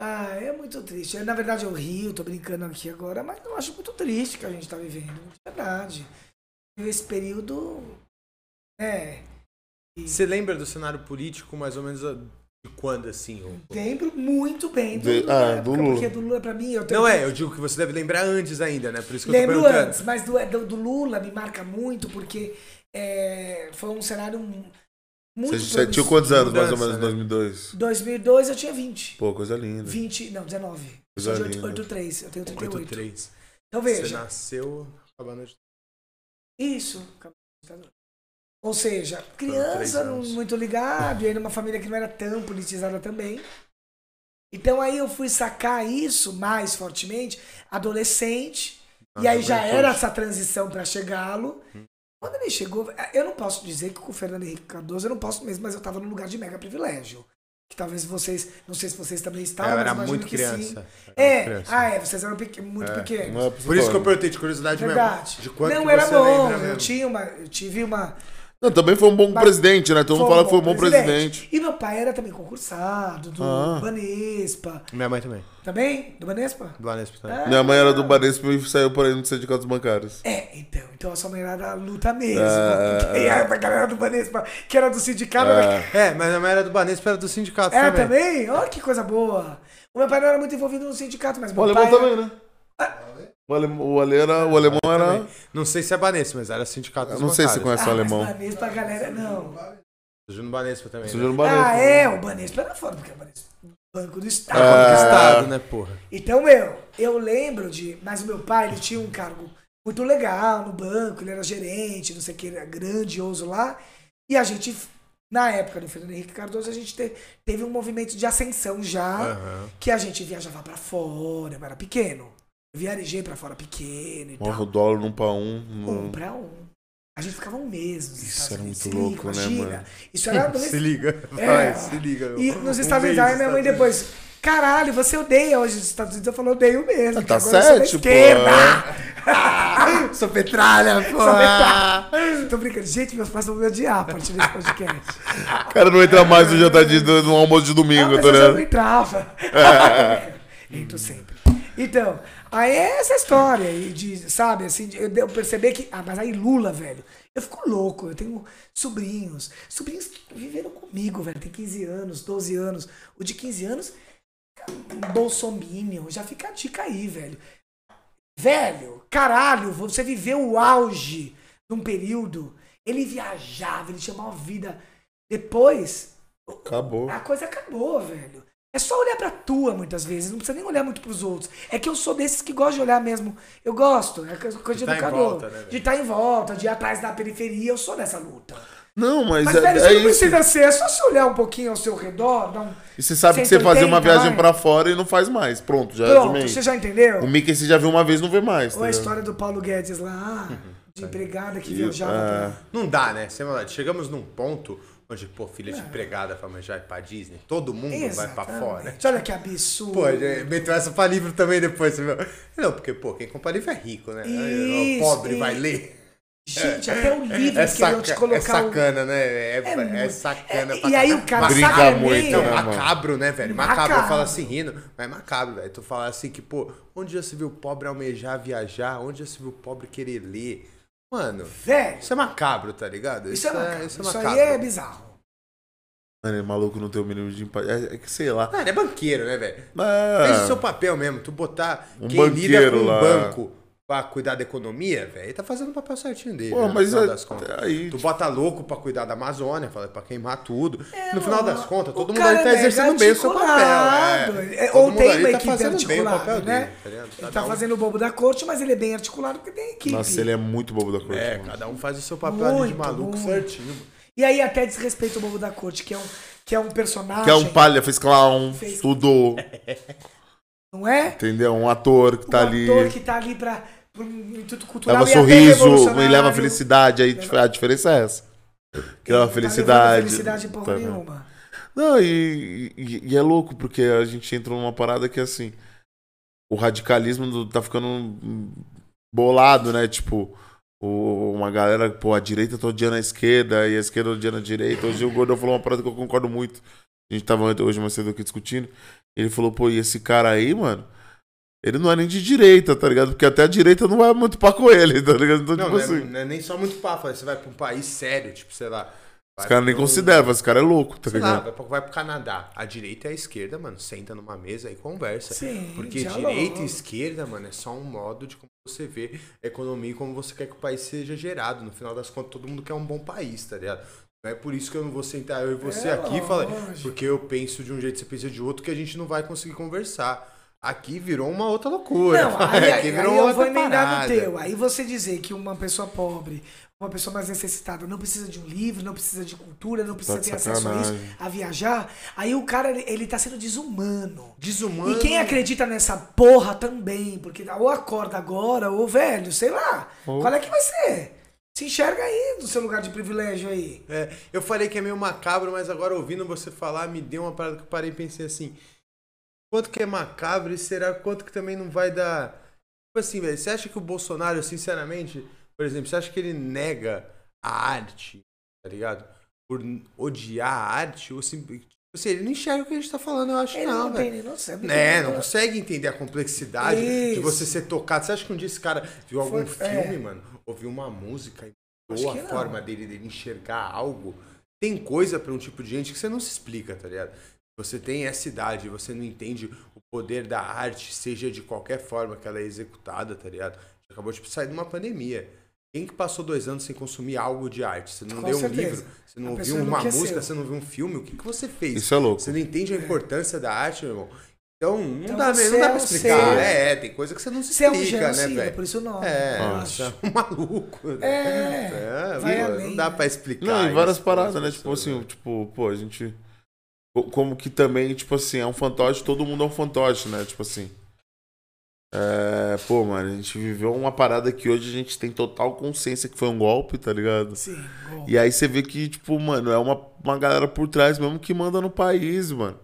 ah, é muito triste. Eu, na verdade, eu rio, tô brincando aqui agora, mas eu acho muito triste que a gente tá vivendo. De verdade. Esse período. É. Você lembra do cenário político mais ou menos a- de quando, assim, Rocco? Lembro muito bem do De- Lula. ah, na época, do Lula. Porque do Lula, pra mim, eu tenho. Não é, eu digo que você deve lembrar antes ainda, né? Por isso que eu um Lembro tô perguntando. antes, mas do, é, do, do Lula me marca muito, porque é, foi um cenário muito. Você, você promissor. tinha quantos anos, mais ou Mudança, menos, em 2002? 2002 eu tinha 20. Pô, né? coisa linda. 20, não, 19. Eu sou de Coisa 8, linda. 83, eu tenho 38. 83. Então Você veja, nasceu acabando de... isso. tá Ou seja, criança não anos. muito ligada, e aí numa família que não era tão politizada também. Então aí eu fui sacar isso mais fortemente, adolescente, e Ah, Hum. aí já depois. era essa transição pra chegá-lo. Quando ele chegou, eu não posso dizer que com o Fernando Henrique Cardoso, eu não posso mesmo, mas eu tava num lugar de mega privilégio. Que talvez vocês, não sei se vocês também estavam, Eu mas era imagino muito que criança. sim. Era É, muito criança. ah é, vocês eram pequ- muito pequenos. Não é Por isso que eu perdi. perguntei de curiosidade Verdade. mesmo. De quanto não que era você bom, lembra mesmo. eu tinha uma, eu tive uma Não, também foi um bom Mas- presidente, né? Todo mundo fala que foi um bom presidente. E meu pai era também concursado, do Ah. Banespa. Minha mãe também. Também? Do Banespa? Do Anesp também. Ah. Minha mãe era do Banespa e saiu por aí no sindicato dos bancários. É, então. Então a sua mãe era da luta mesmo. Ah. Porque aí a galera do Banespa, que era do sindicato, era... É, mas minha mãe era do Banesp, era do sindicato É, também. Ah. também? Olha que coisa boa. O meu pai não era muito envolvido no sindicato, mas O meu alemão pai... Ah. também, né? O, ale... o, ale era... o alemão era. Também. Não sei se é Banesp, mas era sindicato dos Eu não sei se bancários. conhece o Ah, alemão. mas Banespa, a galera, não. Surgiu no Banesp também. Surgiu né? no Banespa. Ah, é, o Banespa era foda, porque o Banespa... Banco do Estado. É. Do Estado, né, porra? Então, meu, eu lembro de. Mas o meu pai, ele tinha um cargo muito legal no banco, ele era gerente, não sei o que, ele era grandioso lá. E a gente, na época do Fernando Henrique Cardoso, a gente te- teve um movimento de ascensão já, É. Aham. que a gente viajava pra fora, eu era pequeno. Eu viajei pra fora pequeno e Porra, o tal. dólar num pra um. num- Um pra um. A gente ficava um mês nos Isso Estados era Unidos. muito Se liga, louco, né, imagina. mano? Isso era Se adolescente. liga, É. vai, se liga. E nos um mês Estados Unidos, aí minha nos mãe Estados depois, caralho, você odeia hoje os Estados Unidos. Eu falo, odeio mesmo. Ah, que tá agora eu sou da certo, pô. né? esquerda. Unidos. Sou petralha, Sou porra! Ah. metralha. Tô brincando. Gente, meus pais vão me odiar a partir desse podcast. O cara não entra mais no jantar de, do- no almoço de domingo, Ah, tá mas eu não ligado? entrava. Entro sempre. Então, aí é essa história aí de, sabe, assim, de eu, de eu perceber que. Ah, mas aí Lula, velho, eu fico louco, eu tenho sobrinhos. Sobrinhos que viveram comigo, velho. Tem 15 anos, 12 anos. O de 15 anos, um Bolsominion, já fica a dica aí, velho. Velho, caralho, você viveu o auge num período. Ele viajava, ele chamava a vida. Depois, Acabou. a coisa acabou, velho. É só olhar pra tua muitas vezes, não precisa nem olhar muito pros outros. É que eu sou desses que gosta de olhar mesmo. Eu gosto, é coisa de, tá em educador. volta, né, velho? de estar em volta, de ir atrás da periferia, eu sou dessa luta. Não, mas, Mas, é, velho, é você não isso. precisa ser, é só se olhar um pouquinho ao seu redor, dar um. E você sabe que você fazia uma viagem pra fora e não faz mais. Pronto, já é Pronto, resumiu. você já entendeu? O Mickey você já viu uma vez, não vê mais. tá Ou a ligado? história do Paulo Guedes lá, de empregada que E- viajava é. pra. Não dá, né? Sem maldade. Chegamos num ponto onde, pô, filha de empregada pra manjar e é pra Disney, todo mundo vai pra fora. Ah. né? Exatamente. Olha que absurdo. Pô, é, meteu essa pra livro também depois, você viu? Não, porque, pô, quem compra livro é rico, né? Aí, Isso, o pobre e- vai ler. Gente, até o livro é, que queriam te saca- colocar. é o- sacana, né? É, muito- é sacana é, pra e aí caralho. o cara Mas- Brinca saca muito, meio- Não, né? mano? macabro, né, velho? Macabro. Macabro. Eu falo assim rindo, mas é macabro, velho. Tu fala assim que, pô, onde já se viu o pobre almejar viajar? Onde já se viu o pobre querer ler? Mano, Velho, isso é macabro, tá ligado? isso, é macabro. isso Isso, é aí é bizarro. Mano, é maluco não tem o mínimo de empatia. É, é que sei lá. Mano, é banqueiro, né, velho? Mas... Fez o seu papel mesmo. Tu botar Ah. Um quem lida com banqueiro um lá. banco pra cuidar da economia, velho, ele tá fazendo o papel certinho dele. Pô, né, mas no final é- das contas. aí- Tu bota louco pra cuidar da Amazônia, fala, pra queimar tudo. É, no final mano, das contas, o todo mundo cara ali tá é exercendo bem o seu articulado. papel. É, É. ou Todo mundo tem ali tá uma equipe fazendo bem o articulada, papel né? dele, tá ligado? ele Cada tá um- fazendo o bobo da corte, mas ele é bem articulado porque tem equipe. Então- Nossa, ele é muito bobo da coisa. É, mano. cada um faz o seu papel ali Muito, de maluco muito. certinho. mano. E aí até desrespeita o bobo da corte, que é um, que é um personagem. Que é um palha, fez clown, Fez- estudou, Não é? entendeu? Um ator que tá um ali, ator que tá ali pra, pra um instituto cultural. leva e até sorriso, revolucionário. e leva felicidade. Aí a diferença é essa. Que leva Não tá levando felicidade. felicidade porra Tá, né? nenhuma. Não, e, e- e é louco, porque a gente entra numa parada que assim. O radicalismo do- tá ficando hum, bolado, né? Tipo, o- uma galera, pô, a direita todo dia na esquerda e a esquerda todo dia na direita. Hoje o Gordão falou uma parada que eu concordo muito. A gente tava hoje mais cedo aqui discutindo. Ele falou, pô, e esse cara aí, mano, ele não é nem de direita, tá ligado? Porque até a direita não vai muito pá com ele, tá ligado? Então, Não, tipo não é, assim, não é nem só muito papo, aí você vai pra um país sério, tipo, sei lá. os vai caras nem pro- consideram, mas esse cara é louco, tá Sei lá, ligado? vai pro, vai pro Canadá. A direita e a esquerda, mano, senta numa mesa e conversa. Sim, Porque dialoga. direita e esquerda, mano, é só um modo de como você vê a economia e como você quer que o país seja gerado. No final das contas, todo mundo quer um bom país, tá ligado? Não é por isso que eu não vou sentar eu e você É, aqui e falar, lógico. porque eu penso de um jeito, você pensa de outro, que a gente não vai conseguir conversar. Aqui virou uma outra loucura. Não, aí, aí, Aqui virou aí uma eu vou outra emendar no parada. teu. Aí você dizer que uma pessoa pobre uma pessoa mais necessitada não precisa de um livro, não precisa de cultura, não Tá precisa de ter acesso a isso, sacanagem. a viajar, aí o cara, ele, ele tá sendo desumano. Desumano. E quem acredita nessa porra também, porque ou acorda agora, ou velho, sei lá, qual é que vai ser? Se enxerga aí do seu lugar de privilégio aí. É, eu falei que é meio macabro, mas agora ouvindo você falar, me deu uma parada que eu parei e pensei assim. Quanto que é macabro e será quanto que também não vai dar. Tipo assim, velho, você acha que o Bolsonaro, sinceramente, por exemplo, você acha que ele nega a arte, tá ligado? Por n- odiar a arte? Ou sim- tipo assim, ele não enxerga o que a gente tá falando, eu acho Ele não, não, tem, velho. ele não sabe. É. Né, não consegue entender a complexidade de Isso. você ser tocado. Você acha que um dia esse cara viu algum Foi- é. filme, mano? Ouviu uma música e Acho mudou a que não. forma dele, dele enxergar algo? Tem coisa pra um tipo de gente que você não se explica, tá ligado? Você tem essa idade, você não entende o poder da arte, seja de qualquer forma que ela é executada, tá ligado? Você acabou de sair de uma pandemia. Quem que passou dois anos sem consumir algo de arte? Você não Com leu certeza. um livro, você não A ouviu pessoa uma enlouqueceu. música, você não viu um filme, o que, que você fez? Isso é louco. Você não entende a importância da arte, meu irmão. Então, não, Então dá, você não dá é pra um explicar. ser- É, é, tem coisa que você não se Você é um explica, né, genocida, velho? por isso o nome. É, eu você acho. é um maluco. né? É, É, vai pô, além, não dá né? pra explicar. Não, e várias isso pras paradas, né? Tipo pessoas, assim, né? tipo, pô, a gente. co- Como que também, tipo assim, é um fantoche, todo mundo é um fantoche, né? Tipo assim. É, pô, mano, a gente viveu uma parada que hoje a gente tem total consciência que foi um golpe, tá ligado? Sim, bom. E aí você vê que, tipo, mano, é uma, uma galera por trás mesmo que manda no país, mano.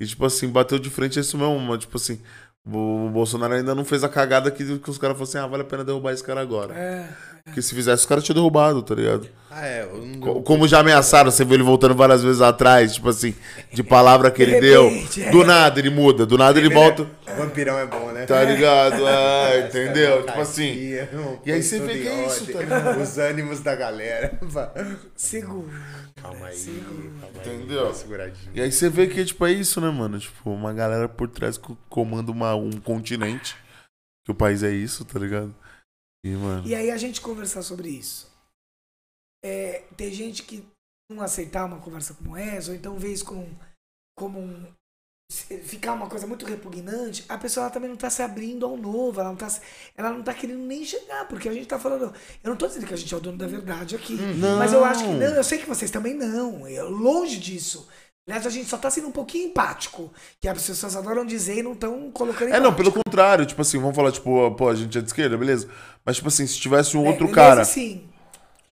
E, tipo assim, bateu de frente é isso mesmo, mano. Tipo assim, o o Bolsonaro ainda não fez a cagada que, que os caras falaram assim, ah, vale a pena derrubar esse cara agora. É. Porque se fizesse, os caras tinham derrubado, tá ligado? Ah, é, eu não- Co- Como já ameaçaram, você viu ele voltando várias vezes atrás, tipo assim, de palavra que De ele repente, deu. é. Do nada ele muda, do nada ele volta. Vampirão é bom, né? Tá ligado? É, entendeu? Tipo Tadinha, assim. irmão, E aí você tudo vê que em é isso, ordem. tá ligado? Os ânimos da galera. Seguro. Calma aí, calma aí. Entendeu? dá uma Seguradinha. E aí você vê que, tipo, é isso, né, mano? Tipo, uma galera por trás que comanda uma, um continente. Que o país é isso, tá ligado? E, mano. E aí a gente conversar sobre isso. É, tem gente que não aceitar uma conversa como essa, ou então vê isso como, como um- se- ficar uma coisa muito repugnante, a pessoa ela também não tá se abrindo ao novo, ela não tá, se- ela não tá querendo nem chegar, porque a gente tá falando. Eu não tô dizendo que a gente é o dono da verdade aqui. Não. Mas eu acho que não, eu sei que vocês também não. Eu, longe disso. Aliás, a gente só tá sendo um pouquinho empático. Que as pessoas adoram dizer e não estão colocando em É, não, prática. pelo contrário, tipo assim, vamos falar, tipo, pô, a gente é de esquerda, beleza? Mas, tipo assim, se tivesse um É, outro beleza, cara. Sim.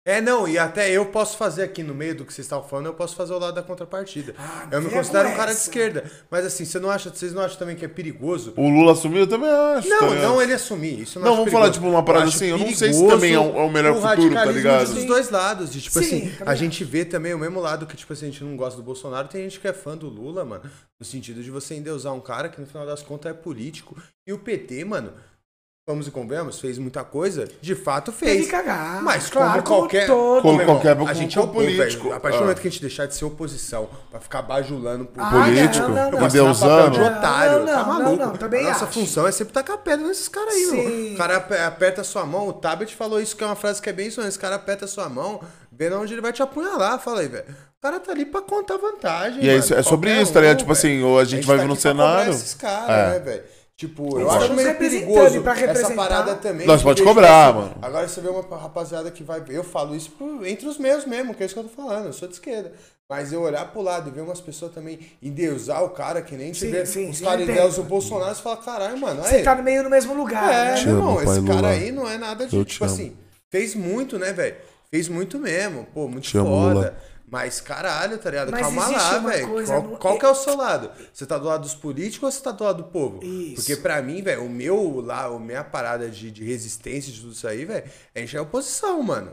É, não, e até eu posso fazer aqui no meio do que vocês estavam falando, eu posso fazer o lado da contrapartida. Ah, eu me venha considero com um cara de essa. esquerda. Mas assim, você não acha, vocês não acham também que é perigoso? O Lula assumiu, eu também acho. tá Não, ligado? não ele assumir. Isso eu Não, acho vamos falar, perigoso. tipo, uma parada acho assim, eu não sei se perigoso também é o- é o melhor futuro, tá radicalismo ligado? Dos Sim. dois lados, de, tipo Sim, assim, também a gente vê também o mesmo lado que, tipo assim, a gente não gosta do Bolsonaro, tem gente que é fã do Lula, mano. No sentido de você endeusar um cara que, no final das contas, é político. E o PT, mano, vamos e convenhamos, fez muita coisa, de fato fez. Teve que cagar. Mas claro, como qualquer. todo. Como meu irmão, qualquer- como A gente é o político. político. a partir do Ah. momento que a gente deixar de ser oposição pra ficar bajulando por Ah, político, não, não, não. papel de endeusando. Não, otário. não, tá não, maluco. não, também a nossa acho. função é sempre tacar pedra nesses caras aí, Sim. meu. O cara ape- aperta sua mão, o Tabet falou isso, que é uma frase que é bem isso, né? Esse cara aperta sua mão, vendo onde ele vai te apunhalar. Fala aí, velho. O cara tá ali pra contar vantagem. E é mano. isso- é sobre Qualquer isso, tá ligado? um, Tipo assim, velho. ou a gente vai tá vir no aqui pra cobrar cenário. Esses caras, É. Então né, velho? Tipo, eu Nós acho estamos meio representando perigoso pra essa representar. parada também. Nós pode porque, tipo cobrar, assim, mano. Agora você vê uma rapaziada que vai. Eu falo isso pro- entre os meus mesmo, que é isso que eu tô falando. Eu sou de esquerda. Mas eu olhar pro lado e ver umas pessoas também endeusar o cara, que nem você Sim, vê. sim, os eu caras entendo. endeusam o Bolsonaro e você fala, caralho, mano. Você aí, tá meio no mesmo lugar. é, né? meu irmão, amo, esse pai cara Lula. aí não é nada de. Eu te tipo amo. assim, fez muito, né, velho? Fez muito mesmo. Pô, muito Te amo, foda. Lula. Mas caralho, tá ligado? Mas Calma existe lá, uma velho. coisa Qual, no- qual que é o seu lado? Você tá do lado dos políticos ou você tá do lado do povo? Isso. Porque pra mim, velho, o meu lá, a minha parada de, de resistência de tudo isso aí, velho, é encher a oposição, mano.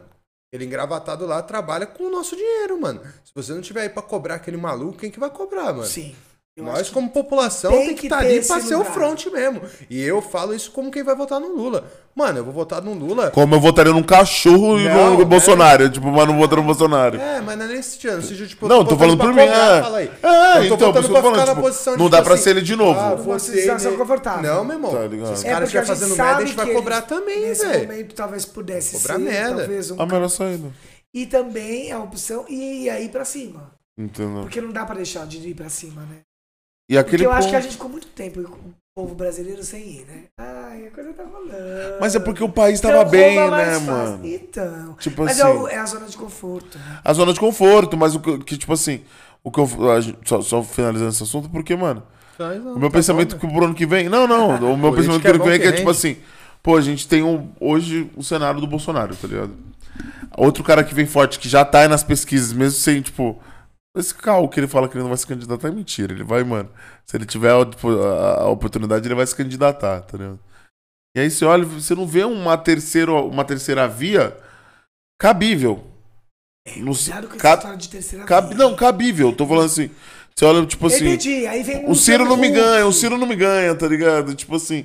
Ele engravatado lá trabalha com o nosso dinheiro, mano. Se você não tiver aí pra cobrar aquele maluco, quem que vai cobrar, mano? Sim. Eu Nós, acho que- como população, tem tem que que estar ter ali esse pra ser o lugar. front mesmo. E eu falo isso como quem vai votar no Lula. Mano, eu vou votar no Lula. Como eu votaria num cachorro e Não, no, é. né? Bolsonaro. Tipo, mas não votaria no Bolsonaro. É, mas não é nesse sentido. Seja, tipo, eu Não, tô votando falando por pra mim. cobrar, é. fala aí. É, Eu tô então, por votando isso que pra eu tô ficar falando, na tipo, posição de, não tipo dá pra assim, ser ele de novo. Ah, Numa você situação ele- confortável. Não, meu irmão. Tá ligado. Se os É caras porque a estiverem gente fazendo sabe merda, a gente vai que ele, cobrar também, Nesse velho. momento, talvez pudesse Cobrar ser, merda. talvez um... A melhor saída. E também é a opção e ir aí pra cima. Entendeu? Porque não dá pra deixar de ir pra cima, né? E Porque aquele eu acho que a ponto. gente ficou muito tempo com o povo brasileiro sem ir, né? Ah, ai, a coisa tá rolando. Mas é porque o país Então, tava bem, rouba né, mais fácil. mano? Então. Tipo mas assim. é, o- é a zona de conforto. né? A zona de conforto, mas o que, que, tipo assim, o que eu. a gente- Só, só finalizando esse assunto, porque, mano, o Tá, então tá meu pensamento que pro ano que vem. Não, não. O meu Política pensamento pro ano é que vem é bom que é que tipo rende. assim. Pô, a gente tem um, hoje o cenário do Bolsonaro, tá ligado? Outro cara que vem forte, que já tá aí nas pesquisas, mesmo sem, tipo. Esse carro que ele fala que ele não vai se candidatar é mentira. Ele vai, mano. Se ele tiver tipo, a, a oportunidade, ele vai se candidatar, tá ligado? E aí você olha, você não vê uma terceira, uma terceira via cabível. É, No, Cuidado com essa ca- história de terceira Cabe, via. não, cabível. Tô falando assim. Você olha, tipo Eu assim. entendi. Aí vem um O Ciro não me Huck. ganha, o Ciro não me ganha, tá ligado? Tipo assim.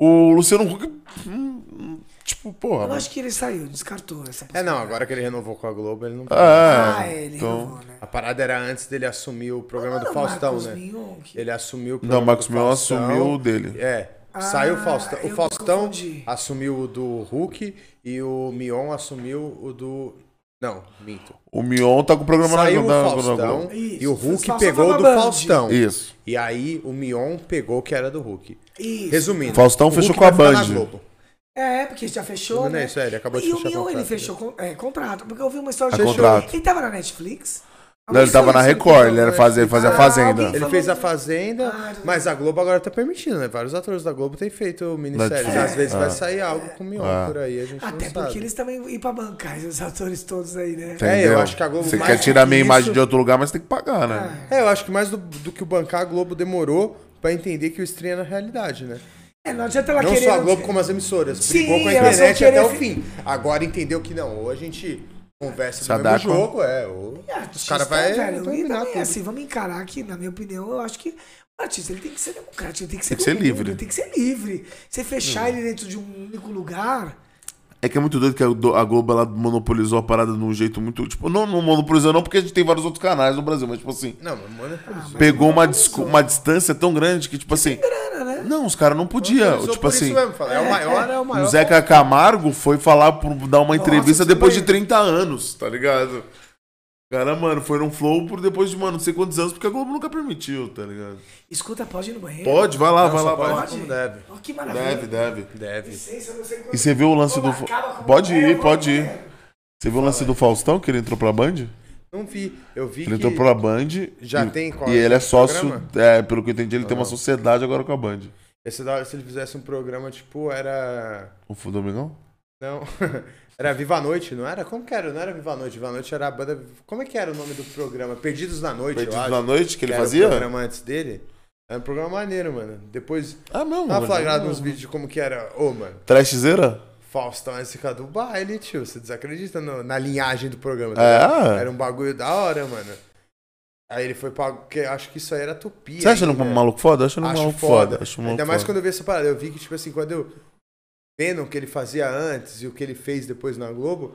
O Luciano Huck. hum, hum, Tipo, porra. Eu mano. acho que ele saiu, descartou essa É, possibilidade. não, agora que ele renovou com a Globo, ele não. tá Ah, Ah, ele então. renovou, né? A parada era antes dele assumir o programa Não, do Faustão, Marcos né? Mion, que- Ele assumiu o Não, programa o Marcos do Mion Faustão. assumiu o dele. É. Ah, saiu o Faustão. eu O me Faustão confundi. assumiu o do Hulk e o Mion assumiu o do. Não, minto. O Mion tá com o programa Saiu o na, na, na, na Faustão e o Isso, Hulk Faustão pegou tava o do Band. Faustão. Isso. E aí o Mion pegou o que era do Hulk. Isso. Resumindo. Faustão o Hulk fechou com a vai ficar na Band. Globo. É, porque já fechou. Não, não é né? isso, é, ele acabou de e fechar o Mion, ele contrato, né? fechou con- é, contrato, porque eu vi uma história É de contrato. Ele tava na Netflix? Não, ele tava na Alguém falou Record, ele era fazer, ele fazia Ah, Fazenda. alguém- Ele fez a Fazenda, Ah, tudo mas a Globo agora tá permitindo, né? Vários atores da Globo têm feito minisséries. Netflix. Às vezes Ah. vai sair algo com o Mion Ah. por aí, a gente Até não porque sabe. eles também iam pra bancar, esses atores todos aí, né? É, eu entendeu? acho que a Globo Você mais quer tirar que minha isso- imagem de outro lugar, mas tem que pagar, né? É, eu acho que mais do, do que o bancar, a Globo demorou pra entender que o stream é na realidade, né? É, não adianta ela não querer. só a Globo, como as emissoras. Sim, Brigou com a elas vão internet querer até o fi- fim. Agora entendeu que não, ou a gente conversa Se do mesmo adapta. jogo, é. Ou... Os caras vai Velho, e dominar também, tudo. assim, vamos encarar que, na minha opinião, eu acho que o artista ele tem que ser democrático, ele tem que ser, Tem que ser do livre. mundo, ele tem que ser livre. Você Hum. fechar ele dentro de um único lugar. É que é muito doido que a do- a Globo ela monopolizou a parada de um jeito muito. Tipo, não, não monopolizou, não, porque a gente tem vários outros canais no Brasil, mas tipo assim. Não, mas é Ah, monopolizou. pegou uma, discu- uma distância tão grande que, tipo assim. Não, os caras não podiam. Tipo Monopolizou né? por assim, isso mesmo, fala, é, o maior, um é o o maior. Zeca Camargo foi falar, por, dar uma entrevista tudo depois de bem. 30 anos, tá ligado? O Cara, mano, foi num flow por depois de, mano, não sei quantos anos, porque a Globo nunca permitiu, tá ligado? Escuta, pode ir no banheiro? Pode, vai lá, É. Não, vai só lá, vai lá. pode. Como deve. Oh, que maravilha. Deve, deve. Deve. Licença, eu não sei quando- E você viu o lance Pô, do. acaba com o Pode banheiro, ir, eu pode né? ir. vou no banheiro. Você viu o lance do Faustão, que ele entrou pra Band? Não vi. Eu vi Ele que... entrou pra Band. Já e, tem qual- E ele é sócio, programa? Ah. é, pelo que eu entendi, ele tem uma sociedade agora com a Band. Esse da hora, se ele fizesse um programa, tipo, era... O Fu- Domingão? Não. Era Viva a Noite, não era? Como que era? Não era Viva a Noite. Viva a Noite era a banda... Como é que era o nome do programa? Perdidos na Noite, eu Perdidos acho. na noite que ele Que era fazia? o programa antes dele. Era um programa maneiro, mano. Depois... Ah, não. Tava flagrado nos vídeos de como que era... Ô, mano. Trashzeira? Faustão SK do baile, tio. Você desacredita no- na linhagem do programa. É? ligado? Era um bagulho da hora, mano. Aí ele foi pago... Porque acho que isso aí era Tupi. Você acha ele ainda. um maluco foda? Eu acho ele um Acho maluco foda. foda. Acho um maluco Ainda mais foda. quando eu vi essa parada. Eu vi que, tipo assim, quando eu. Vendo o que ele fazia antes e o que ele fez depois na Globo,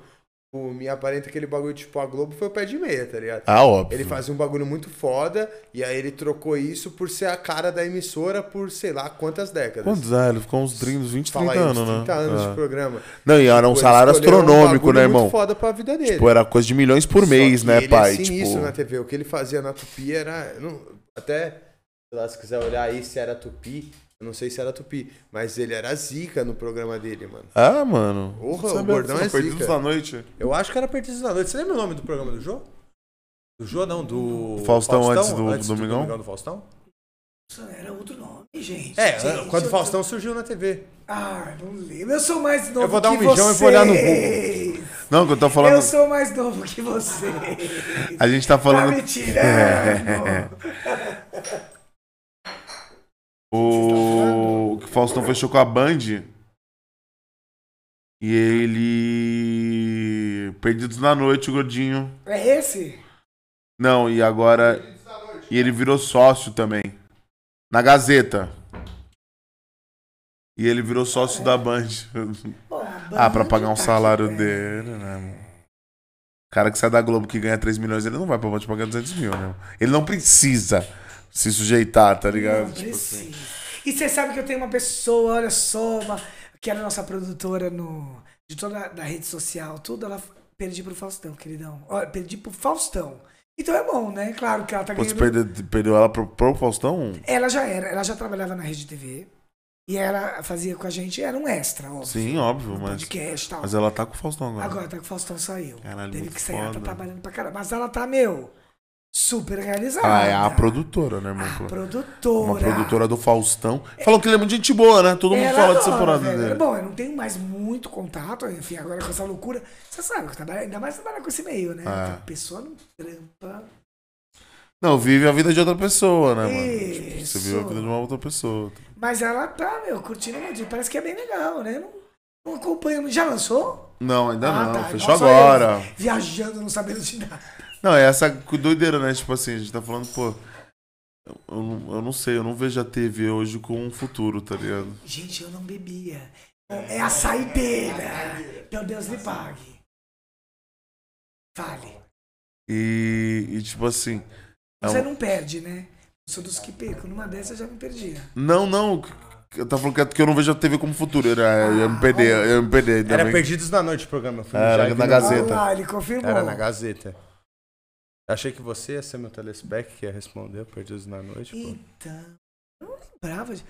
o, me aparenta aquele bagulho, tipo, a Globo foi o pé de meia, tá ligado? Ah, óbvio. Ele fazia um bagulho muito foda e aí ele trocou isso por ser a cara da emissora por sei lá quantas décadas. Quantos anos? Ele ficou uns 30, uns 20, 30 Fala aí, uns anos, 30 né? anos de É. programa. Não, e era um Pô, ele salário escolheu astronômico, bagulho né, muito irmão? foda pra vida dele. Pô, era coisa de milhões por Só mês, que né, ele pai? É sinistro Tipo, na TV. O que ele fazia na Tupi era. não- até, sei lá, se quiser olhar aí se era Tupi, eu não sei se era Tupi, mas ele era zica no programa dele, mano. Ah, mano. Porra, Não o sabia gordão disso, é Perdidos zica. na noite. Eu acho que era Perdidos na Noite. Você lembra o nome do programa do Jô? Do Jô, não, do. Faustão antes do Domingão? do Faustão? Nossa, Era outro nome, gente. É, Gente, quando eu o tô- Faustão surgiu na TV. Ah, não lembro. Eu sou mais novo Eu vou dar que um mijão e vou olhar no Google. vocês. Não, que eu tô falando. Eu sou mais novo que você. A gente tá Tá falando. me tirando. tá O que o Faustão fechou com a Band. E ele. Perdidos na noite, o gordinho. É esse? Não, e agora. E ele virou sócio também. Na Gazeta. E ele virou sócio da Band. Pô, a ah, banda pra pagar um tá salário aqui, velho. dele, né, mano? O cara que sai da Globo que ganha 3 milhões, ele não vai pra Band pagar 200 mil, né? Ele não precisa se sujeitar, tá ligado? Não Tipo assim. precisa. E você sabe que eu tenho uma pessoa, olha só, uma, que era nossa produtora no, de toda a da rede social, tudo, ela perdi pro Faustão, queridão. Ó, perdi pro Faustão. Então é bom, né? Claro que ela tá Pô, você ganhando. perdeu, perdeu ela pro, pro Faustão? Ela já era, ela já trabalhava na rede TV. E ela fazia com a gente, era um extra, óbvio. Sim, óbvio, um mas. podcast e tal. Mas ela tá com o Faustão agora. Agora tá que o Faustão saiu. Caralho, Teve muito que sair, ela tá foda. trabalhando pra caramba. Mas ela tá, meu, super realizada. Ah, é a produtora, né, irmão? A Uma produtora. produtora do Faustão. Falou que ele é muito gente boa, né? Todo mundo Ela é fala dessa adora, temporada velho. dele. Bom, eu não tenho mais muito contato, enfim, agora com essa loucura. Você sabe que trabalha, ainda mais trabalhar com esse meio, né? É. A pessoa não trampa. Não, vive a vida de outra pessoa, né, mano? Isso. Tipo, você vive a vida de uma outra pessoa. Mas ela tá, meu, curtindo o dia. Parece que é bem legal, né? Não, não acompanho. Já lançou? Não, ainda não. tá. Fechou Igual só agora. eu, viajando, não sabendo de nada. Não, é essa doideira, né? Tipo assim, a gente tá falando, pô. Eu, eu não- eu não sei, eu não vejo a TV hoje com um futuro, tá ligado? Gente, eu não bebia. É a saideira. Meu Deus, lhe pague. Fale. E, e, tipo assim. é Você um- não perde, né? Eu sou dos que perco. Numa dessas eu já me perdia. Não, não. Eu tava falando que- que eu não vejo a TV como futuro. Eu, Ah, eu ia me perder, eu ia me perder. ainda Era bem que- Perdidos na Noite o programa. eu fui no Era Jair na no- Gazeta. Olha lá, ele confirmou. Era na Gazeta. Achei que você ia ser meu telespec que ia responder Perdidos na Noite. pô. Então, eu não lembrava. de-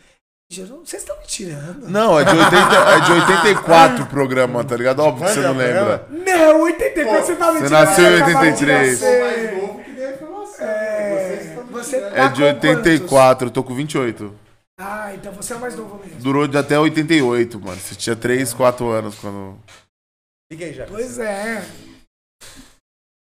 Gente, eu não- Vocês estão me tirando. Não, é de, 80, é de 84 o programa, tá ligado? Óbvio que você não Quando é o lembra. programa? Não, 84, você tá me você tirando. nasceu em eu acabava de 83. nascer. É. Você tá É de com 84, eu tô com 28. quantos? Ah, então você é o mais novo mesmo. Durou de até 88, mano. Você tinha 3, 4 anos quando. Liga aí já. Pois é.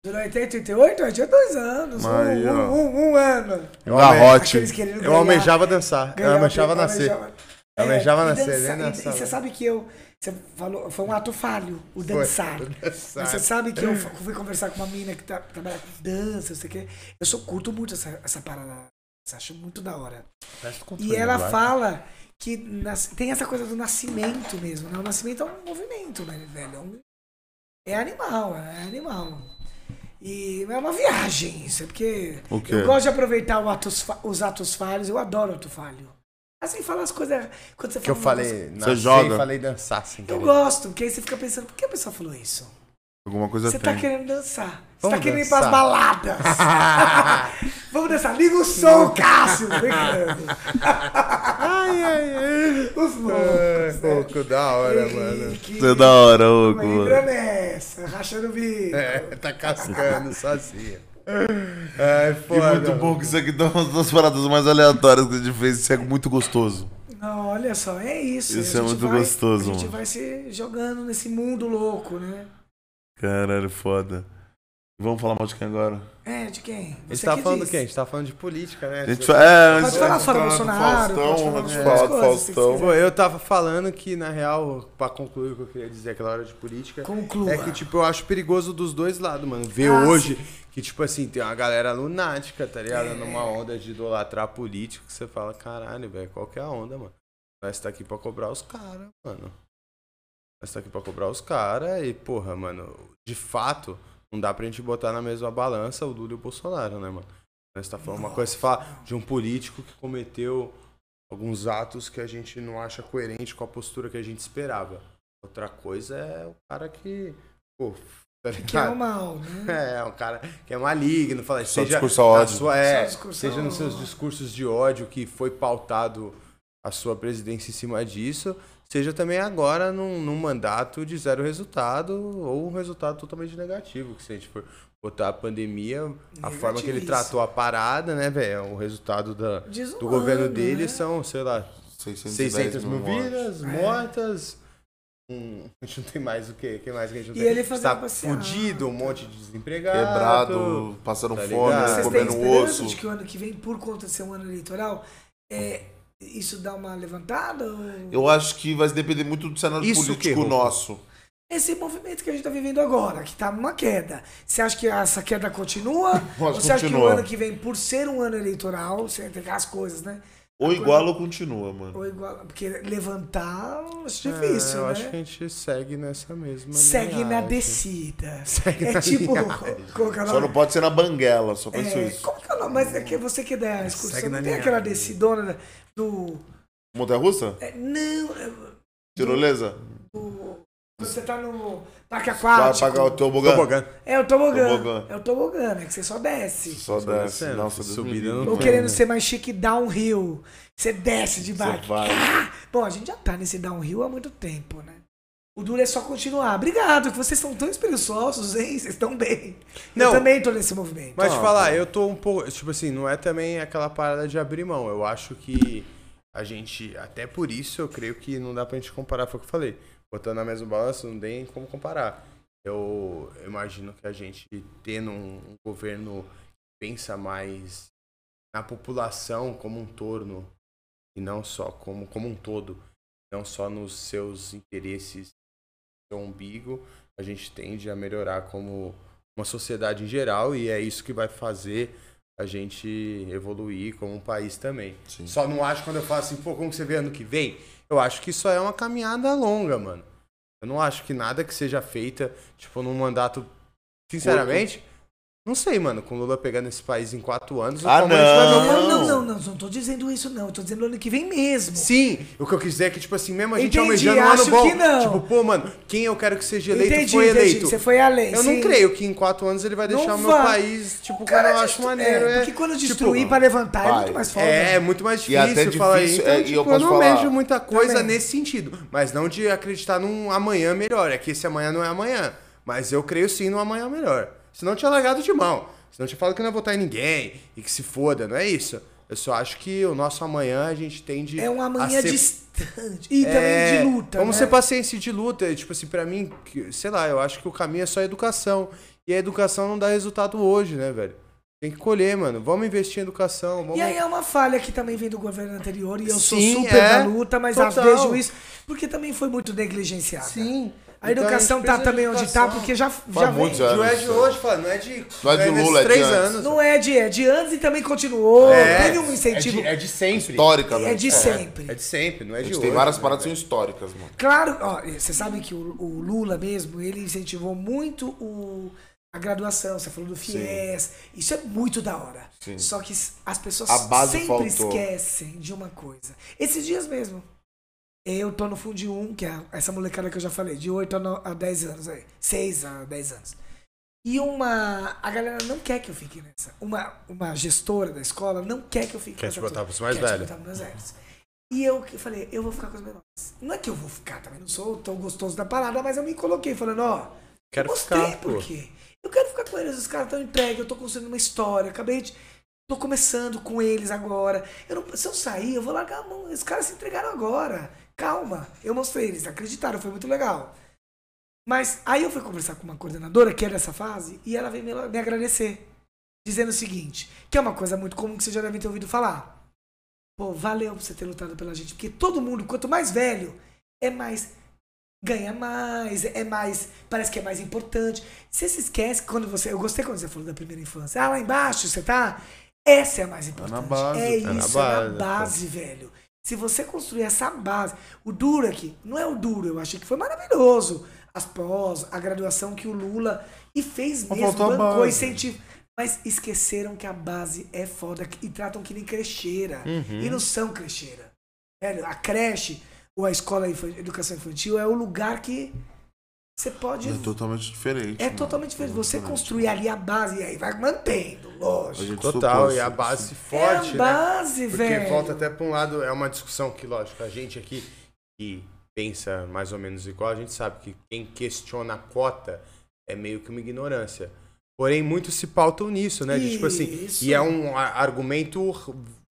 Durou 80, 88? Eu tinha dois anos. Um, Aí, ó. um, um, um ano. Eu, Garrote. Aqueles querendo eu ganhar- almejava dançar. ganhar Eu almejava o prêmio, nascer. almejava- É, Eu almejava e nascer, dançar- né, e- nessa- E você sabe que eu. Você falou, foi um ato falho, o Foi, dançar. o dançar. Mas você sabe que eu fu- fui conversar com uma mina que tá, trabalha com dança, não sei o quê. Eu sou, curto muito essa, essa parada. Eu acho muito da hora. E ela fala que nas- tem essa coisa do nascimento mesmo, né? O nascimento é um movimento, né, velho? É, um- é animal, é animal. E é uma viagem isso, é porque O quê? eu gosto de aproveitar o atos fa- os atos falhos, eu adoro ato falho. Assim, fala as coisas. Quando você Que eu fala uma falei, coisa- nasci joga? e falei dançar, assim. Eu querer. gosto, porque aí você fica pensando, por que a pessoa falou isso? Alguma coisa Você tá tem. querendo dançar. Você Vamos tá querendo ir pras dançar. baladas. Vamos dançar. Liga o som, Cássio. Brincando. Ai, ai, ai. Os É, loucos. né? Coco, da hora, Ei, mano. que- Você é da hora, ô, Uma mano. Ibra nessa, rachando o bico. É, tá cascando sozinha. Ai, E foda. muito bom que isso aqui tá uma das paradas mais aleatórias que a gente fez. Isso é muito gostoso. Não, olha só, é isso. Isso A é gente muito vai- gostoso, A gente mano. vai se jogando nesse mundo louco, né? Caralho, foda. Vamos falar mal de quem agora? É, de quem? A gente Você tava que falando diz. do quê? A gente tava falando de política, né? A gente fa- é, Pode antes- falar antes de fora do Bolsonaro, Faustão, pode antes de falar falar de do outras coisas, se Faustão. quiser. Pô, eu tava falando que, na real, pra concluir o que eu queria dizer aquela hora de política, Conclua. é que, tipo, eu acho perigoso dos dois lados, mano. Ver Ah, hoje que, tipo assim, tem uma galera lunática, tá ligado? Numa onda de idolatrar político que você fala, caralho, velho, qual que é a onda, mano? Nós tá aqui pra cobrar os caras, mano. Nós tá aqui pra cobrar os caras e, porra, mano, de fato, não dá pra gente botar na mesma balança o Lula e o Bolsonaro, né, mano? Nós tá falando uma coisa, você fala de um político que cometeu alguns atos que a gente não acha coerente com a postura que a gente esperava. Outra coisa é o cara que. Pô, tá Que é Ah. o ligado? mal, né? É, um cara que é maligno, fala, Só seja, discurso a na ódio. sua- é, Só discurso a seja nos seus ódio. discursos de ódio que foi pautado a sua presidência em cima disso, seja também agora num, num mandato de zero resultado ou um resultado totalmente negativo, que se a gente for botar a pandemia, a forma que ele Negativíssimo. tratou a parada, né, velho, o resultado da, do Desumano, governo dele né? são, sei lá, 600 mil vidas, É. mortas. um- a gente não tem mais o quê? O que mais que a gente não E tem? ele fazendo Tá passeata. fudido, um monte de desempregado. Quebrado, passando Tá fome, ligado? Vocês têm comendo um esperança osso. de que o ano que vem, por conta de ser um ano eleitoral, é, isso dá uma levantada? ou- Eu acho que vai depender muito do cenário Isso que político errou. nosso. Esse movimento que a gente tá vivendo agora, que tá numa queda, você acha que essa queda continua? ou você acha que o continua. ano que vem, por ser um ano eleitoral, você tem as coisas, né? Ou Agora- igual ou continua, mano. Ou igual, porque levantar acho É, difícil, eu né? acho que a gente segue nessa mesma. Segue na linhagem. descida. Segue é na tipo. linhagem. Como que é o Só nome? não pode ser na banguela, só penso É, isso. como que é o nome? Mas é que você que é da excursão. Segue na não tem linhagem. aquela descidona do. Montanha russa? é, não. é, Tirolesa? do Você tá no parque Pra aquático. pagar o tobogã. Tobogã. É o tobogã. Tobogã. É o tobogã, é que você só desce. Só Subida desce. não, Nossa, Deus né? subida me não livre. Ou É. querendo ser mais chique, downhill. Você desce de Você bike. vai. Bom, a gente já tá nesse downhill há muito tempo, né? O duro é só continuar. Obrigado, que vocês estão tão esperançosos, hein? Vocês estão bem. Não. Eu também tô nesse movimento. Mas te Tá, falar, eu tô um pouco. Tipo assim, não é também aquela parada de abrir mão. Eu acho que a gente. Até por isso eu creio que não dá pra gente comparar. Foi o que eu falei. Botando na mesma balança, não tem como comparar. Eu imagino que a gente tendo um, um governo que pensa mais na população como um torno e não só como, como um todo, não só nos seus interesses, seu umbigo, a gente tende a melhorar como uma sociedade em geral e é isso que vai fazer a gente evoluir como um país também. Sim. Só não acho quando eu falo assim, pô, como que você vê ano que vem? Eu acho que isso é uma caminhada longa, mano. Eu não acho que nada que seja feita, tipo, num mandato. Sinceramente, não sei, mano. Com o Lula pegando esse país em quatro anos, Ah, o Palmeiras vai ver um Não, não, Não. não, não, não tô dizendo isso, não. Eu tô dizendo ano que vem mesmo. Sim, o que eu quis dizer é que, tipo assim, mesmo a gente Entendi, almejando um ano acho bom. que não. Tipo, pô, mano, quem eu quero que seja eleito foi eleito. Você foi além. Eu não sim. creio que em quatro anos ele vai Não deixar o meu vai. país, tipo, Cara, cara, eu acho destru- maneiro. É, É, porque quando tipo, destruir pra levantar é vai. muito mais foda. É, é muito mais E até difícil falar isso. difícil, Então, é, e tipo, eu eu, posso não falar- vejo muita coisa Também. nesse sentido. Mas não de acreditar num amanhã melhor. É que esse amanhã não é amanhã. Mas eu creio sim num amanhã melhor. Senão eu tinha largado de mão. Senão eu tinha falado que não ia votar em ninguém e que se foda, não é isso? Eu só acho que o nosso amanhã a gente tende É um amanhã a ser distante. E é, também de luta. Vamos né? ser paciência de luta. E, Tipo assim, pra mim, que- sei lá, eu acho que o caminho é só educação. E a educação não dá resultado hoje, né, velho? Tem que colher, mano. Vamos investir em educação. Vamos... E aí é uma falha que também vem do governo anterior e eu Sim, sou super é. da luta, mas Total. às vezes isso porque também foi muito negligenciada. Sim. A educação Então, tá gente precisa também de onde tá educação. porque já Faz já vem. muitos anos. Não é de hoje, fala. Não é de. Não é de nesses Lula, é de três antes. anos. Não é de é de antes e também continuou. É. Teve um incentivo. É de, é de sempre. Histórica, velho. É de sempre. É de sempre, não é A de gente hoje. tem várias né, paradas que velho? são históricas, mano. Claro, ó, você sabe que o, o Lula mesmo, ele incentivou muito o, a graduação, você falou do FIES, isso é muito da hora. Sim. Só que s- as pessoas A base sempre faltou. esquecem de uma coisa. Esses dias mesmo, eu tô no Fundo 1, que é essa molecada que eu já falei, de 8 a, no- a 10 anos aí, 6 a 10 anos. E uma. A galera não quer que eu fique nessa. Uma, uma gestora da escola não quer que eu fique Quer nessa. te botar turma. pros mais Quer te velhos. botar pros mais velhos. E eu que falei, eu vou ficar com os menores. Não é que eu vou ficar também, não sou tão gostoso da parada, mas eu me coloquei falando, ó. Quero eu mostrei ficar, pô. por quê. Eu quero ficar com eles, os caras estão entregues, eu tô construindo uma história, acabei de. Tô começando com eles agora. Eu não- se eu sair, eu vou largar a mão. Os caras se entregaram agora. Calma. Eu mostrei eles, acreditaram, foi muito legal. Mas aí eu fui conversar com uma coordenadora que é dessa fase e ela veio me me agradecer, dizendo o seguinte, que é uma coisa muito comum que você já deve ter ouvido falar. Pô, valeu por você ter lutado pela gente, porque todo mundo, quanto mais velho, é mais ganha mais, é mais, parece que é mais importante. Você se esquece que quando você, eu gostei quando você falou da primeira infância. Ah, lá embaixo você tá? Essa é a mais importante. base, é tá na isso, é base, na base, velho. Se você construir essa base, o duro aqui, não é o duro, eu achei que foi maravilhoso. As pós, a graduação que o Lula e fez Mas mesmo, faltou a bancou base. incentivo. Mas esqueceram que a base é foda e tratam que nem crecheira. Uhum. E não são crecheira. Velho, a creche ou a escola de educação infantil é o lugar que você pode. É totalmente diferente. É mano. totalmente diferente. Você Totalmente. construir ali a base e aí vai mantendo, A lógico. gente Total, supôs, e a supôs. base é forte, a né? base, Porque velho. volta até pra um lado, é uma discussão que, lógico, a gente aqui que pensa mais ou menos igual, a gente sabe que quem questiona a cota é meio que uma ignorância. Porém, muitos se pautam nisso, né? De, tipo assim, Isso. e é um a- argumento, um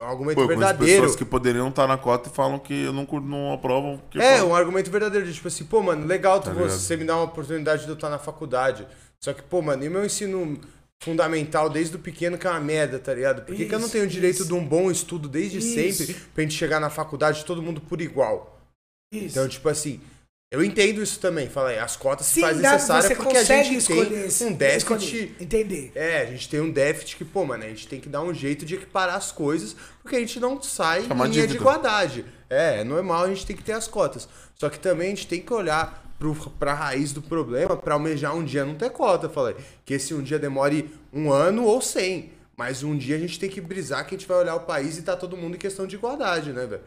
argumento Pô, eu conheço verdadeiro. pessoas que poderiam estar na cota e falam que eu não, cur- não aprovam. Porque, É, pô, um argumento verdadeiro, de, tipo assim, pô, mano, legal tu, Tá ligado? você me dá uma oportunidade de eu estar na faculdade. Só que, pô, mano, e meu ensino fundamental desde o pequeno que é uma merda, tá ligado? Por que, que eu não Isso, tenho direito isso. de um bom estudo desde Isso. sempre pra gente chegar na faculdade todo mundo por igual? Isso. Então, tipo assim, eu entendo isso também. Falei, as cotas se Sim, faz dá- necessária você porque a consegue gente escolher tem um déficit. escolher, Entender. É, a gente tem um déficit que, pô, mano, a gente tem que dar um jeito de equiparar as coisas, porque a gente não sai É uma em linha de dívida. igualdade. É, é normal, a gente tem que ter as cotas. Só que também a gente tem que olhar pro, pra raiz do problema, pra almejar um dia não ter cota, falei. Que esse um dia demore um ano ou cem. Mas um dia a gente tem que brisar que a gente vai olhar o país e tá todo mundo em questão de igualdade, né, velho?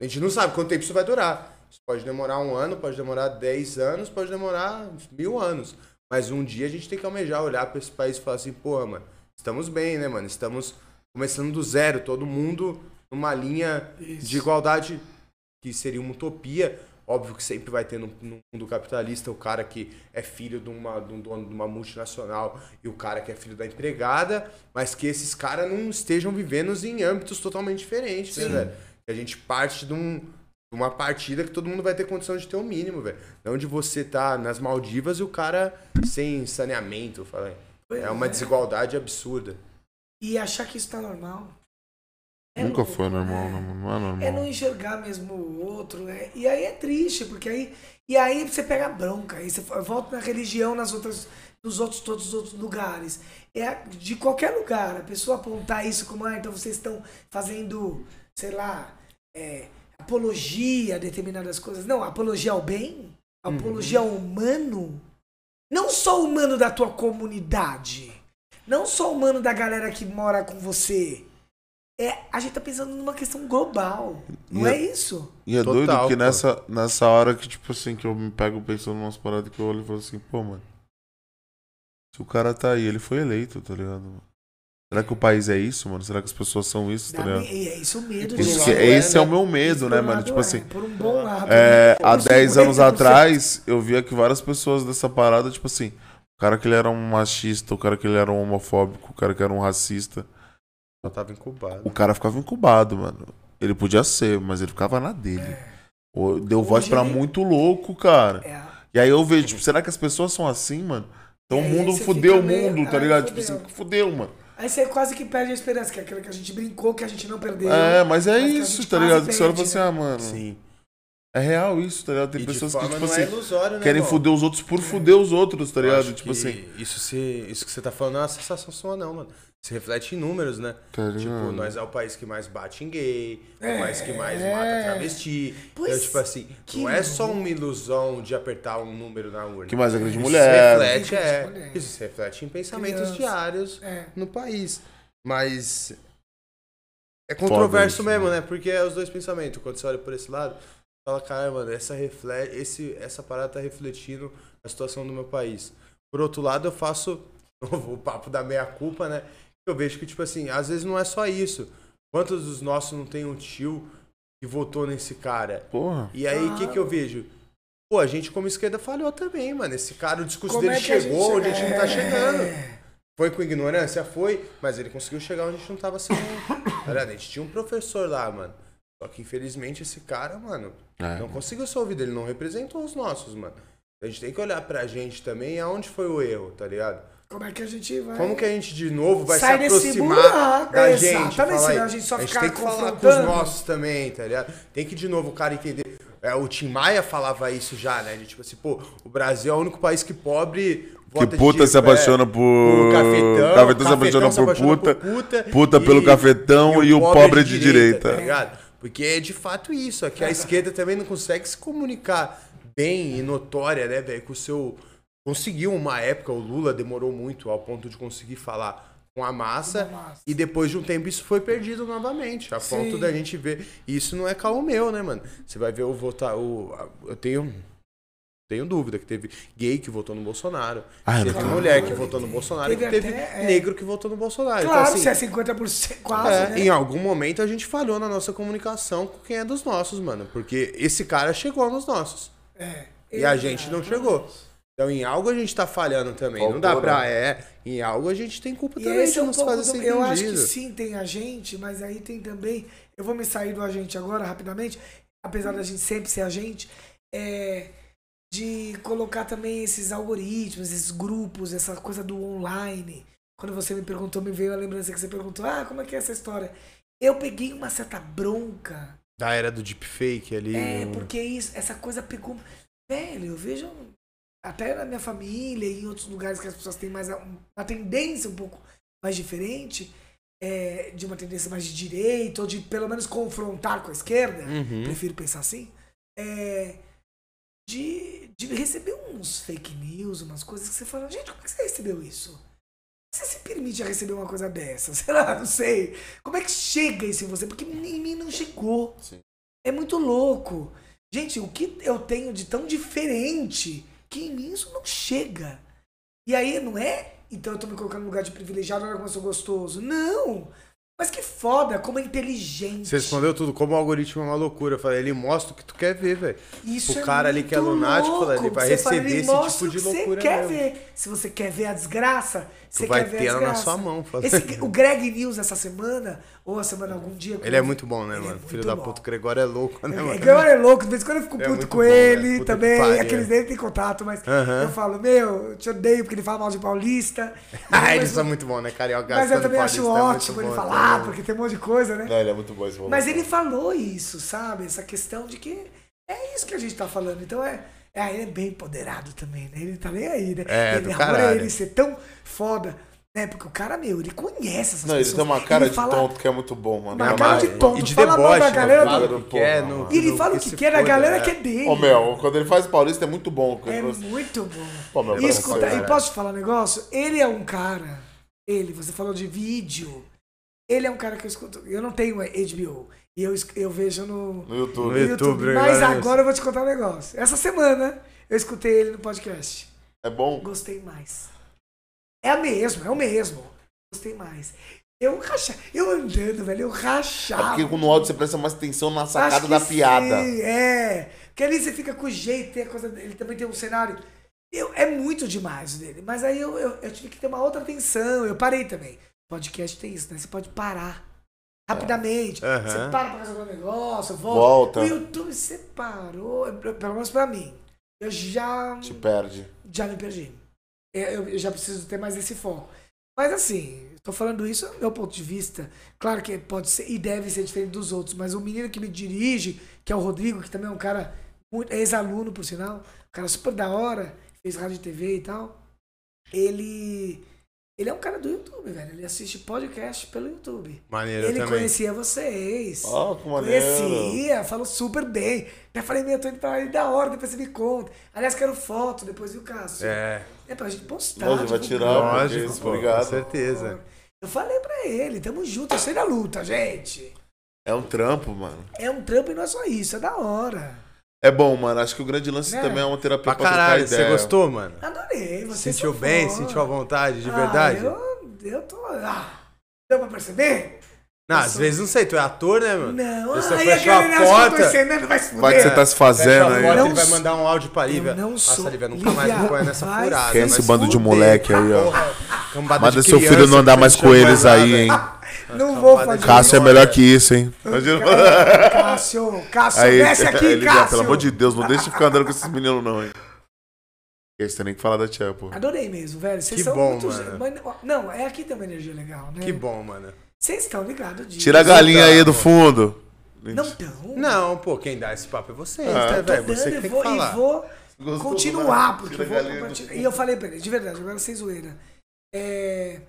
A gente não sabe quanto tempo isso vai durar. Isso pode demorar um ano, pode demorar 10 anos, pode demorar mil anos. Mas um dia a gente tem que almejar, olhar pra esse país e falar assim, porra, mano, estamos bem, né, mano? Estamos começando do zero, todo mundo numa linha de igualdade que seria uma utopia. Óbvio que sempre vai ter no, no mundo capitalista o cara que é filho de, uma, de um dono de uma multinacional e o cara que é filho da empregada, mas que esses caras não estejam vivendo em âmbitos totalmente diferentes, né, velho? Que a gente parte de um- de uma partida que todo mundo vai ter condição de ter o mínimo, velho. Não de você tá nas Maldivas e o cara sem saneamento, falei. É uma desigualdade absurda. E achar que isso tá normal. É Nunca louco. foi normal, não, não é normal. É não enxergar mesmo o outro, né? E aí é triste, porque aí. E aí você pega bronca, aí você fa- volta na religião, nas outras. Nos outros, todos os outros lugares. É a- de qualquer lugar. A pessoa apontar isso como, ah, então vocês estão fazendo, sei lá, é, apologia a determinadas coisas. Não, apologia ao bem, apologia Uhum. ao humano. Não só o humano da tua comunidade. Não só o humano da galera que mora com você. É, a gente tá pensando numa questão global. Não E é isso? E é Total, doido que cara. nessa, nessa hora que, tipo assim, que eu me pego pensando umas paradas que eu olho e falo assim, pô, mano. Se o cara tá aí, ele foi eleito, tá ligado? mano? Será que o país é isso, mano? Será que as pessoas são isso, Dá tá ligado? me- e é isso o medo Por um Isso gente. que, lado é, é, esse é o né? meu medo, Por né, um mano? lado Tipo é, assim, Por um bom lado. é, né? há Por 10 anos 50%. atrás, eu via que várias pessoas dessa parada, tipo assim, o cara que ele era um machista, o cara que ele era um homofóbico, o cara que era um racista. Eu tava incubado. O cara ficava incubado, mano. Ele podia ser, mas ele ficava na dele. Ô, Deu voz É. Hoje pra ele- muito louco, cara. É, E aí eu vejo, tipo, será que as pessoas são assim, mano? Então É, o e mundo aí você fudeu o fica meio- mundo, tá ah, ligado? Tipo fudeu. assim, fudeu, mano. Aí você quase que perde a esperança, que é aquilo que a gente brincou, que a gente não perdeu. É, mas é Mas que a isso, gente tá quase ligado? Que você olha e fala perde, né? assim, ah, mano, Sim. é real isso, tá ligado? Tem E de pessoas que, forma tipo não assim, é ilusório, né, querem irmão? fuder os outros É. por fuder os outros, tá Eu ligado? acho Tipo que assim. Isso, se, isso que você tá falando não é uma sensação sua, não, mano. Se reflete em números, né? Tá ligado? Tipo, nós é o país que mais bate em gay, o país que mais mata travesti. É, Pois então, tipo assim, que não é só uma ilusão de apertar um número na urna. Que mais agride Isso mulher. Se reflete, é, Mulher. isso se reflete em pensamentos Criança. diários É. no país. Mas é controverso isso, mesmo, né? né? Porque é os dois pensamentos. Quando você olha por esse lado, você fala, cara, mano, essa, refle esse, essa parada tá refletindo a situação do meu país. Por outro lado, eu faço o papo da meia-culpa, né? Eu vejo que, tipo assim, às vezes não é só isso. Quantos dos nossos não tem um tio que votou nesse cara? Porra. E aí, o Ah. que, que eu vejo? Pô, a gente como esquerda falhou também, mano. Esse cara, o discurso Como dele é que a chegou gente- onde a gente não tá É. chegando. Foi com ignorância? Foi. Mas ele conseguiu chegar onde a gente não tava sendo. Tá ligado? a gente tinha um professor lá, mano. Só que, infelizmente, esse cara, mano, É. não conseguiu ser ouvido. Ele não representou os nossos, mano. A gente tem que olhar pra gente também aonde foi o erro, tá ligado? Como é que a gente vai. Como que a gente de novo vai Sai se desse aproximar buraco, da é, gente? exatamente, Fala aí. senão a gente só ficar tem que falar com os confrontando. nossos também, tá ligado? Tem que de novo o cara entender. É, o Tim Maia falava isso já, né? De, tipo assim, pô, o Brasil é o único país que pobre vota de puta tipo, se apaixona por- por um cafetão, cafetão se apaixona por puta, puta pelo cafetão e o pobre de direita. tá ligado? Porque é de fato isso, é que a esquerda também não consegue se comunicar bem e notória, né, velho, com o seu conseguiu uma época, o Lula demorou muito ao ponto de conseguir falar com a massa, Com a massa. e depois de um tempo isso foi perdido novamente, a ponto Sim. da gente ver, e isso não é caô meu, né, mano? Você vai ver o votar o eu tenho tenho dúvida que teve gay que votou no Bolsonaro, Ah, eu teve não- mulher que votou no Bolsonaro, e Teve que teve até, é. negro que votou no Bolsonaro. Então, Claro, assim, se é 50%, quase, é, né? Em algum momento a gente falhou na nossa comunicação com quem é dos nossos, mano. Porque esse cara chegou nos nossos. É. E a gente não chegou. Então em algo a gente tá falhando também. não dá Faltou, pra. né? É. Em algo a gente tem culpa E também esse de é um não se pouco fazer do... ser Eu acho que entendido. sim, tem a gente, mas aí tem também. Eu vou me sair do agente agora, rapidamente, apesar da gente sempre ser agente, é, de colocar também esses algoritmos, esses grupos, essa coisa do online. Quando você me perguntou, me veio a lembrança que você perguntou: ah, como é que é essa história? Eu peguei uma certa bronca Da era do deepfake ali. É, um- porque isso, essa coisa pegou. Velho, eu vejo até na minha família e em outros lugares que as pessoas têm mais a- uma tendência um pouco mais diferente, é, de uma tendência mais de direita, ou de pelo menos confrontar com a esquerda, Uhum. prefiro pensar assim, é, de, de receber uns fake news, umas coisas que você fala, gente, como é que você recebeu isso? Você se permite a receber uma coisa dessa? Sei lá, não sei. Como é que chega isso em você? Porque em mim não chegou. É muito louco. Gente, o que eu tenho de tão diferente que em mim isso não chega. E aí, não é? Então eu tô me colocando no lugar de privilegiado, olha como eu sou gostoso. Não! Mas que foda, como é inteligente. Você respondeu tudo, como o algoritmo é uma loucura. Eu falei, ele mostra o que tu quer ver, velho. Isso O é cara ali muito que é lunático, louco. ele vai Você fala, receber ele esse mostra tipo o de que loucura Você mesmo. quer ver. Se você quer ver a desgraça, você vai quer ver ter a ela na desgraça. sua mão, assim. fazendo. Esse- o Greg News essa semana, ou a semana algum dia. Ele é muito bom, né, Ele é mano? muito Filho da bom. puta, o Gregório é louco, né, É, mano? que eu era louco, de vez em quando eu fico É puto muito com bom, né? Puta ele que também. é pariu. Aqueles dele tem contato, mas Aham. eu falo, meu, eu te odeio porque ele fala mal de paulista. Ah, Mas- eles são muito bons, né? Carioca Mas eu gastando também acho paulista é muito ótimo ele bom falar, também. porque tem um monte de coisa, né? Não, ele é muito bom esse Mas momento. ele falou isso, sabe? Essa questão de que é isso que a gente tá falando. Então é. é ele é bem empoderado também, né? Ele tá nem aí, né? É, ele do adora caralho. ele ser tão foda, né? Porque o cara, meu, ele conhece essas Não, ele pessoas. tem uma cara de fala- tonto que é muito bom, mano. Uma É cara de mais- tonto. E de Fala mal da deboche, né? galera Fala do- o que quer, Porra, não- mano. E ele não- fala o se que quer, a foda, galera é. que é dele. Ô, Mel, quando ele faz paulista é muito bom. É Quando você- muito bom. Pô, meu, e parece escuta, ser, e né? posso te falar um negócio? Ele é um cara. Ele, você falou de vídeo. Ele é um cara que eu escuto. Eu não tenho é, HBO. E eu, es- eu vejo no, No YouTube. no YouTube. né, YouTube, Mas agora é agora eu vou te contar um negócio. Essa semana eu escutei ele no podcast. É bom? Gostei mais. É a mesma, é o mesmo. Gostei mais. Eu rachava. Eu andando, velho, eu É rachava. porque no áudio você presta mais atenção na Ah, Acho sacada que da piada. Sim, é. Porque ali você fica com jeito, tem a coisa dele, também tem um cenário. Eu- é muito demais o dele. Mas aí eu, eu- eu tive que ter uma outra atenção. Eu parei também. Podcast tem isso, né? Você pode parar. Rapidamente. Aham. Você para pra fazer um negócio, Volta. volta. O YouTube você parou, é, pelo menos pra mim. Eu já, Te perde. já me perdi. É, Eu, eu já preciso ter mais esse foco. Mas assim, tô falando isso do meu ponto de vista. Claro que pode ser e deve ser diferente dos outros, mas o menino que me dirige, que é o Rodrigo, que também é um cara muito é ex-aluno, por sinal, um cara super da hora, fez rádio e TV e tal. Ele ele é um cara do YouTube, velho. Ele assiste podcast pelo YouTube. Maneiro Ele também. conhecia vocês. Ó, que maneiro. Conhecia, falou super bem. Até falei, meu, tô indo pra aí da hora, depois você me conta. Aliás, quero foto depois, viu, Cássio? É, É pra gente postar. Lógico, vai divulgar. tirar, porque lógico, isso, pô, com obrigado. certeza. Eu falei pra ele, tamo junto, eu sei da luta, gente. É um trampo, mano. É um trampo e não é só isso, é da hora. É bom, mano. Acho que o grande lance Né? também é uma terapia Pra pra, trocar caralho, ideia. você gostou, mano? Adorei, você Sentiu bem, sentiu à vontade, de verdade? Ah, eu, eu tô. Ah, deu pra perceber? Não, às vezes não sei, tu é ator, né, mano? Não, Você aí a fecha a galera acha que eu tô porta- encenando, vai se fuder. Vai que você tá se Fecha a fazendo porta, aí. Não ele vai sou- mandar um áudio pra Lívia. Eu não sou- Nossa, Lívia, nunca mais Lívia, me põe nessa vai furada. Quem é vai esse se bando de fuder. moleque aí, ó? Porra, cambada Manda de seu criança, filho não andar mais com eles nada, aí, hein? velho. Não vou Acabada de- fazer. Cássio é melhor que isso, hein? Cássio, Cássio, desce aqui, ele, Cássio. Pelo amor de Deus, não deixa de ficar andando com esses meninos, não, hein? Esse tem nem que falar da Tia, pô. Adorei mesmo, velho. Vocês Que são bom, muito. mano. Mas, ó, Não, é aqui tem uma energia legal, né? Que bom, mano. Vocês estão ligados disso. Tira a galinha aí do fundo. Não estão. Não, pô, quem dá esse papo é vocês, né, Eu tô velho? dando, Você que eu tem que vou, falar. e vou Gostou, continuar, né? porque Tira eu a vou galinha do compartilhar. E eu falei pra ele, de verdade, agora sem zoeira. É.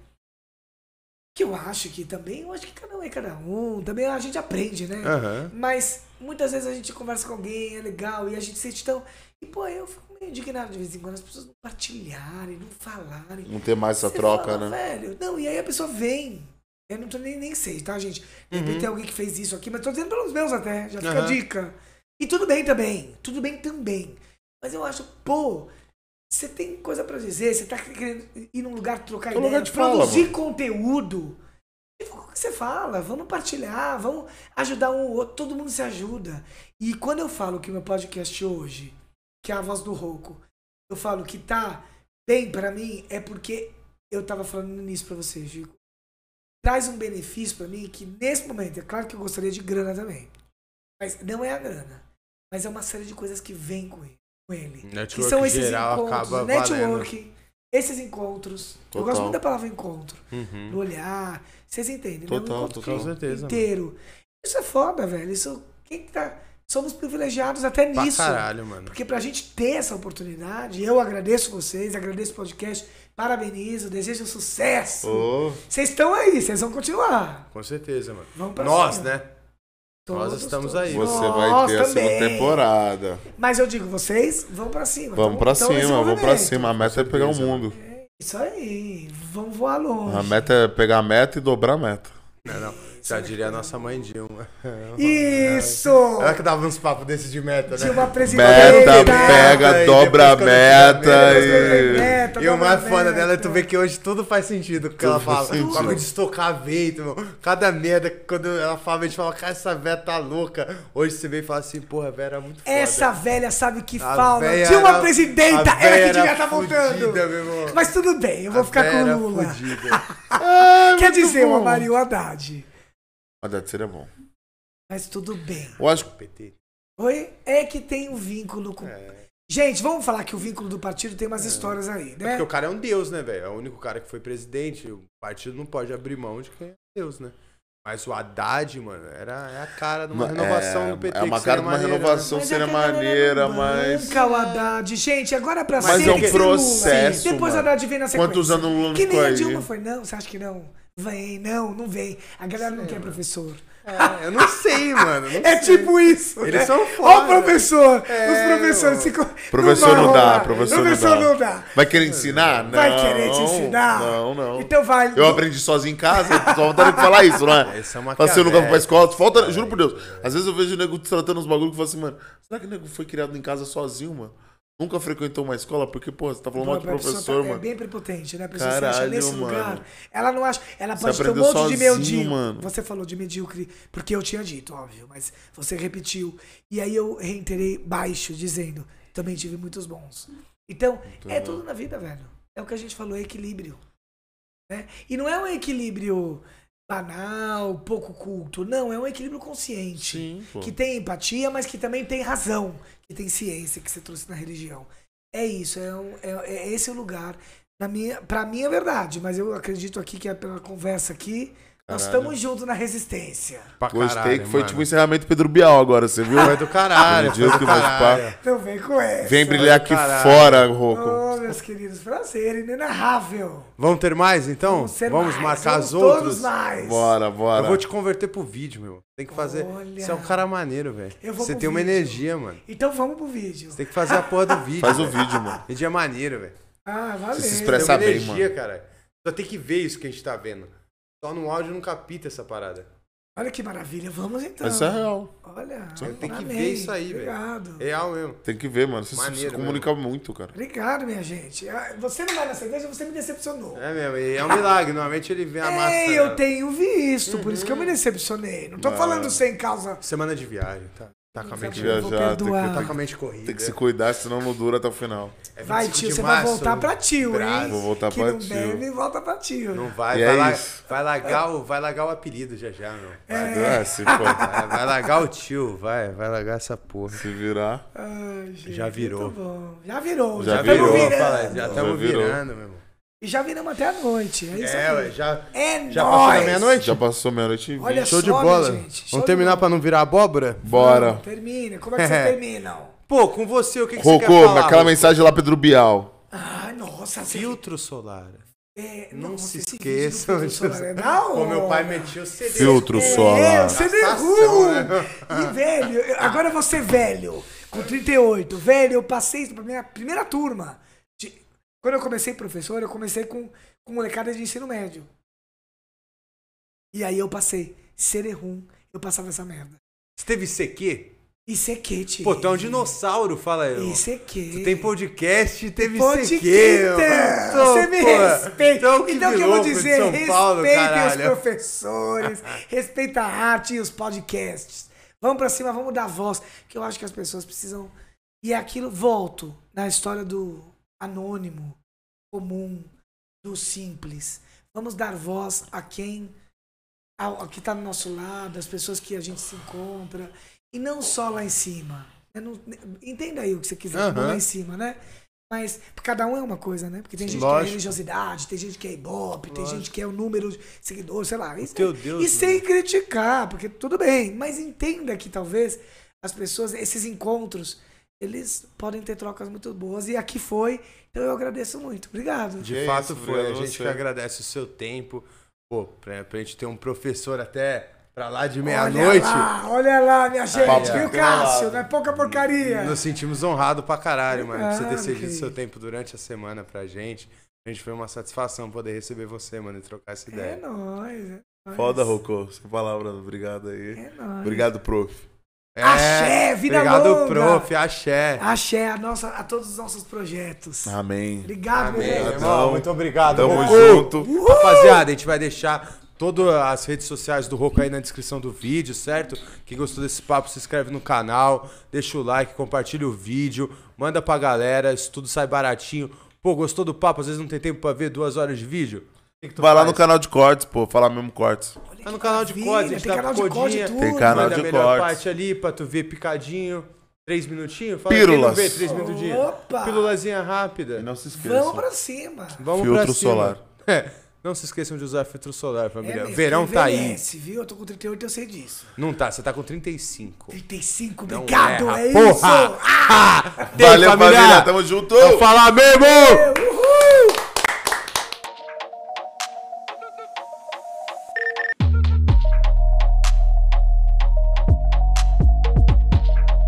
Que eu acho que também, eu acho que cada um é cada um, também a gente aprende, né? Aham. Mas muitas vezes a gente conversa com alguém, é legal, e a gente sente tão. E pô, eu fico meio indignado de vez em quando, as pessoas não partilharem, não falarem. Não ter mais essa Você troca, fala, né? Velho, não, e aí a pessoa vem. Eu não tô nem, nem sei, tá, gente? De Uhum. repente tem alguém que fez isso aqui, mas tô dizendo pelos meus até, já fica a Aham. dica. E tudo bem também, tudo bem também. Mas eu acho, pô, você tem coisa pra dizer, você tá querendo ir num lugar trocar Tem É ideia, um lugar de fala, produzir mano. conteúdo. E o que você fala? Vamos partilhar, vamos ajudar um ou outro, todo mundo se ajuda. E quando eu falo que meu podcast hoje, que é a voz do rouco, eu falo que tá bem pra mim, é porque eu tava falando no início pra vocês, Chico. Traz um benefício pra mim que nesse momento, é claro que eu gostaria de grana também. Mas não é a grana. Mas é uma série de coisas que vem com ele. Com ele que Network são esses geral encontros, acaba valendo. networking, esses encontros. Eu Total. gosto muito da palavra encontro. Uhum. Do olhar. Vocês entendem, né? Total, Um encontro total. Com certeza. mano. inteiro. Isso é foda, velho. Isso. Quem que tá. Somos privilegiados até Pra nisso. caralho, mano. Porque pra gente ter essa oportunidade, eu agradeço vocês, agradeço o podcast, parabenizo, desejo sucesso. Ô, Vocês estão aí, vocês vão continuar. Com certeza, mano. Vamos pra Nós, cima. né? Todos, Nós estamos todos. aí. você Nós vai ter a segunda também. temporada. Mas eu digo, vocês vão pra cima. Vamos Então- pra então esse cima, vamos pra movimento. cima. A meta é pegar o certeza. mundo. Isso aí, vamos voar longe. A meta é pegar a meta e dobrar a meta. Não, não. Já diria a nossa mãe Dilma. Isso! Ela que dava uns papos desse de meta, né? Tinha uma presidenta. Meta, E pega, depois dobra a quando meta chega e. Meta, E o mais dobra foda meta. dela é tu ver que hoje tudo faz sentido o que ela fala. sentido. O bagulho de estocar vento, irmão. Cada merda, que quando ela fala, a gente fala, cara, essa véia tá louca. Hoje você vem e fala assim, porra, a véia era muito foda. Essa velha sabe que A fauna. véia Tinha uma era- presidenta, a ela que véia devia era estar voltando. fudida, meu irmão. Mas tudo bem, eu vou A ficar véia com o era Lula. fudida. Quer dizer, bom. uma Maria Haddad. Haddad seria bom. Mas tudo bem. Eu acho que PT. Oi? É que tem um vínculo com. É. Gente, vamos falar que o vínculo do partido tem umas histórias aí, É né? porque o cara é um deus, né, velho? É o único cara que foi presidente. O partido não pode abrir mão de quem é deus, né? Mas o Haddad, mano, era é a cara de uma É, renovação do PT. é uma que seria cara de uma maneira, né? renovação. Mas seria é que a galera maneira, não mas- banca o Haddad. Gente, agora pra Mas ser é um tem que ser Lula. processo, Sim, Depois o mano. Haddad vem na sequência. Quantos anos o Lula não Que nem ficou a aí? Dilma foi, não? Você acha que não? Vem, não, não vem. A galera não quer professor. É, eu não sei, mano. não É sei. tipo isso. Eles né? são Ó, foda. o professor. É, os professores ó. ficam. Professor vai não dá, rolar. professor, professor não, dá. Vai querer ensinar? Não. Vai querer te ensinar? Não, não. Então vai. Eu aprendi sozinho em casa, só vontade de falar isso, não é? Essa é uma Passei no caverna. campo pra escola, É. falta, juro por Deus. Às vezes eu vejo o nego tratando uns bagulho que eu falo assim, mano, será que o nego foi criado em casa sozinho, mano? Nunca frequentou uma escola? Porque, pô, você tá falando mal de Pô, a pessoa professor, tá, É mano. bem prepotente, né? A pessoa se acha Caralho, nesse lugar. mano. Ela não acha. Ela pode ter um aprendeu monte de sozinho, medíocre. mano. Você falou de medíocre, porque eu tinha dito, óbvio, mas você repetiu. E aí eu reiterei baixo, dizendo, também tive muitos bons. Então, é tudo na vida, velho. É o que a gente falou, é equilíbrio. né? E não é um equilíbrio banal, pouco culto. Não, é um equilíbrio consciente. Sim, pô. Que tem empatia, mas que também tem razão. Que tem ciência que você trouxe na religião. É isso, é, um- é- é esse o lugar. Na minha, pra mim é verdade, mas eu acredito aqui que é pela conversa aqui. Nós Caralho. estamos juntos na resistência. Pra Gostei caralho, que foi mano. tipo o encerramento Pedro Bial agora, você viu? Foi do caralho. Meu Deus, foi do que mais caralho. pá. Então vem com essa. Vem brilhar um aqui Caralho. fora, Rocco. Oh, meus queridos, prazer, inenarrável. Vamos ter mais, então? Vamos ser mais, marcar vamos os todos outros. mais. Bora, Eu bora. vou te converter pro vídeo, meu. Tem que fazer. Olha. Você é um cara maneiro, velho. Eu vou Você pro tem uma vídeo. energia, mano. Então vamos pro vídeo. Você tem que fazer a porra do vídeo. Faz o velho. vídeo, mano. Vídeo é maneiro, velho. Ah, valeu. se Tem expressa- uma Essa bem, energia, cara. Só tem que ver isso que a gente tá vendo. Só no áudio não capita essa parada. Olha que maravilha, vamos então. Mas isso é real. Olha, Tem que amei. ver isso aí, velho. Obrigado. Real mesmo. Tem que ver, mano. Você se Maneiro, comunica muito, cara. Obrigado, minha gente. Ah, Você não vai na cerveja, você me decepcionou. É mesmo. E é um milagre. Normalmente ele vem a massa. né? Ei, eu tenho visto, por isso que eu Uhum. me decepcionei. Não tô falando sem causa. Semana de viagem, tá? Tá com a mente, viajar, vou tem que- perdoar. tá com a mente corrida. Tem que se cuidar, senão não dura até o final. É 25 Vai, tio, de você vai março, voltar pra tio, hein? Brás. Vou voltar que pra não tio. bebe, volta pra tio. Não vai, E vai, é la- isso. vai largar o, vai largar o apelido já já, meu. Vai, É, se for. vai, vai largar o tio, vai, vai largar essa porra. Se virar. Ai, gente, Já virou. muito bom. Já virou. Já Já, Já tamo virou, virando. fala, já estamos virou. virando, meu irmão. E já viramos até a noite. É isso É, aí. ué, já, É já nóis. passou da Tá meia-noite? Já passou meia-noite e Olha vinte. Show de só, bola. minha é gente, show Vamos de terminar bola. pra não virar abóbora? Não, Bora. Termina. Como é que vocês terminam? Pô, com você, o que, que você quer Rocô, falar? aquela Rocô? mensagem lá, Pedro Bial. Ai, Ah, nossa. você- Filtro solar. É, Não nossa, se esse vídeo do esqueçam Pedro disso. Solar é da Pô, meu pai hora. metia o CD. Filtro É, solar. você Gastação, derruba. E velho, eu- agora você velho, com 38, velho, eu passei pra minha primeira turma. de- quando eu comecei professor, eu comecei com, com molecada de ensino médio. E aí eu passei Cererum, eu passava essa merda. Você teve CQ? Isso é quente. Pô, tu é um dinossauro, fala aí. Isso é que. Tu tem podcast e teve Podcast, CQ. meu. então, Tô, Você me pô, respeita. Então, que o que eu vou louco de dizer? São Paulo, respeita os caralho. professores, respeita a arte e os podcasts. Vamos pra cima, vamos dar voz. Que eu acho que as pessoas precisam. E é aquilo, volto na história do anônimo, comum, do simples. Vamos dar voz a quem ao, ao que está do nosso lado, as pessoas que a gente se encontra, e não só lá em cima. Eu não- entenda aí o que você quiser, não Aham. lá em cima, né? Mas cada um é uma coisa, né? Porque tem Sim. gente que Lógico. é religiosidade, tem gente que é ibope, tem gente que é o número de seguidores, sei lá. Isso teu Deus, né? e sem criticar, porque tudo bem, mas entenda que talvez as pessoas, esses encontros, eles podem ter trocas muito boas, e aqui foi, então eu agradeço muito. Obrigado. De Que fato isso, foi. A obrigado a gente você. é que agradece o seu tempo. Pô, pra, pra gente ter um professor até pra lá de Olha meia-noite. Ah, lá, olha lá, minha gente. Papo viu, de Cássio? pelado. Não é pouca porcaria. Nos sentimos honrados pra caralho, mano. Por você ter Obrigado, cedido que é. seu isso. tempo durante a semana pra gente. A gente foi uma satisfação poder receber você, mano, e trocar essa É ideia. nóis. é Mas- Foda, Rocô. Sem palavras. Obrigado aí. É nóis. Obrigado, prof. Axé, vida É, Obrigado, longa. prof. Axé. Axé a, nossa, a todos os nossos projetos. Amém. Obrigado, meu Meu velho. irmão, muito obrigado. Tamo Rocco. junto. Rapaziada, a gente vai deixar todas as redes sociais do Roco aí na descrição do vídeo, certo? Quem gostou desse papo, se inscreve no canal, deixa o like, compartilha o vídeo, manda pra galera, isso tudo sai baratinho. Pô, gostou do papo? Às vezes não tem tempo pra ver duas horas de vídeo. O que que tu Vai lá faz? no canal de cortes, pô. Falar mesmo cortes. Tá no canal de Maravilha, corte, a gente tem dá canal de corte e picodinha. tudo. Tem canal Manda a de melhor cortes. parte ali pra tu ver picadinho. Três minutinhos? Fala, Pílulas. Quem não vê, três minutinhos. Opa! Pílulazinha rápida. E não se esqueçam. Vamos pra cima. Vamos Filtro pra cima. solar. É, não se esqueçam de usar filtro solar, família. É mesmo, Verão tá aí. envelhece, viu? Eu tô com 38, eu sei disso. Não tá, você tá com 35. 35, Não obrigado, erra, é porra! isso! Ah! Tem, Valeu, família. É família. Tamo junto. Vamos falar mesmo! Ah,